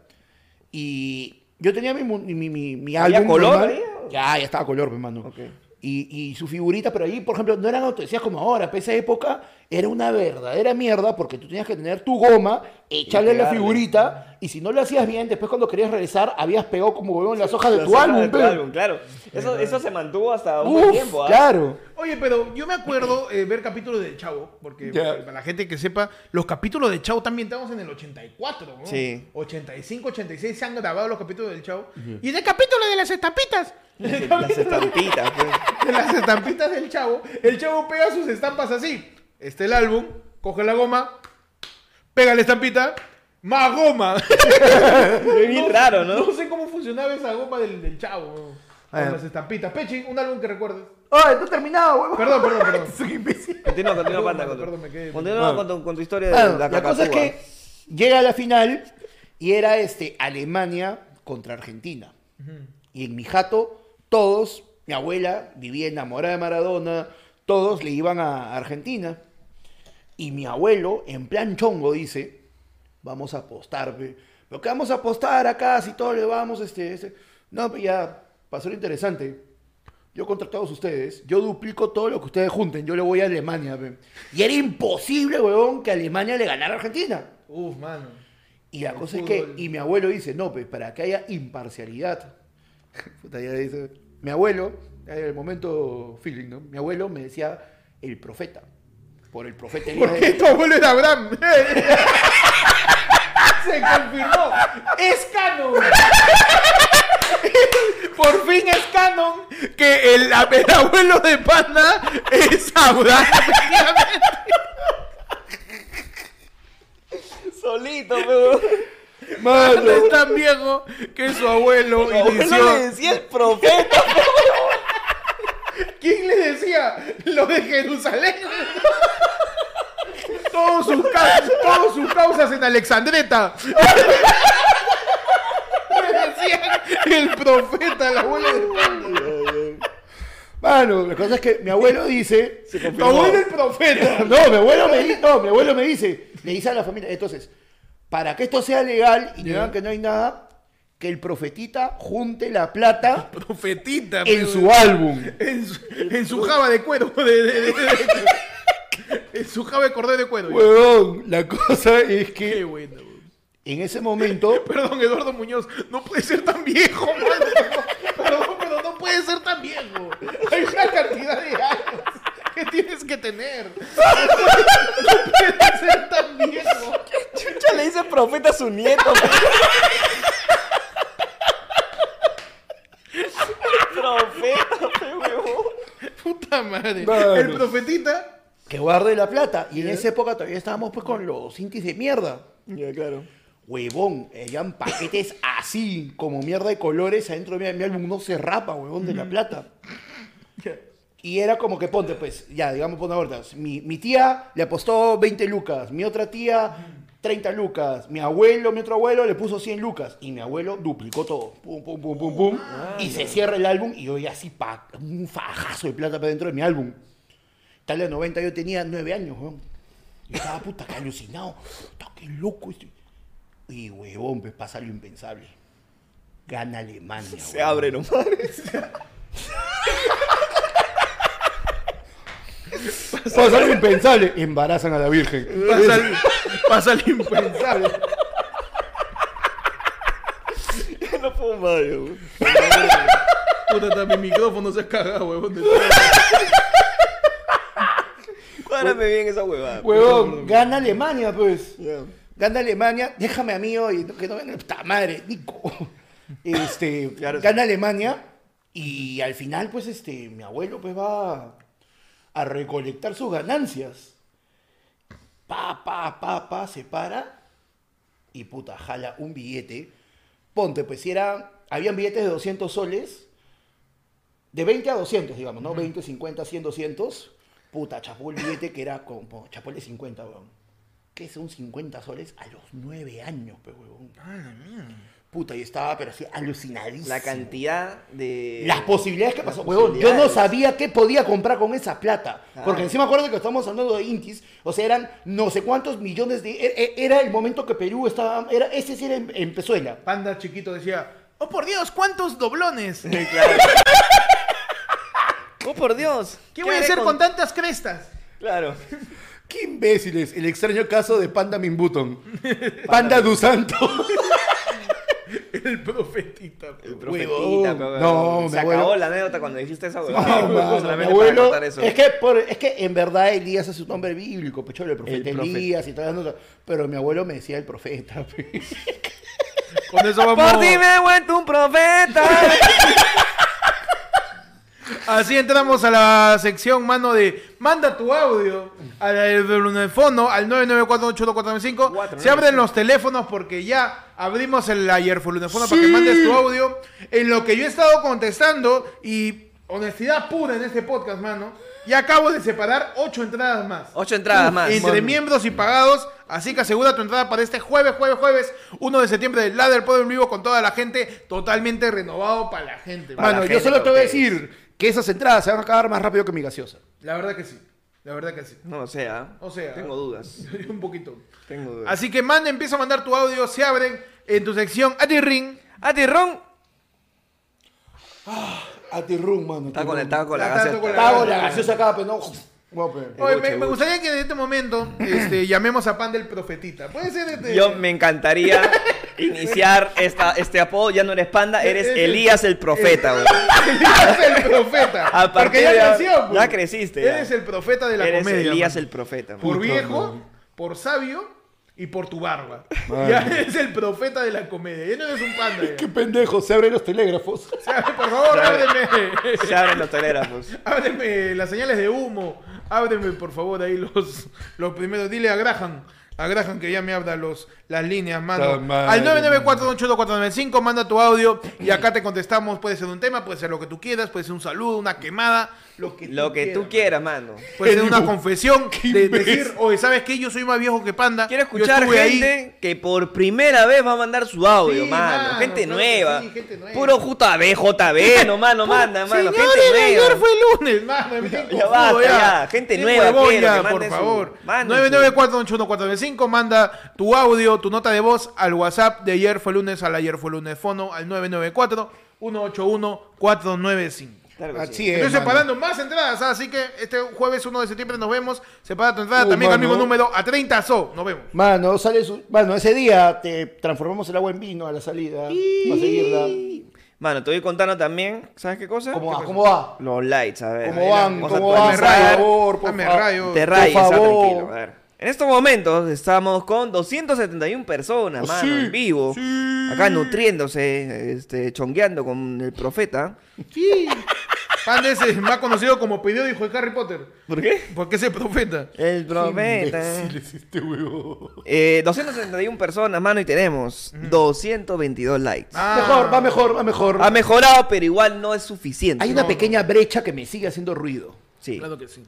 S3: Y yo tenía mi, mu- mi, mi, mi
S2: ¿Había
S3: álbum.
S2: color
S3: normal.
S2: ahí, o?
S3: Ya, ya estaba color, pe, mano.
S2: Ok.
S3: Y, y sus figuritas, pero ahí, por ejemplo, no eran autodesías como ahora. Para esa época era una verdadera mierda porque tú tenías que tener tu goma, echarle la
S2: pegarle.
S3: figurita. Y si no lo hacías bien, después cuando querías regresar, habías pegado como huevón las hojas de
S2: Las
S3: tu
S2: hojas
S3: álbum,
S2: de tu
S3: pe.
S2: álbum, claro. Eso, eso se mantuvo hasta un buen
S3: Uf,
S2: tiempo. ¿ah?
S3: claro.
S1: Oye, pero yo me acuerdo eh, ver capítulos del Chavo, porque
S3: Ya.
S1: para la gente que sepa, los capítulos del Chavo también estamos en el 84, ¿no?
S2: Sí.
S1: 85, 86 se han grabado los capítulos del Chavo. Y en el capítulo de las estampitas.
S2: Las estampitas, pues.
S1: de las estampitas del chavo, el chavo pega sus estampas así. Este el álbum, coge la goma, pega la estampita, más goma.
S2: Fue bien raro, ¿no?
S1: No sé cómo funcionaba esa goma del, del chavo. Con
S3: Ah.
S1: las estampitas. Pechi, un álbum que recuerdes.
S3: ¡Ay, tú terminado, huevón!
S1: Perdón, perdón, perdón.
S3: Soy imbécil.
S2: Continúa, continúa,
S1: Perdón,
S2: Panda.
S1: mano,
S2: Continúa,
S1: perdón, me quedé-
S2: Continúa con, tu, con tu historia de
S3: Claro,
S2: la
S3: la cosa es
S2: cacatúa.
S3: que llega a la final y era este Alemania contra Argentina. Y en mi jato, todos, mi abuela vivía enamorada de Maradona, todos le iban a Argentina. Y mi abuelo, en plan chongo, dice, vamos a apostar, pe. Lo que vamos a apostar acá, si todo le vamos, este, este. No, pues ya, pasó lo interesante. Yo contra todos ustedes, yo duplico todo lo que ustedes junten, yo le voy a Alemania, pe. Y era imposible, huevón, que Alemania le ganara a Argentina.
S1: Uf, mano.
S3: Y la
S1: El
S3: cosa es
S1: fútbol.
S3: que, y mi abuelo dice, no, pues para que haya imparcialidad. Puta, ya dice, mi abuelo, en el momento feeling, ¿no? Mi abuelo me decía, el profeta. Por el profeta. Elías
S1: ¿Por
S3: de-
S1: qué tu abuelo es Abraham? Se confirmó. Es canon. Por fin es canon que el, el abuelo de Panda es Abraham.
S2: Solito, weón.
S1: Mano, es tan viejo que su abuelo
S2: Mi abuelo
S1: inició.
S2: le decía el profeta.
S1: ¿Quién le decía? Lo de Jerusalén. Todos sus, ca- todos sus causas en Alexandreta. Le decían el profeta, el abuelo de Panda.
S3: Mano, la cosa es que mi abuelo dice.
S1: Tu abuelo el profeta.
S3: No, mi abuelo me dice, no, mi abuelo me dice, le dice a la familia, entonces, para que esto sea legal y digan que no hay nada, que el profetita junte la plata
S1: Profetita.
S3: en
S1: pero-
S3: su álbum.
S1: en su, en su java de cuero. de- de- de- de- en su java de cordero de cuero.
S3: Huevón, la cosa es
S1: Qué
S3: que
S1: bueno. bro.
S3: en ese momento,
S1: Perdón, Eduardo Muñoz, no puede ser tan viejo, mano. Perdón, pero no puede ser tan viejo. Hay una cantidad de años que tienes que tener. No puede ser tan viejo.
S2: Chucha le dice profeta a su nieto. profeta, pe, huevón.
S1: Puta madre.
S3: Mano.
S1: El profetita.
S3: que guarde la plata, y en esa época todavía estábamos pues con los cintis de mierda.
S2: Ya, claro.
S3: Huevón, eran paquetes así, como mierda de colores, adentro de mi, mi álbum no se rapa, huevón, de la plata. Y era como que ponte, pues, ya, digamos, ponte ahorita. Mi, mi tía le apostó 20 lucas, mi otra tía 30 lucas, mi abuelo, mi otro abuelo le puso 100 lucas, y mi abuelo duplicó todo. Pum, pum, pum, pum, pum.
S2: Ah.
S3: y se cierra el álbum, y yo ya así, pa, un fajazo de plata para dentro de mi álbum. Tal de 90 yo tenía 9 años, weón. Yo estaba puta que alucinado. Puta, qué loco estoy. Y huevón, pues pasa lo impensable. Gana Alemania.
S2: Se
S3: huevón.
S2: abre nomás.
S3: Pasa lo impensable. Embarazan a la Virgen.
S1: Pasa, el- pasa lo impensable.
S2: Yo no puedo más, huevón.
S1: Puta, hasta mi micrófono se ha cagado, huevón.
S2: Párame bien esa huevada.
S3: Huevón, gana Alemania, pues.
S2: Ya.
S3: Gana Alemania. Déjame a mí hoy. Que no venga. Puta madre, Nico. Este,
S2: Claro, sí.
S3: gana Alemania. Y al final, pues, este, mi abuelo, pues, va a recolectar sus ganancias. Pa, pa, pa, pa, se para. Y puta, jala un billete. Ponte, pues, si era. Habían billetes de 200 soles. De 20 a 200, digamos, ¿no? 20, 50, 100, 200. Puta, chapó el billete que era como. Chapó el de 50, weón. Que son 50 soles a los 9 años, pues, weón. Puta, yo estaba, pero así, alucinadísimo.
S2: La cantidad de.
S3: Las posibilidades que
S2: Las
S3: pasó, huevón. Yo no
S2: posibilidades.
S3: sabía qué podía comprar con esa plata. Porque
S2: Ah.
S3: encima acuérdate que estamos hablando de Intis. O sea, eran no sé cuántos millones de. er- er- Era el momento que Perú estaba. Era, ese sí era en, en Pezuela.
S1: Panda chiquito decía, oh por Dios, ¿cuántos doblones? ¿Qué,
S2: Claro. Oh, por Dios.
S1: voy a
S2: haré
S1: hacer con tantas crestas?
S2: Claro.
S3: Qué imbéciles. El extraño caso de Panda Minbuton. Panda Dusanto.
S1: El profetita.
S2: El
S3: Huevón.
S2: profetita, pe, huevón.
S3: No, mi
S2: Se
S3: abuelo-
S2: acabó la anécdota cuando dijiste esa huevada.
S3: Ah, No,
S2: Huevón,
S3: mano, mi
S2: solamente para
S3: abuelo,
S2: contar eso.
S3: es, que por- es que en verdad Elías es un nombre bíblico, pecholo, el profeta
S2: El profe-
S3: Elías y todas las notas. Pero mi abuelo me decía el profeta. pues. pe.
S1: Con eso vamos.
S2: Por ti me he vuelto un profeta.
S1: Así entramos a la sección, mano, de manda tu audio al, al- al fono al 994 Se abren los teléfonos porque ya abrimos el ayer Lunefono para que mandes tu audio. En lo que yo he estado contestando y honestidad pura en este podcast, mano, ya acabo de separar ocho entradas más.
S2: Ocho entradas más.
S1: entre miembros y pagados. Así que asegura tu entrada para este jueves, jueves, jueves, 1 de septiembre del Ladder Pod en vivo con toda la gente totalmente renovado para la gente.
S2: Para
S1: mano.
S3: Mano,
S2: la
S3: yo
S2: gente,
S3: solo te
S2: para
S3: voy a
S2: ustedes.
S3: decir que esas entradas se van a acabar más rápido que mi gaseosa.
S1: La verdad que sí. La verdad que sí.
S2: No, o sea.
S1: O sea.
S2: Tengo dudas.
S1: Un poquito.
S2: Tengo dudas.
S1: Así que manda, empieza a mandar tu audio, se abren en tu sección Ati Ring.
S2: A ti, Ron.
S3: A ti, rum, mano.
S2: Está conectado con la
S1: Está
S2: gaseosa.
S1: con la-
S3: Cago en la gaseosa acá, pero no. No, pe.
S1: Oye,
S2: Uche,
S1: me, me
S2: uche.
S1: gustaría que en este momento este, llamemos a Panda el Profetita. Puede ser este.
S2: Yo me encantaría iniciar esta, este apodo. Ya no eres panda, eres
S1: Eres-
S2: Elías el profeta,
S1: Eh,
S2: huevón.
S1: Elías el profeta.
S2: A
S1: porque
S2: partir
S1: ya
S2: de-
S1: creció. pues.
S2: ya creciste, ya.
S1: Eres el profeta de la
S2: Eres
S1: comedia.
S2: Elías
S1: mano.
S2: el profeta.
S1: Por
S3: Puta
S1: viejo,
S3: madre.
S1: por sabio y por tu barba.
S3: Mano.
S1: Ya eres el profeta de la comedia. Ya no eres un panda. ya.
S3: Qué pendejo, se abren los telégrafos.
S1: O sea, por favor, ábreme.
S2: Se abren los
S1: pues.
S2: telégrafos.
S1: ábreme las señales de humo. Ábreme, por favor, ahí los, los primeros. Dile a Graham. A Graham que ya me abra los, las líneas, mano.
S3: Puta madre.
S1: Al 994 manda tu audio y acá te contestamos. Puede ser un tema, puede ser lo que tú quieras, puede ser un saludo, una quemada, lo que
S2: Lo
S1: tú
S2: que
S1: quieras.
S2: tú quieras, mano.
S1: Puede ser
S3: Qué
S1: una
S3: dibu-
S1: confesión de
S3: imbécil.
S1: decir, oye, ¿sabes qué? Yo soy más viejo que Panda.
S2: Quiero
S1: yo
S2: escuchar
S1: estuve ahí".
S2: gente que por primera vez va a mandar su audio,
S1: Sí,
S2: mano.
S1: mano,
S2: Gente,
S1: claro que
S2: nueva.
S1: sí, gente nueva.
S2: Puro JB, JB, no, mano, manda, mano.
S1: Señores,
S2: Gente nueva.
S1: ayer fue lunes, mano. me tienen
S2: ya
S1: confuso,
S2: basta, ya, gente
S1: Qué
S2: nueva,
S1: huevón,
S2: quiero
S1: ya,
S2: que
S1: por
S2: manden su-
S1: favor.
S2: manden
S1: 994-81495, manda tu audio, tu nota de voz al WhatsApp de ayer fue lunes al ayer fue lunes fono al 994-181-495.
S2: Claro que sí.
S3: Así es.
S1: Estoy
S3: mano.
S1: separando más entradas, ¿ah? así que este jueves 1 de septiembre nos vemos. Separa tu entrada
S3: Uh,
S1: también con el
S3: mano.
S1: mismo número a 30 so. Nos vemos.
S3: Mano, sale su... Mano, ese día te transformamos el agua en vino a la salida. Para seguirla.
S2: Mano, te voy contando también, ¿sabes qué cosa?
S3: ¿Cómo va?
S2: ¿Qué cosa?
S3: ¿Cómo va?
S2: Los lights, a ver.
S3: ¿Cómo
S2: ahí
S3: van?
S2: vamos a
S3: ¿Cómo
S2: actualizar.
S3: van? Por
S1: rayar,
S3: favor, por
S1: dame
S3: favor.
S1: rayo.
S2: Te
S3: Por
S2: rayes, ah,
S3: favor.
S2: tranquilo. A ver. En estos momentos estamos con 271 personas,
S3: Oh,
S2: mano,
S3: sí,
S2: en vivo. Acá nutriéndose, este, chongueando con el profeta.
S1: Sí. Panda es eh, más conocido como periódico de Harry Potter.
S2: ¿Por qué?
S1: Porque ese profeta.
S2: El profeta.
S3: Imbécil es este huevo.
S2: Eh, 271 personas, mano, y tenemos 222 likes.
S1: Ah.
S3: Mejor, va mejor, va mejor.
S2: Ha mejorado, pero igual no es suficiente.
S3: Hay una pequeña brecha que me sigue haciendo ruido.
S2: Sí.
S1: Claro que sí.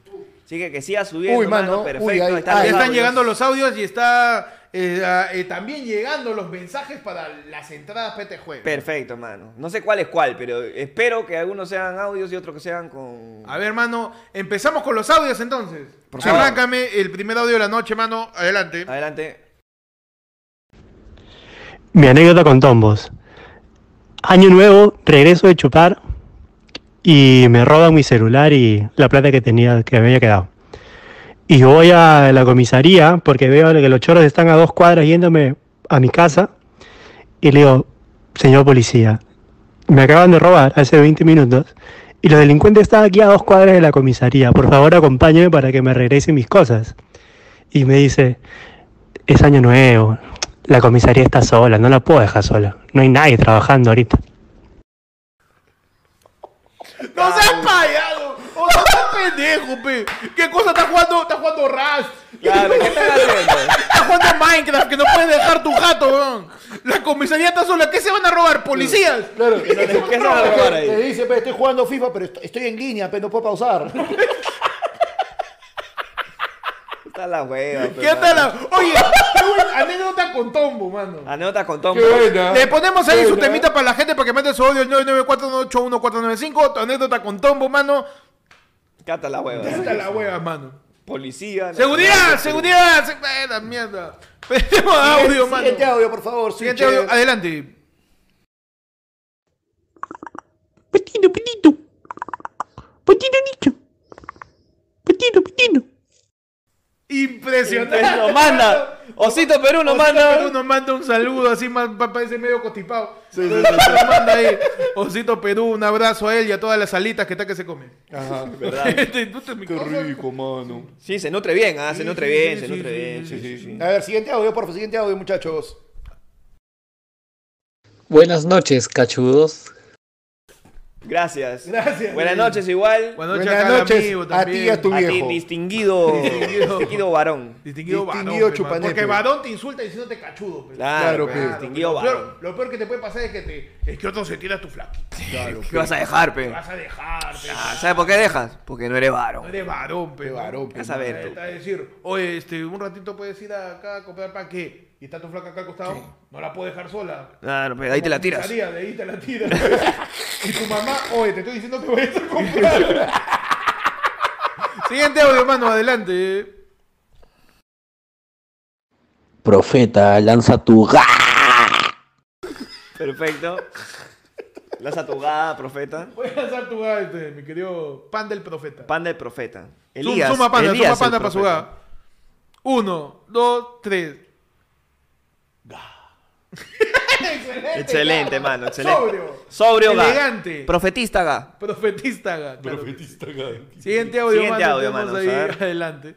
S2: Así que que siga subiendo,
S3: Uy,
S2: mano,
S3: mano,
S2: perfecto.
S3: uy, ahí-
S2: ahí
S3: ahí
S1: Ya
S2: están los
S1: están
S2: audios.
S1: llegando los audios y está eh, ah, eh, también llegando los mensajes para las entradas PT Jueves.
S2: Perfecto, mano. No sé cuál es cuál, pero espero que algunos sean audios y otros que sean con...
S1: A ver, mano, empezamos con los audios entonces.
S2: Por favor.
S1: Arráncame el primer audio de la noche, mano. Adelante.
S2: Adelante.
S4: Mi anécdota con tombos. Año nuevo, regreso de chupar y me roban mi celular y la plata que tenía, que me había quedado. Y voy a la comisaría porque veo que los choros están a dos cuadras yéndome a mi casa y le digo, señor policía, me acaban de robar hace 20 minutos y los delincuentes están aquí a dos cuadras de la comisaría. Por favor, acompáñeme para que me regresen mis cosas. Y me dice, es año nuevo. La comisaría está sola, no la puedo dejar sola. No hay nadie trabajando ahorita.
S1: ¡No seas payaso! ¡O no seas pendejo, pe! ¿Qué cosa estás jugando? ¿Estás jugando Rust?
S2: Claro, ¿qué están haciendo?
S1: Estás jugando Minecraft, que no puedes dejar tu gato, weón. La comisaría está sola. ¿Qué se van a robar? ¿Policías?
S3: Claro.
S2: ¿Qué se va a robar
S3: Te
S2: ahí?
S3: dice, "Pe, estoy jugando FIFA, pero est- estoy en línea, pero no puedo pausar.
S2: Está la hueva. pues,
S1: ¿Qué tal? la- Oye, qué buena anécdota con Tombo, mano.
S2: Anota con Tom.
S1: Le ponemos ahí su temita para la gente para que mande su audio al 994181495. Tu anécdota con Tombo, mano.
S2: Cata la hueva.
S1: Hasta la hueva, mano.
S2: Policía.
S1: Seguridad,
S2: nacional,
S1: seguridad. se- eh, la mierda. Pedimos audio, mano.
S3: Siguiente audio, por favor.
S1: Siguiente
S3: switch.
S1: audio. Adelante.
S5: Petito, petito. Petito nicho. Petito, petito.
S1: Impresionante.
S2: Entonces Nos manda. Osito Perú nos
S1: Osito
S2: manda.
S1: nos manda un saludo así, más pa- parece medio costipado. Nos manda ahí. Osito Perú, un abrazo a él y a todas las alitas que está que se comen.
S3: Ajá.
S1: Este, tú te- mi
S6: Qué
S1: cosa.
S6: rico, mano.
S2: Sí, se nutre bien, ah, se
S1: Sí,
S2: nutre
S1: sí,
S2: bien,
S1: sí,
S2: se
S1: sí,
S2: nutre
S1: sí,
S2: bien.
S1: sí,
S2: Sí, sí, sí.
S3: A ver, siguiente audio, por favor. Siguiente audio, muchachos.
S7: Buenas noches, cachudos.
S2: Gracias.
S1: Gracias.
S2: Buenas noches igual.
S1: Buenas noches,
S3: Buenas
S1: a cada
S3: noches
S1: amigo
S3: a ti y
S1: también.
S3: a tu
S2: a ti,
S3: viejo.
S2: distinguido,
S1: Distinguido.
S2: distinguido varón.
S1: Distinguido,
S3: Distinguido
S1: varón, pe, man.
S3: chupanepe.
S1: Porque varón te insulta diciéndote cachudo. pe.
S2: Claro,
S3: Claro,
S2: pues,
S3: pe.
S2: distinguido
S1: lo,
S2: varón.
S1: peor, lo peor que te puede pasar es que, te, es que otro se tira a tu flaquito.
S2: ¿Qué vas a dejar, pe? Ah,
S1: Te vas a dejar, pe.
S2: ¿Sabes por qué dejas? Porque no eres
S1: No
S2: varón.
S1: eres varón, pe.
S3: varón, pe,
S2: Vas a ver
S1: Ahí
S2: tú.
S1: está a decir, oye, este, un ratito puedes ir acá a comprar pan, ¿qué? Y está tu flaca acá al costado, no la puedo dejar sola.
S2: Claro, pe, ahí te la tiras.
S1: Comisaría, De ahí te la tiras. y tu mamá, oye, te estoy diciendo que vayas a comprar. Siguiente audio, mano, adelante.
S8: Profeta, lanza tu ga.
S2: Perfecto. La satugada, profeta.
S1: Voy a lanzar tu gada, este, mi querido pan del profeta.
S2: Panda el profeta.
S1: Sum-
S2: Elías,
S1: suma panda,
S2: Elías
S1: suma panda
S2: el
S1: para su
S2: profeta.
S1: gada. Uno, dos, tres. excelente,
S2: Excelente,
S1: gada.
S2: mano, excelente.
S1: Sobrio.
S2: Sobrio ga.
S1: Elegante.
S2: Profetista ga.
S1: Profetista, ga, claro.
S6: Profetista gay.
S1: Siguiente audio,
S2: Siguiente
S1: mano,
S2: audio,
S1: tenemos
S2: mano,
S1: ahí
S2: a ver.
S1: adelante.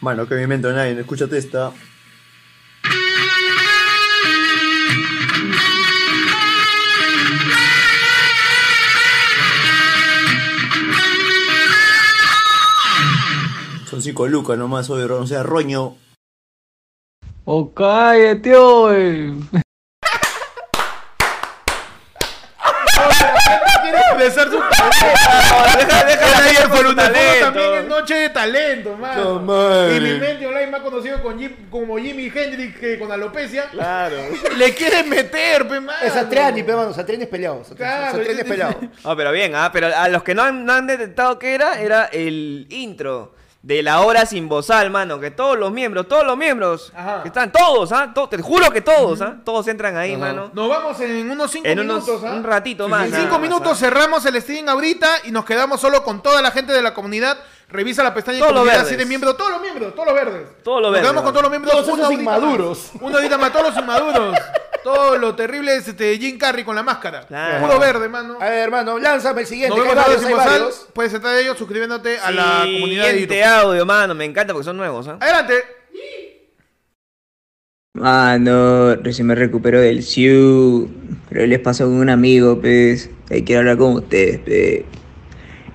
S6: Mano, que me invento nadie, escúchate esta. Son cinco lucas nomás, oye, no sea roño.
S5: O cállate, oye.
S1: Quiere expresar su
S2: Deja, deja
S1: El
S2: la
S1: ayer
S2: gente
S1: por
S2: con
S1: un
S2: su talento.
S1: también es noche de talento, mano.
S6: No, madre.
S1: Y mi mente online más conocido con Jim- como Jimi Hendrix que con alopecia.
S2: Claro.
S1: Le quieren meter, pe, mano.
S3: Es Satriani, pero hermano, Satriani es peleado. Satriani,
S1: Claro,
S3: Satriani es peleado.
S2: No, pero bien, ah, pero a los que no han, no han detectado qué era, era el intro de la hora sin bozal, mano. Que todos los miembros, todos los miembros,
S1: Ajá.
S2: que están todos, ¿ah? to- te juro que todos, ¿ah? Todos entran ahí, mano.
S1: Nos vamos en unos 5
S2: En unos-
S1: minutos. ¿ah?
S2: un ratito más,
S1: En
S2: nada
S1: 5
S2: más,
S1: minutos
S2: ¿ah?
S1: cerramos el streaming ahorita y nos quedamos solo con toda la gente de la comunidad. Revisa la pestaña de
S2: Todos los
S1: comunidad,
S2: verdes.
S1: si eres miembro. Todos los miembros, todos los verdes. Nos
S2: Todos los verdes, ah.
S1: quedamos con
S2: vamos.
S1: todos los miembros.
S3: Todos esos
S1: una horita
S3: inmaduros.
S1: más. Una horita más, todos los inmaduros. Todo lo terrible es este Jim Carrey con la máscara.
S2: Claro.
S1: Puro verde, mano.
S3: A ver, hermano, lánzame el
S1: Nos
S3: siguiente. que hay
S1: vemos la
S3: varios, hay
S1: próxima sal.
S3: varios.
S1: Puedes estar de ellos suscribiéndote a la comunidad de
S2: Siguiente
S1: YouTube.
S2: audio, mano. Me encanta porque son nuevos, ¿ah?
S1: Adelante.
S9: Ah, no, recién me recupero del SIU. Pero les pasó con un amigo, pues. Que quiero hablar con ustedes, pues.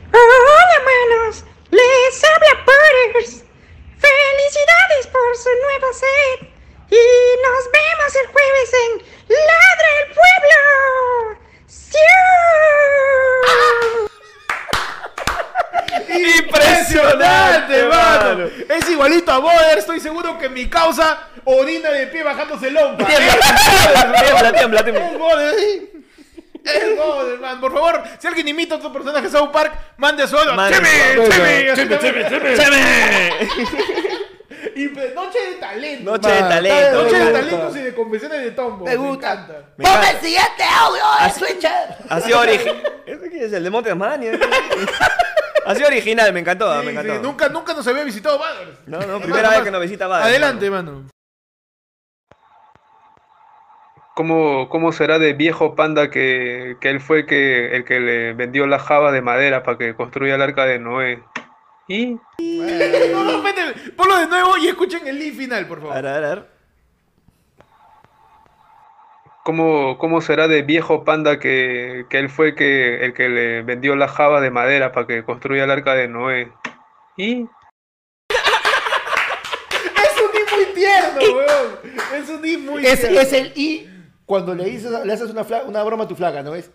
S5: Hola, manos. Les habla Butters. Felicidades por su nuevo set. Y nos vemos el jueves en Ladra el Pueblo. ¡Siu!
S1: Impresionante, mano.
S2: mano.
S1: Es igualito a Boder. Estoy seguro que mi causa orina de pie bajándose el hombro.
S2: Tiembla, tiembla, tiembla.
S1: Es Boder, sí. Es Boder, man. Por favor, si alguien imita a otro personaje de South Park, mande su audio.
S2: Mande
S1: ¡Chimi!
S2: su
S1: ¡Chimi!
S2: audio.
S1: Así también.
S2: ¡Chame!
S1: Y, pues, Noche de talento.
S2: Noche de
S1: man.
S2: talento.
S1: Noche de
S2: mano.
S1: talentos y de confesiones de tombo.
S3: Me
S1: encanta.
S3: gusta.
S2: Me
S3: ¡Ponme el
S2: encanta.
S3: siguiente audio!
S2: Así-
S3: Switcher!
S2: Así original. es? ¿El de Montesmania? Así original, me encantó, ah,
S1: Sí,
S2: me encantó.
S1: sí, Nunca, nunca nos había visitado Boder.
S2: No, no, primera vez que nos visita Bad.
S1: Adelante, mano.
S10: ¿Cómo, cómo será de viejo panda que, que él fue que, el que le vendió la java de madera para que construya el arca de Noé? Y
S1: No, no, vete, ponlo de nuevo y escuchen el lead final, por
S2: A
S1: favor.
S2: ver, a ver, a ver.
S10: ¿Cómo, cómo será de viejo panda que, que él fue que, el que le vendió la java de madera para que construya el arca de Noé? Y
S1: Es un lead muy tierno, weón. Es un lead muy
S3: Es,
S1: tierno.
S3: es el I cuando le, dices, le haces una, fla- una broma a tu flaca, ¿no ves?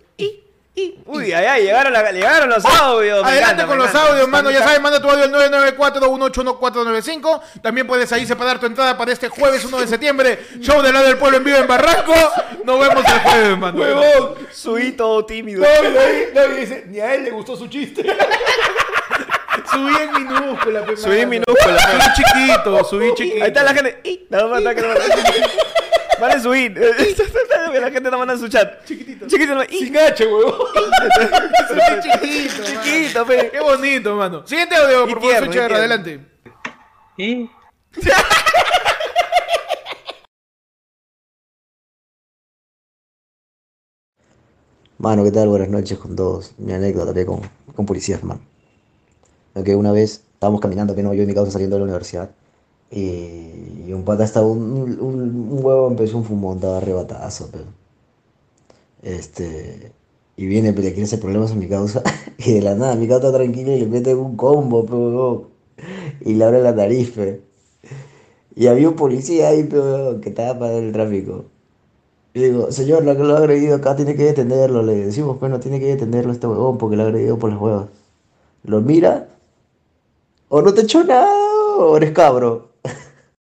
S2: Uy, ay, ay, llegaron, la- llegaron los audios. me
S1: Adelante
S2: encanta,
S1: con
S2: me
S1: los
S2: encanta.
S1: audios, mano. Ya sabes, manda tu audio al 994-181-495. También puedes ahí separar tu entrada para este jueves 1 de septiembre. Show del lado del pueblo en vivo en Barranco. Nos vemos el jueves, mano.
S3: ¡Huevón!
S2: Subí todo tímido.
S3: No, y no, y- no, y dice, ni a él le gustó su chiste.
S1: Subí en minúscula, pe,
S2: Subí
S1: mano.
S2: en minúscula, pe.
S1: Subí chiquito, subí chiquito.
S2: Ahí está la gente. ¡Ih! No, no, no, que no, no. Vale subir. La gente no manda su chat. Chiquitito. Chiquitito. no. ¡Ih!
S3: Sin H, huevón.
S1: Subí chiquito, chiquito.
S2: Chiquito, pe.
S1: Qué bonito, mano. Siguiente audio,
S2: Y
S1: por favor,
S2: tierno, y
S1: Sucher,
S2: tierno.
S1: adelante.
S10: ¿Y?
S8: Mano, ¿qué tal? Buenas noches con todos. Mi anécdota de con, con policías, mano. Lo que una vez estábamos caminando, que no, yo y mi causa saliendo de la universidad, y, y un pata estaba, un, un, un huevo empezó un fumón, estaba arrebatazo, pero. Este. Y viene, pero le quiere hacer problemas a mi causa, y de la nada, mi causa está tranquila y le mete un combo, pero. huevón, Y le abre la nariz, pe. Y había un policía ahí, pero, huevón, que estaba para el tráfico. Y digo, señor, lo que lo ha agredido acá tiene que detenerlo. Le decimos, bueno, tiene que detenerlo a este huevón porque lo ha agredido por las huevas. Lo mira, o no te echó nada, o eres cabro.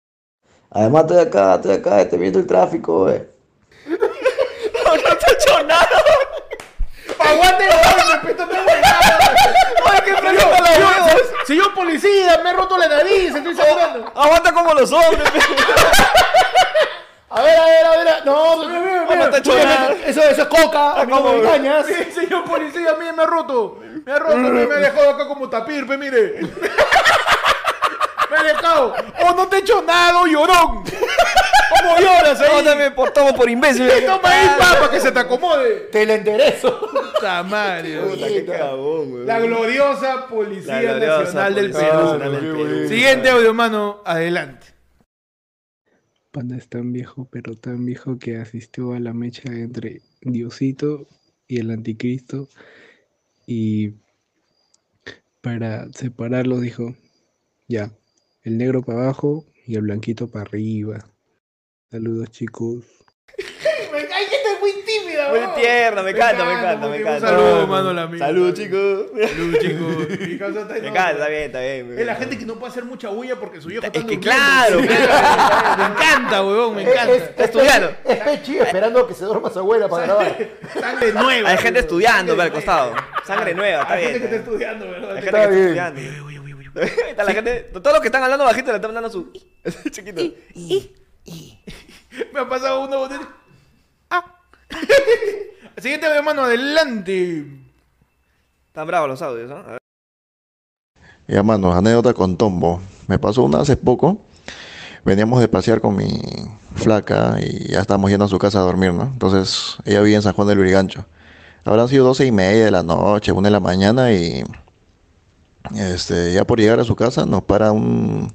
S8: Además, estoy acá, estoy acá, estoy viendo el tráfico, eh". wey.
S2: No te he hecho nada.
S1: Aguante, weón, respétame, weón. Ay, qué frío. Yo- yo- Si yo policía, me he roto la nariz, estoy sangrando.
S2: Aguanta como los hombres, pe.
S3: A ver, a ver, a ver. a- No, mira, mira, mira.
S2: no te ha hecho
S3: Oye,
S2: nada.
S3: Eso, eso es coca, a mí no
S2: como-
S3: me engañas.
S1: Sí, señor policía, mire, me ha roto. Me ha roto, pe, me ha dejado acá como tapir, pe, mire. Me ha dejado. O no te he hecho nada, o llorón. ¿Cómo lloras ahí?
S2: Tómame por, tomo por imbécil.
S1: Toma ahí, papa, que se te acomode.
S3: Te la enderezo.
S1: Puta madre.
S3: Puta, qué cagón, weón.
S1: La gloriosa Policía
S2: La gloriosa
S1: Nacional del
S2: Policía
S1: Perú.
S2: Nacional del Perú.
S1: Bueno. Siguiente audio, mano. Adelante.
S11: Panda es tan viejo, pero tan viejo que asistió a la mecha entre Diosito y el anticristo y para separarlos dijo, ya, el negro para abajo y el blanquito para arriba. Saludos chicos.
S1: Hay gente muy tímida,
S2: Muy tierna, me encanta, me encanta, me
S1: Un
S2: encanta.
S1: saludo, Oh, mano, la mía.
S2: Saludos, chicos.
S1: Saludos, chicos. Mi causa está
S2: Me
S1: enorme.
S2: encanta, está bien, está bien.
S1: Es la gente que no puede hacer mucha bulla porque su viejo está
S2: Es que
S1: durmiendo.
S2: claro, claro.
S1: Me encanta, huevón, me
S3: Es- es-
S1: encanta.
S3: es
S2: estudiando.
S3: Pechi- Es Pechi esperando que se duerma su abuela para grabar.
S1: Sangre nueva.
S2: Hay gente
S1: huevón.
S2: estudiando
S1: Sangre
S2: ve, al costado. Sangre nueva, está
S1: Hay
S2: bien.
S1: gente que
S2: está
S1: está
S2: bien.
S1: estudiando, ¿verdad?
S2: Hay gente
S3: Está
S2: que
S3: bien.
S2: está estudiando. Está la gente, todos los que están hablando bajito le están dando su chiquito.
S1: Me ha pasado una botella. Ah. Siguiente audio, mano, adelante.
S2: Están bravos los audios, ¿no? A ver.
S12: Ya, mano, anécdota con Tombo. Me pasó una hace poco. Veníamos de pasear con mi flaca y ya estábamos yendo a su casa a dormir, ¿no? Entonces, ella vive en San Juan del Lurigancho. Habrán sido doce y media de la noche, una de la mañana y... Este, ya por llegar a su casa nos para un...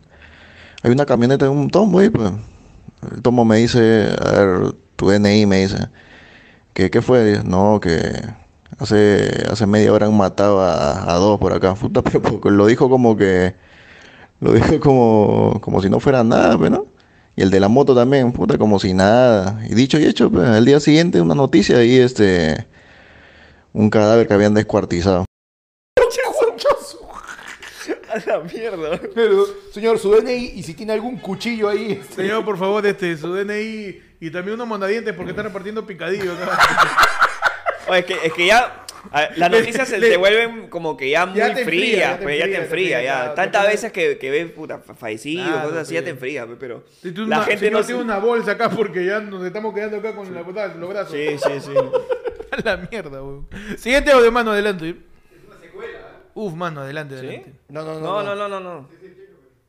S12: Hay una camioneta de un Tombo ahí, pues. El Tombo me dice, a ver, tu DNI me dice. ¿Qué, qué fue? No, que... Hace, hace media hora han matado a, a dos por acá. Puta, pero po- lo dijo como que. Lo dijo como, como si no fuera nada, pues, ¿no? Y el de la moto también, puta, como si nada. Y dicho y hecho, pues, al día siguiente una noticia ahí, este. Un cadáver que habían descuartizado.
S2: A la mierda.
S3: Pero, señor, su DNI y si tiene algún cuchillo ahí. este,
S1: Señor, por favor, este, su DNI y también unos mondadientes porque están repartiendo picadillo acá.
S2: Oye, es que, es que ya. a ver, las
S1: Le-
S2: noticias se
S1: le-
S2: te vuelven como que ya muy
S1: Ya te enfría,
S2: frías,
S1: ya te
S2: pues ya te
S1: enfría,
S2: enfría,
S1: te
S2: ya.
S1: enfría,
S2: Tantas
S1: te-
S2: veces que, que ves puta, fa- fallecidos,
S1: Claro,
S2: cosas así,
S1: pues.
S2: ya te enfría, pues, pero.
S1: Y tú
S2: la
S1: una-
S2: gente
S1: señor,
S2: no se.
S1: tiene una bolsa acá porque ya nos estamos quedando acá con la botada, los brazos.
S2: Sí, sí, sí.
S1: A la mierda, weón. Siguiente audio, mano, adelante. Es una secuela. ¿eh? Uf, mano, adelante,
S2: ¿Sí?
S1: adelante.
S3: No, no,
S2: No,
S3: no.
S2: no, no, no, no.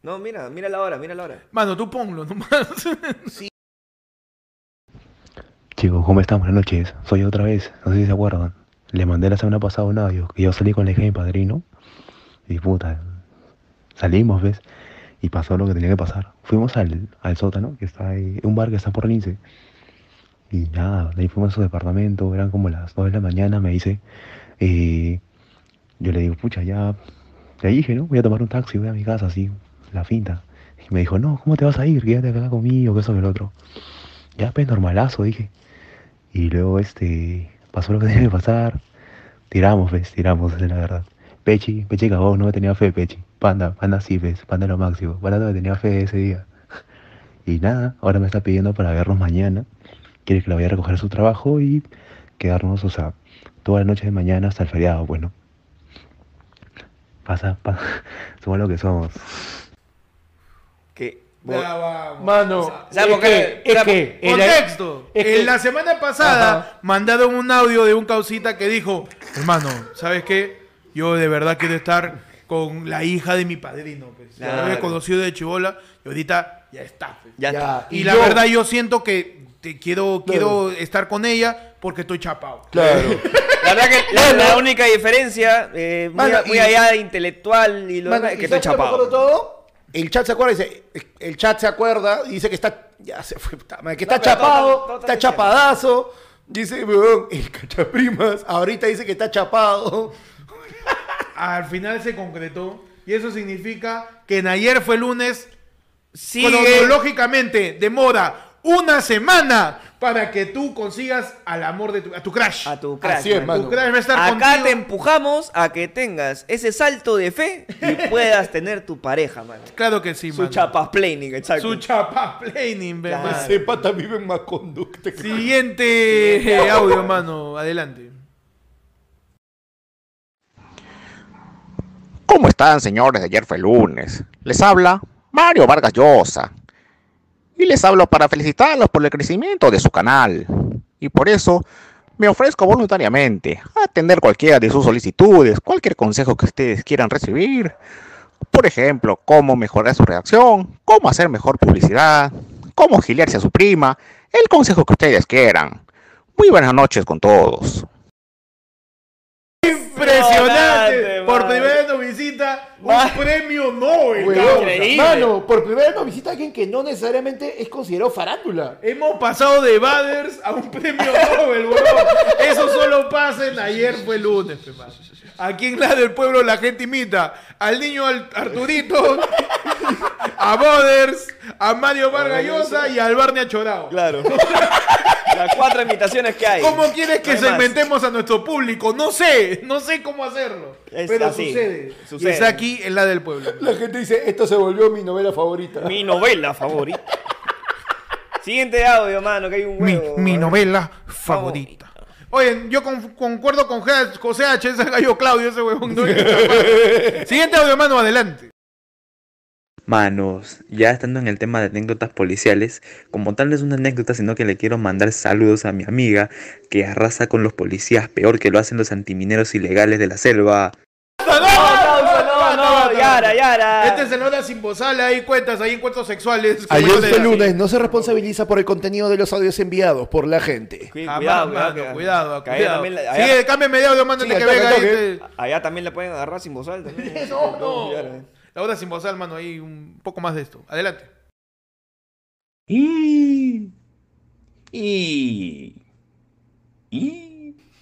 S2: No, mira, mira la hora, mira la hora.
S1: Mano, tú ponlo nomás.
S13: Chicos, ¿cómo están? Buenas noches. Soy yo otra vez. No sé si se acuerdan. Le mandé la semana pasada un audio que yo salí con la hija de mi padrino. Y puta, salimos, ¿ves? Y pasó lo que tenía que pasar. Fuimos al, al sótano, que está ahí, un bar que está por Lince. Y nada, de ahí fuimos a su departamento, eran como las 2 de la mañana, me dice. eh, yo le digo, pucha, ya. Le dije, ¿no? Voy a tomar un taxi, voy a mi casa, así, la finta. Y me dijo, no, ¿cómo te vas a ir? Quédate acá conmigo, que eso que el otro. Ya, pues, normalazo, dije. Y luego, este, pasó lo que tenía que pasar. Tiramos, ves, tiramos, esa es la verdad. Pechi, Pechi cagó, no me tenía fe, Pechi. Panda, Panda sí, ves, Panda lo máximo. Panda no me tenía fe ese día. Y nada, ahora me está pidiendo para vernos mañana. Quiere que la vaya a recoger a su trabajo y quedarnos, o sea, toda la noche de mañana hasta el feriado, bueno. Pasa, pasa, somos lo que somos.
S2: Que.
S1: Ya vamos.
S3: Mano,
S2: ¿Sabes
S3: es
S2: por qué?
S3: que- es
S2: ¿Sabes
S3: que. en la-
S1: Contexto.
S3: es que-
S1: En la semana pasada mandaron un audio de un causita que dijo, hermano, ¿sabes qué? Yo de verdad quiero estar con la hija de mi padrino. Pues. Ya La
S2: Claro.
S1: había conocido de chivola y ahorita ya está. pues.
S2: Ya, está.
S3: Ya,
S1: Y, la
S3: yo-
S1: verdad yo siento que te quiero,
S3: Claro.
S1: quiero estar con ella porque estoy chapado.
S3: Claro.
S2: La verdad que la, la única diferencia, eh, muy,
S3: Mano,
S2: muy
S3: y-
S2: allá de intelectual y lo
S3: Mano,
S2: demás,
S3: ¿y
S2: es que estoy
S3: sabes qué me acuerdo
S2: chapado.
S3: de todo? El chat se acuerda, dice, el chat se acuerda y dice que está, ya se fue, puta madre, que
S2: No,
S3: está
S2: pero todo-
S3: chapado,
S2: todo- todo
S3: está
S2: está diciendo.
S3: chapadazo, dice, weón, el cachaprimas, ahorita dice que está chapado.
S1: Al final se concretó y eso significa que en ayer fue lunes
S2: Sigue,
S1: Cronológicamente, demora una semana para que tú consigas al amor de tu, a tu crush.
S2: A tu crash,
S3: Así es,
S2: man.
S3: mano.
S1: Tu crush va a estar
S2: Acá
S1: contigo.
S2: te empujamos a que tengas ese salto de fe y puedas tener tu pareja, mano.
S1: Claro que sí,
S2: Su
S1: mano.
S2: chapaplaning, exacto.
S1: Su chapa planning, ve,
S2: Claro.
S1: mano.
S3: Ese pata vive en Macondo. que te-
S1: Siguiente eh, audio, mano. Adelante.
S14: ¿Cómo están, señores? Ayer fue lunes. Les habla Mario Vargas Llosa. Y les hablo para felicitarlos por el crecimiento de su canal. Y por eso me ofrezco voluntariamente a atender cualquiera de sus solicitudes, cualquier consejo que ustedes quieran recibir
S15: Por ejemplo, cómo mejorar su redacción, cómo hacer mejor publicidad, cómo gilearse a su prima, el consejo que ustedes quieran. Muy buenas noches con todos.
S1: Impresionante. Por primera vez nos visita un premio Nobel.
S3: Huevón,
S1: cabrón.
S3: Mano, por primera vez nos visita alguien que no necesariamente es considerado farándula.
S1: Hemos pasado de Baders a un premio Nobel, huevón. Eso solo pasa en ayer fue lunes, pe, mano. Aquí en la del pueblo la gente imita al niño Al- Arturito, a Boders, a Mario Vargas Llosa y al Barney Achorao.
S2: Claro. Las cuatro imitaciones que hay.
S1: ¿Cómo quieres que
S2: No hay más.
S1: segmentemos a nuestro público? No sé, no sé cómo hacerlo.
S2: Es
S1: pero
S2: así.
S1: sucede.
S2: Sucede.
S1: Y está aquí en la del pueblo.
S3: La gente dice, esto se volvió mi novela favorita.
S2: Mi novela favorita. Siguiente audio, mano, que hay un
S1: Mi,
S2: huevo.
S1: mi novela favorita. eh, Oye, yo con- concuerdo con Ge- José H. Ese gallo Claudio, ese huevón. no hay que tapar. Siguiente audio, mano, adelante.
S13: Manos, ya estando en el tema de anécdotas policiales, como tal no es una anécdota, sino que le quiero mandar saludos a mi amiga que arrasa con los policías, peor que lo hacen los antimineros ilegales de la selva.
S1: No,
S2: no, no, Yara, Yara.
S1: Este es el hora sin bozal, hay cuentas, hay encuentros sexuales.
S3: Ayer fue
S1: Jamás,
S3: lunes, no se responsabiliza por el contenido de los audios enviados por la gente.
S2: Cuidado,
S1: mano,
S2: cuidado, que-
S1: cuidado,
S2: que allá
S1: cuidado.
S2: también la- allá-
S1: Sigue, cámbiame de audio, mano,
S2: Sí,
S1: antes que
S2: al toque,
S1: venga.
S2: al toque.
S1: este-
S2: Allá también la pueden agarrar sin bozal también.
S1: No, no. La hora sin bozal, mano, hay un poco más de esto. Adelante.
S16: Y. Y.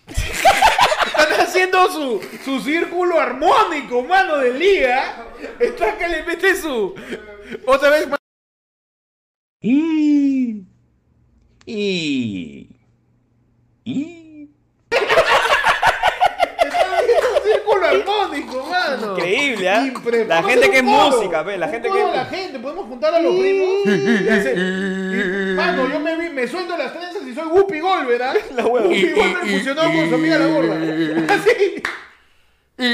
S1: Están haciendo su, su círculo armónico, mano, de liga. Está que le mete su. Otra vez, mano.
S16: Y. Y.
S1: Está haciendo un círculo armónico, mano.
S2: Increíble, ¿ah?
S1: Impre-
S2: La
S1: Vamos a
S2: gente
S1: hacer
S2: que es
S1: un coro.
S2: música, ve, la
S1: Un
S2: gente
S1: coro
S2: que-
S1: a la gente, podemos juntar a los primos. Y hacer- y- Mano, yo me, vi- me suelto las trenzas y soy Whoopi Goldberg, ¿verdad? La
S2: huevo.
S1: Whoopi Goldberg fusionado con su amiga la gorda. Así.
S2: Ahí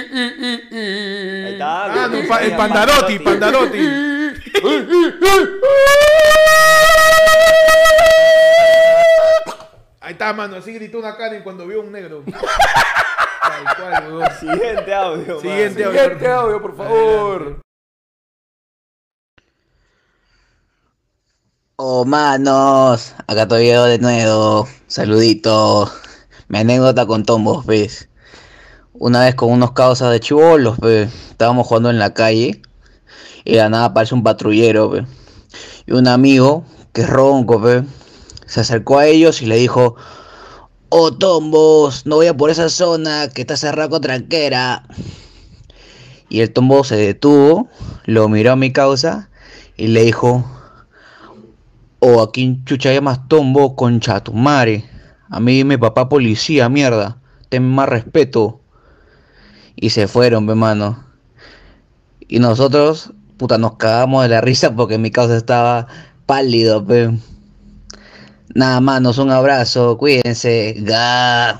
S2: está.
S1: Ah, no,
S2: bien.
S1: pa- el Pandarotti, Pandarotti. Ahí está, mano, así gritó una Karen cuando vio un negro. Tal cual, weón.
S2: Siguiente audio.
S1: Siguiente
S2: mano.
S1: audio. Siguiente audio,
S3: por
S1: favor.
S9: Oh, manos, acá estoy yo de nuevo. Saludito. Me anécdota con tombos, pues. Una vez con unos causas de chivolos, pues. Estábamos jugando en la calle. Y de la nada aparece un patrullero, pues. Y un amigo, que es ronco, pues. Se acercó a ellos y le dijo: Oh, tombos, no voy a por esa zona que está cerrada con tranquera. Y el tombo se detuvo, lo miró a mi causa y le dijo. O aquí en chucha llamas tombo, concha tu madre. A mí mi papá policía, mierda. Ten más respeto. Y se fueron, mi hermano. Y nosotros, puta, nos cagamos de la risa porque mi causa estaba pálido, pe. Nada, manos, un abrazo, cuídense. Ga.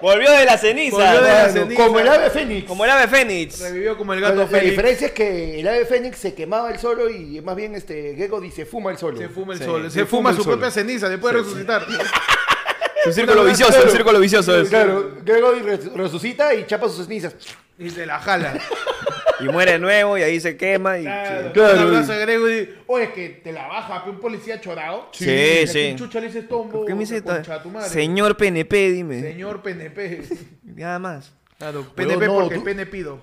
S2: Volvió de la ceniza.
S1: Volvió de la
S2: mano.
S1: ceniza. Como el ave
S3: fénix.
S2: Como el ave fénix.
S1: Revivió como el
S3: Bueno,
S1: gato
S3: la
S1: Félix.
S3: diferencia es que el ave fénix se quemaba el solo y más bien este Gego dice fuma el solo. Se
S1: fuma el solo, se fuma su propia ceniza, después de resucitar.
S2: Es un círculo vicioso, un círculo vicioso es.
S3: Claro, Gego y res- resucita y chapa sus cenizas.
S1: Y se la jala.
S2: Y muere de nuevo y ahí se quema. Y,
S1: Claro,
S2: sí.
S1: Un abrazo a Grego y oye, es que te la baja pe, un policía chorado.
S2: Sí,
S1: Y
S2: sí.
S1: aquí Chucha le dices tombo.
S2: ¿Qué me dice esta-
S1: concha tu madre.
S2: Señor PNP, dime.
S1: Señor PNP.
S2: Nada más.
S1: Claro, PNP
S3: no,
S1: porque
S3: tú-
S1: PNP pido.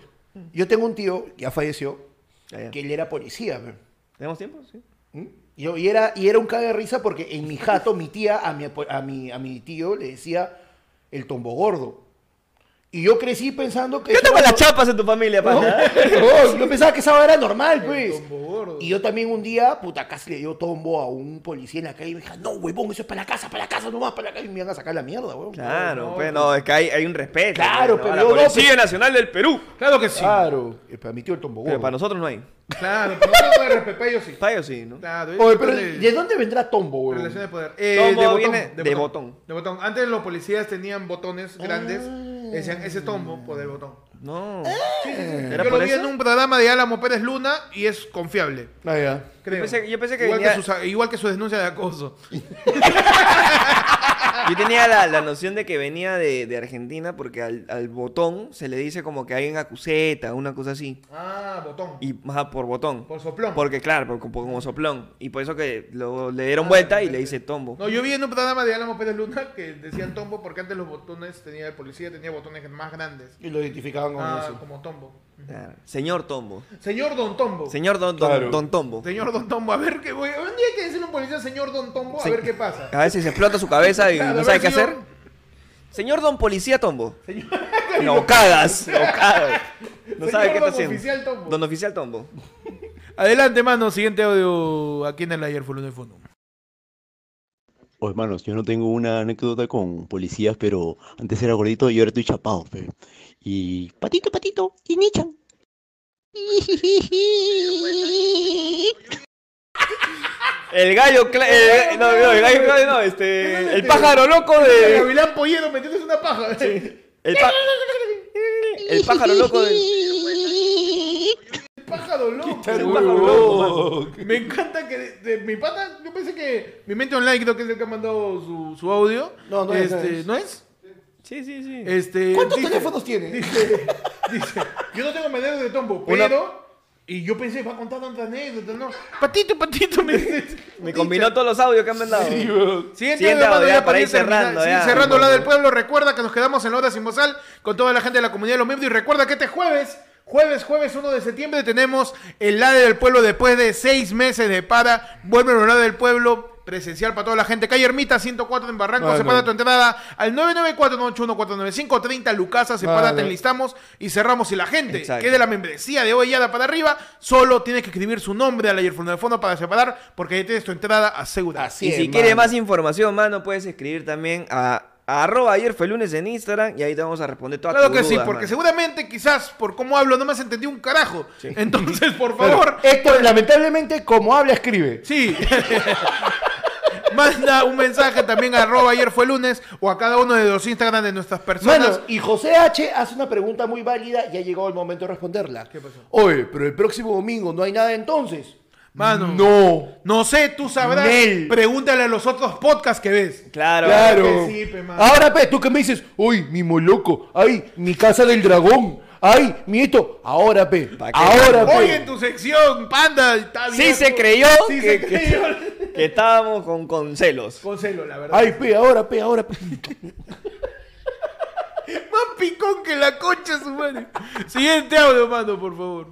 S3: Yo tengo un tío, ya falleció,
S2: ya.
S3: que él era policía. pe.
S2: ¿Tenemos tiempo? Sí.
S3: Yo, y, era, y era un caga de risa porque en mi jato, mi tía, a mi, apo- a, mi, a mi tío le decía el tombo gordo. Y yo crecí pensando que.
S2: ¿Qué
S3: eso
S2: te
S3: era
S2: las
S3: no-
S2: chapas en tu familia,
S3: No,
S2: pana?
S3: no, yo pensaba que esa era normal, pues. Y yo también un día, puta, casi le dio tombo a un policía en la calle y me dije, no, huevón, eso es para la casa, para la casa nomás, para la calle. Y me iban a sacar la mierda, huevón.
S2: Claro, pues no, es que hay, hay un respeto.
S3: Claro,
S2: pues,
S3: pero
S2: ¿no?
S3: yo
S2: A la
S3: no,
S2: Policía
S3: pero-
S2: Nacional del Perú.
S1: Claro que sí.
S3: Claro. Eh, Para mi tío el tombo gordo.
S2: Pero para nosotros no hay.
S1: Claro, pero no puede respetar yo sí.
S2: Para ellos sí, ¿no?
S1: Claro,
S3: Oye, pero
S1: entonces,
S3: ¿de dónde vendrá tombo, huevón?
S1: Relaciones de poder. Eh,
S2: Tombo
S1: de, botón,
S2: viene de botón. Ah.
S1: De botón. Antes los policías tenían botones grandes. Decían ese tombo por el botón.
S2: No.
S1: Eh, Yo lo vi en un programa de Álamo Pérez Luna y es confiable.
S3: Ah, ya.
S1: Creo.
S2: pensé- yo pensé que
S1: igual,
S2: venía-
S1: que sus- igual que su denuncia de acoso.
S2: Yo te tenía la, la noción de que venía de, de Argentina porque al, al botón se le dice como que hay una cuseta, una cosa así.
S1: Ah, botón.
S2: Y ajá, por botón.
S1: Por soplón.
S2: Porque claro, por- por- como soplón. Y por eso que lo- le dieron vuelta y le hice tombo.
S1: No, yo vi en un programa de Álamo Pérez Luna que decían tombo porque antes los botones tenía el policía, tenía botones más grandes.
S3: Y lo identificaban como
S1: Ah,
S3: eso.
S1: como tombo.
S2: Claro. Señor tombo.
S1: Señor Don Tombo.
S2: Señor don, don,
S1: Claro.
S2: don tombo.
S1: Señor Don Tombo, a ver qué voy. Un día hay que decirle a un policía, señor Don Tombo, a
S2: Sí.
S1: ver qué pasa.
S2: A veces se explota su cabeza y
S1: Claro, a
S2: no
S1: ver,
S2: sabe qué
S1: señor.
S2: hacer. Señor don policía tombo. No cagas, no cagas. No
S1: Señor
S2: sabe qué está
S1: don
S2: haciendo.
S1: oficial tombo.
S2: Don oficial tombo.
S1: Adelante, mano. Siguiente audio aquí en el ayer fue de fondo.
S17: Oh, hermanos, yo no tengo una anécdota con policías, pero antes era gordito y ahora estoy chapado, pe. Y patito, patito, y nichan.
S2: El gallo, cla- el, no, no, el gallo, clave no, este, el pájaro loco
S3: Eh.
S1: El
S2: de,
S1: Eh, gavilán pollero, metiéndose una paja.
S2: el, pa- el pájaro loco de,
S1: El pájaro loco.
S2: el pájaro loco,
S1: Me encanta que de- de mi pata, yo pensé que mi mente online creo que es el que ha mandado su, su audio.
S3: No, no es, no
S1: este,
S3: es.
S1: ¿No es?
S2: Sí, sí, sí.
S1: Este,
S3: ¿Cuántos
S1: dice-
S3: teléfonos tiene?
S1: Dice, dice, yo no tengo manera de tombo,
S2: Una-
S1: pero... Y yo pensé, va a contar tantas anécdotas, ¿no? Patito, patito, me dice.
S2: me combinó todos los audios que han mandado.
S1: Sí,
S2: Siguiente,
S1: Siguiente audio, mano,
S2: audio,
S1: ya
S2: ya, para ir
S1: ir terminar.
S2: cerrando,
S1: Sí,
S2: ya.
S1: cerrando la del pueblo. Recuerda que nos quedamos en la hora sin bozal con toda la gente de la comunidad de los miembros. Y recuerda que este jueves, jueves, jueves 1 de septiembre, tenemos el la del pueblo después de seis meses de para. Vuelve el la del pueblo. Presencial para toda la gente. Calle Ermita 104 en Barranco.
S3: Mano.
S1: Separa tu entrada al 994-981-495-30 Lucasa. Sepárate,
S3: Mano.
S1: enlistamos y cerramos. Y la gente
S3: Exacto.
S1: que es de la membresía de hoy ya da para arriba, solo tienes que escribir su nombre al ayer de fondo para separar porque ahí tienes tu entrada asegurada.
S2: Y si quieres más información, mano, puedes escribir también a, a arroba ayer fue lunes en Instagram y ahí te vamos a responder todas
S1: Claro
S2: tus
S1: que sí,
S2: dudas,
S1: porque
S2: mano.
S1: seguramente quizás por cómo hablo no me has entendido un carajo. Entonces, por favor,
S3: Héctor, lamentablemente, como habla, escribe.
S1: Sí. manda un mensaje también a arroba ayer fue lunes o a cada uno de los Instagram de nuestras personas.
S3: Mano, y José H. hace una pregunta muy válida y ha llegado el momento de responderla. ¿Qué pasó? Oye, pero el próximo domingo no hay nada entonces.
S1: Mano.
S3: No.
S1: No sé, tú sabrás.
S3: Nel.
S1: Pregúntale a los otros podcasts que ves.
S2: Claro.
S3: Claro.
S1: Sí, pe, mano.
S3: Ahora, pe, tú que me dices, uy, mi moloco, ay, mi casa del dragón, ay, mi esto. Ahora, pe,
S2: qué?
S3: ahora,
S1: Hoy
S3: pe.
S1: en tu sección, panda. Está
S2: Sí
S1: bien.
S2: se creyó
S1: Sí se
S2: que- que-
S1: creyó.
S2: Que estábamos con, con celos.
S1: Con celos, la verdad.
S3: Ay, pe, ahora, pe, ahora, pe.
S1: Más picón que la concha de su madre. Siguiente audio, mano, por favor.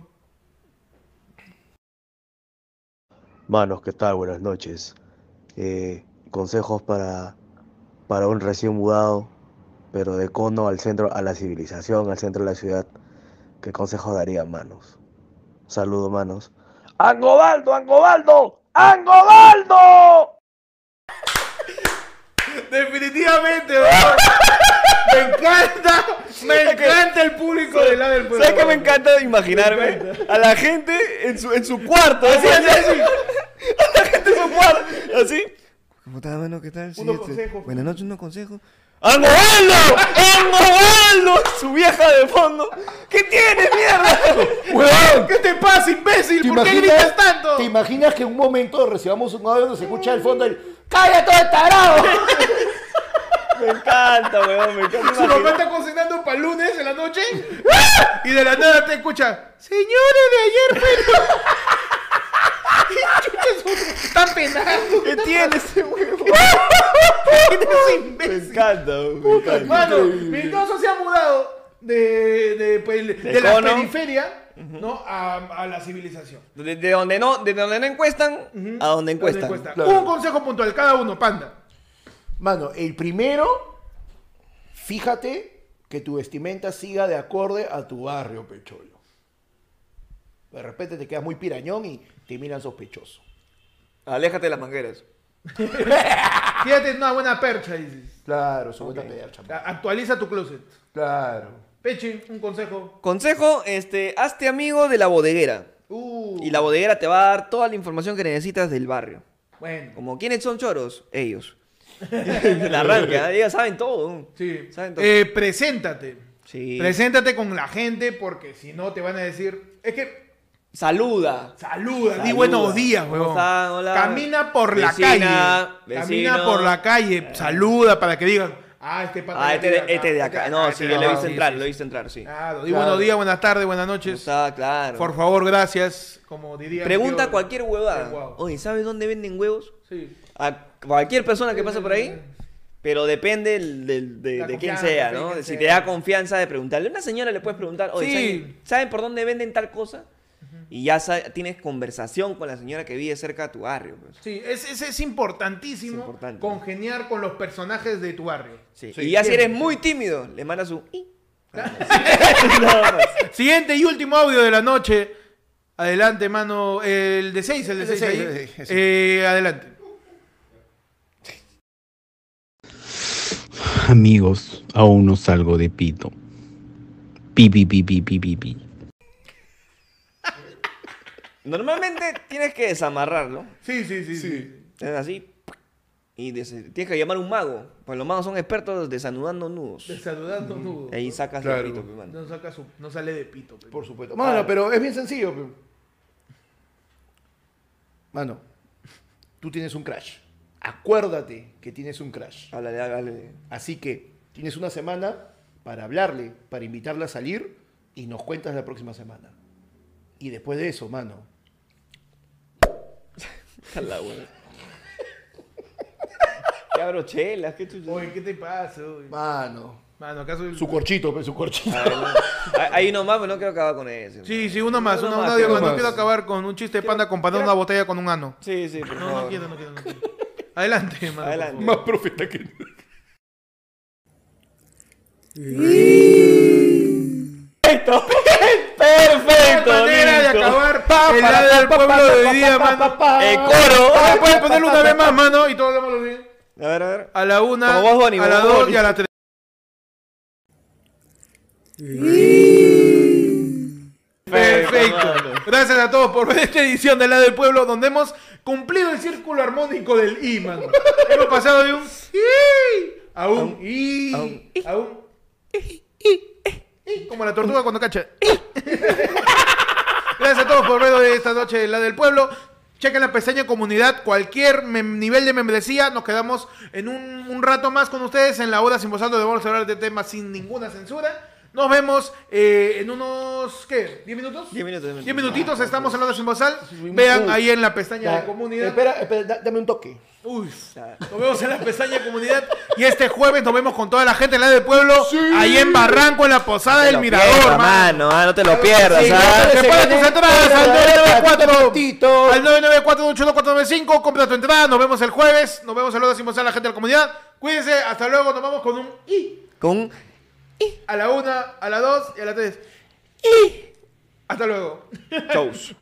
S17: Manos, ¿qué tal? Buenas noches. Eh, consejos para, para un recién mudado, pero de cono al centro, a la civilización, al centro de la ciudad. ¿Qué consejos darían, manos? Saludo, manos. ¡Angobaldo, Angobaldo! ¡Angobaldo!
S1: Definitivamente, weón. Me encanta, me encanta el público de la del pueblo.
S2: ¿Sabes qué me encanta de imaginarme? A la gente en su, en su cuarto. Así, así, así. A la gente en su cuarto. Así. ¿Cómo estás, mano? ¿Qué tal? Sí,
S1: Unos
S2: este,
S1: consejos.
S2: Buenas noches, unos consejos. ¡Angobaldo! ¡Angobaldo! Su vieja de fondo. ¿Qué tienes, mierda?
S3: Huevón.
S1: ¿Qué te pasa, imbécil?
S3: ¿Te
S1: ¿Por qué
S3: imaginas,
S1: gritas tanto?
S3: ¿Te imaginas que en un momento recibamos un audio donde se escucha el fondo el ¡Cállate todo tarado!
S2: Me encanta, weón. Me encanta.
S1: Su
S2: imaginar.
S1: papá está cocinando para lunes en la noche y de la nada te escucha, señores de ayer, pero... Están penando.
S2: ¿Qué tienes, weón? Me encanta, weón. Me encanta.
S1: Mano, mi doso se ha mudado de, de, pues, de la
S2: cono.
S1: periferia ¿no? a, a la civilización.
S2: De, de donde no, de donde no encuestan, a donde encuestan.
S1: Encuesta.
S3: Claro.
S1: Un consejo puntual, cada uno, panda.
S3: Mano, el primero, fíjate que tu vestimenta siga de acorde a tu barrio, pecholo. De repente te quedas muy pirañón y te miran sospechoso.
S2: Aléjate de las mangueras.
S1: Fíjate, una buena percha, dices.
S3: Claro, su buena percha.
S1: A- Actualiza tu closet.
S3: Claro.
S1: Peche, un consejo.
S2: Consejo, este, hazte amigo de la bodeguera.
S1: Uh,
S2: Y la bodeguera te va a dar toda la información que necesitas del barrio.
S1: Bueno,
S2: Como, ¿quiénes son choros? Ellos. la ranca, ellos saben todo.
S1: sí.
S2: Saben todo.
S1: Eh, preséntate.
S2: sí.
S1: Preséntate con la gente porque si no te van a decir... Es que
S2: Saluda.
S1: Saluda, di buenos días,
S2: ¿Cómo
S1: huevón.
S2: están? Hola.
S1: Camina por la
S2: Vecina,
S1: calle. Camina
S2: vecino. Eh.
S1: por la calle, saluda para que digan, ah, este pata
S2: Ah,
S1: de aquí
S2: este, de-
S1: de acá,
S2: este de acá.
S1: Ah,
S2: No, sí,
S1: de
S2: yo le he
S1: acá,
S2: visto
S1: sí, sí, Ah,
S2: entrar, lo he visto entrar, sí.
S1: Claro, di buenos días, buenas tardes, buenas noches.
S2: Está claro.
S1: Por favor, gracias, como diría. mi
S2: Pregunta
S1: tío-
S2: cualquier
S1: el
S2: huevada.
S1: guau.
S2: Oye, ¿sabes dónde venden huevos?
S1: Sí.
S2: A cualquier persona que pase por ahí. Pero depende del- del- de,
S1: La
S2: de quién
S1: confianza,
S2: sea,
S1: sí,
S2: ¿no?
S1: quién
S2: Si te
S1: sea.
S2: da confianza de preguntarle. A una señora le puedes preguntar, oye,
S1: Sí.
S2: ¿saben, saben por dónde venden tal cosa? Y ya sa- tienes conversación con la señora que vive cerca de tu barrio. pues.
S1: Sí, es, es, es importantísimo
S2: importante.
S1: congeniar con los personajes de tu barrio.
S2: Sí, y ya si eres muy tímido, le mandas un... "i".
S1: Siguiente y último audio de la noche. Adelante, mano. El de 6, el de
S3: El de
S1: 6.
S3: seis, el de seis, sí.
S1: Eh, adelante.
S18: Amigos, aún no salgo de pito. Pi, pi, pi, pi, pi, pi, pi.
S2: Normalmente tienes que desamarrarlo.
S1: Sí, sí, sí. sí.
S2: Es así. Y des- tienes que llamar a un mago. Pues los magos son expertos desanudando nudos.
S1: Desanudando
S2: Ujú.
S1: nudos.
S2: Ahí sacas
S1: Claro.
S2: el pues, pito, pe, mano.
S1: No, saca su- no sale de pito. pues. Por supuesto.
S3: Mano, pero es bien sencillo. pe. Mano, tú tienes un crash. Acuérdate que tienes un crash.
S2: Háblale, háblale.
S3: Así que tienes una semana para hablarle, para invitarla a salir y nos cuentas la próxima semana. Y después de eso, mano.
S2: Cala, güey. Te abro chelas, qué chucha.
S1: Oye, ¿qué te pasa? oye?
S3: Mano.
S1: Mano, acaso.
S3: Su corchito,
S1: pues,
S3: pe, su corchito.
S2: A ver, no. Hay- Hay uno más, pero pues, no quiero acabar con ese. pues.
S1: Sí, sí, uno más.
S2: Uno
S1: Uno,
S2: más,
S1: un audio
S2: uno
S1: más. No
S2: más.
S1: quiero acabar con un chiste de panda comparando una botella con un ano.
S2: Sí, sí, por
S1: No, no
S2: favor.
S1: quiero, no quiero. no quiero. Adelante, mano.
S2: Adelante.
S1: por favor.
S3: profeta que.
S2: ¡Perfecto! ¡Perfecto!
S1: Qué manera de
S2: listo.
S1: acabar
S2: Pa,
S1: el
S2: pa,
S1: lado
S2: pa,
S1: del
S2: Ah, pa,
S1: pueblo
S2: pa,
S1: de
S2: pa,
S1: hoy día,
S2: pa, pa,
S1: mano.
S2: pa, pa.
S1: El
S2: El coro.
S1: Ahora puedes ponerlo una
S2: Pa, pa,
S1: vez
S2: pa,
S1: más,
S2: pa.
S1: mano, y todos hablamos lo bien.
S2: A ver, a ver.
S1: A la una,
S2: Como vos, Bonnie,
S1: a la
S2: como vos,
S1: dos
S2: Bonnie.
S1: y a la tres. Perfecto. Gracias a todos por ver esta edición del lado del pueblo donde hemos cumplido el círculo armónico del I, mano. Hemos pasado de un I a un I a un I, como la tortuga cuando cacha. Gracias a todos por ver hoy esta noche la del pueblo. Chequen la pestaña comunidad, cualquier mem- nivel de membresía. Nos quedamos en un, un rato más con ustedes en la hora sin posando. de Vamos a hablar de temas sin ninguna censura. Nos vemos eh, en unos, ¿qué? ¿10 minutos? 10
S2: minutos.
S1: 10 minutitos, estamos en la hora sin bozal. Vean ahí en la pestaña de
S3: Ya,
S1: comunidad.
S3: Espera, espera, da- dame un toque.
S1: Uy, nos vemos en la pestaña de comunidad. Y este jueves nos vemos con toda la gente en la del pueblo. Ahí en Barranco, en la posada del
S2: lo
S1: Mirador,
S2: pierdas,
S1: mano.
S2: mano, ah, no te lo pierdas,
S1: Sí,
S2: ¿ah?
S1: Se puede tus entradas al 994
S3: Patito.
S1: al 994-181-495. Compra tu entrada. Nos vemos el jueves. Nos vemos el otro sin pasar a la gente de la comunidad. Cuídense. Hasta luego. Nos vamos con un I.
S2: Con
S1: A la una, a la dos y a la tres. I. Hasta luego.
S2: shows.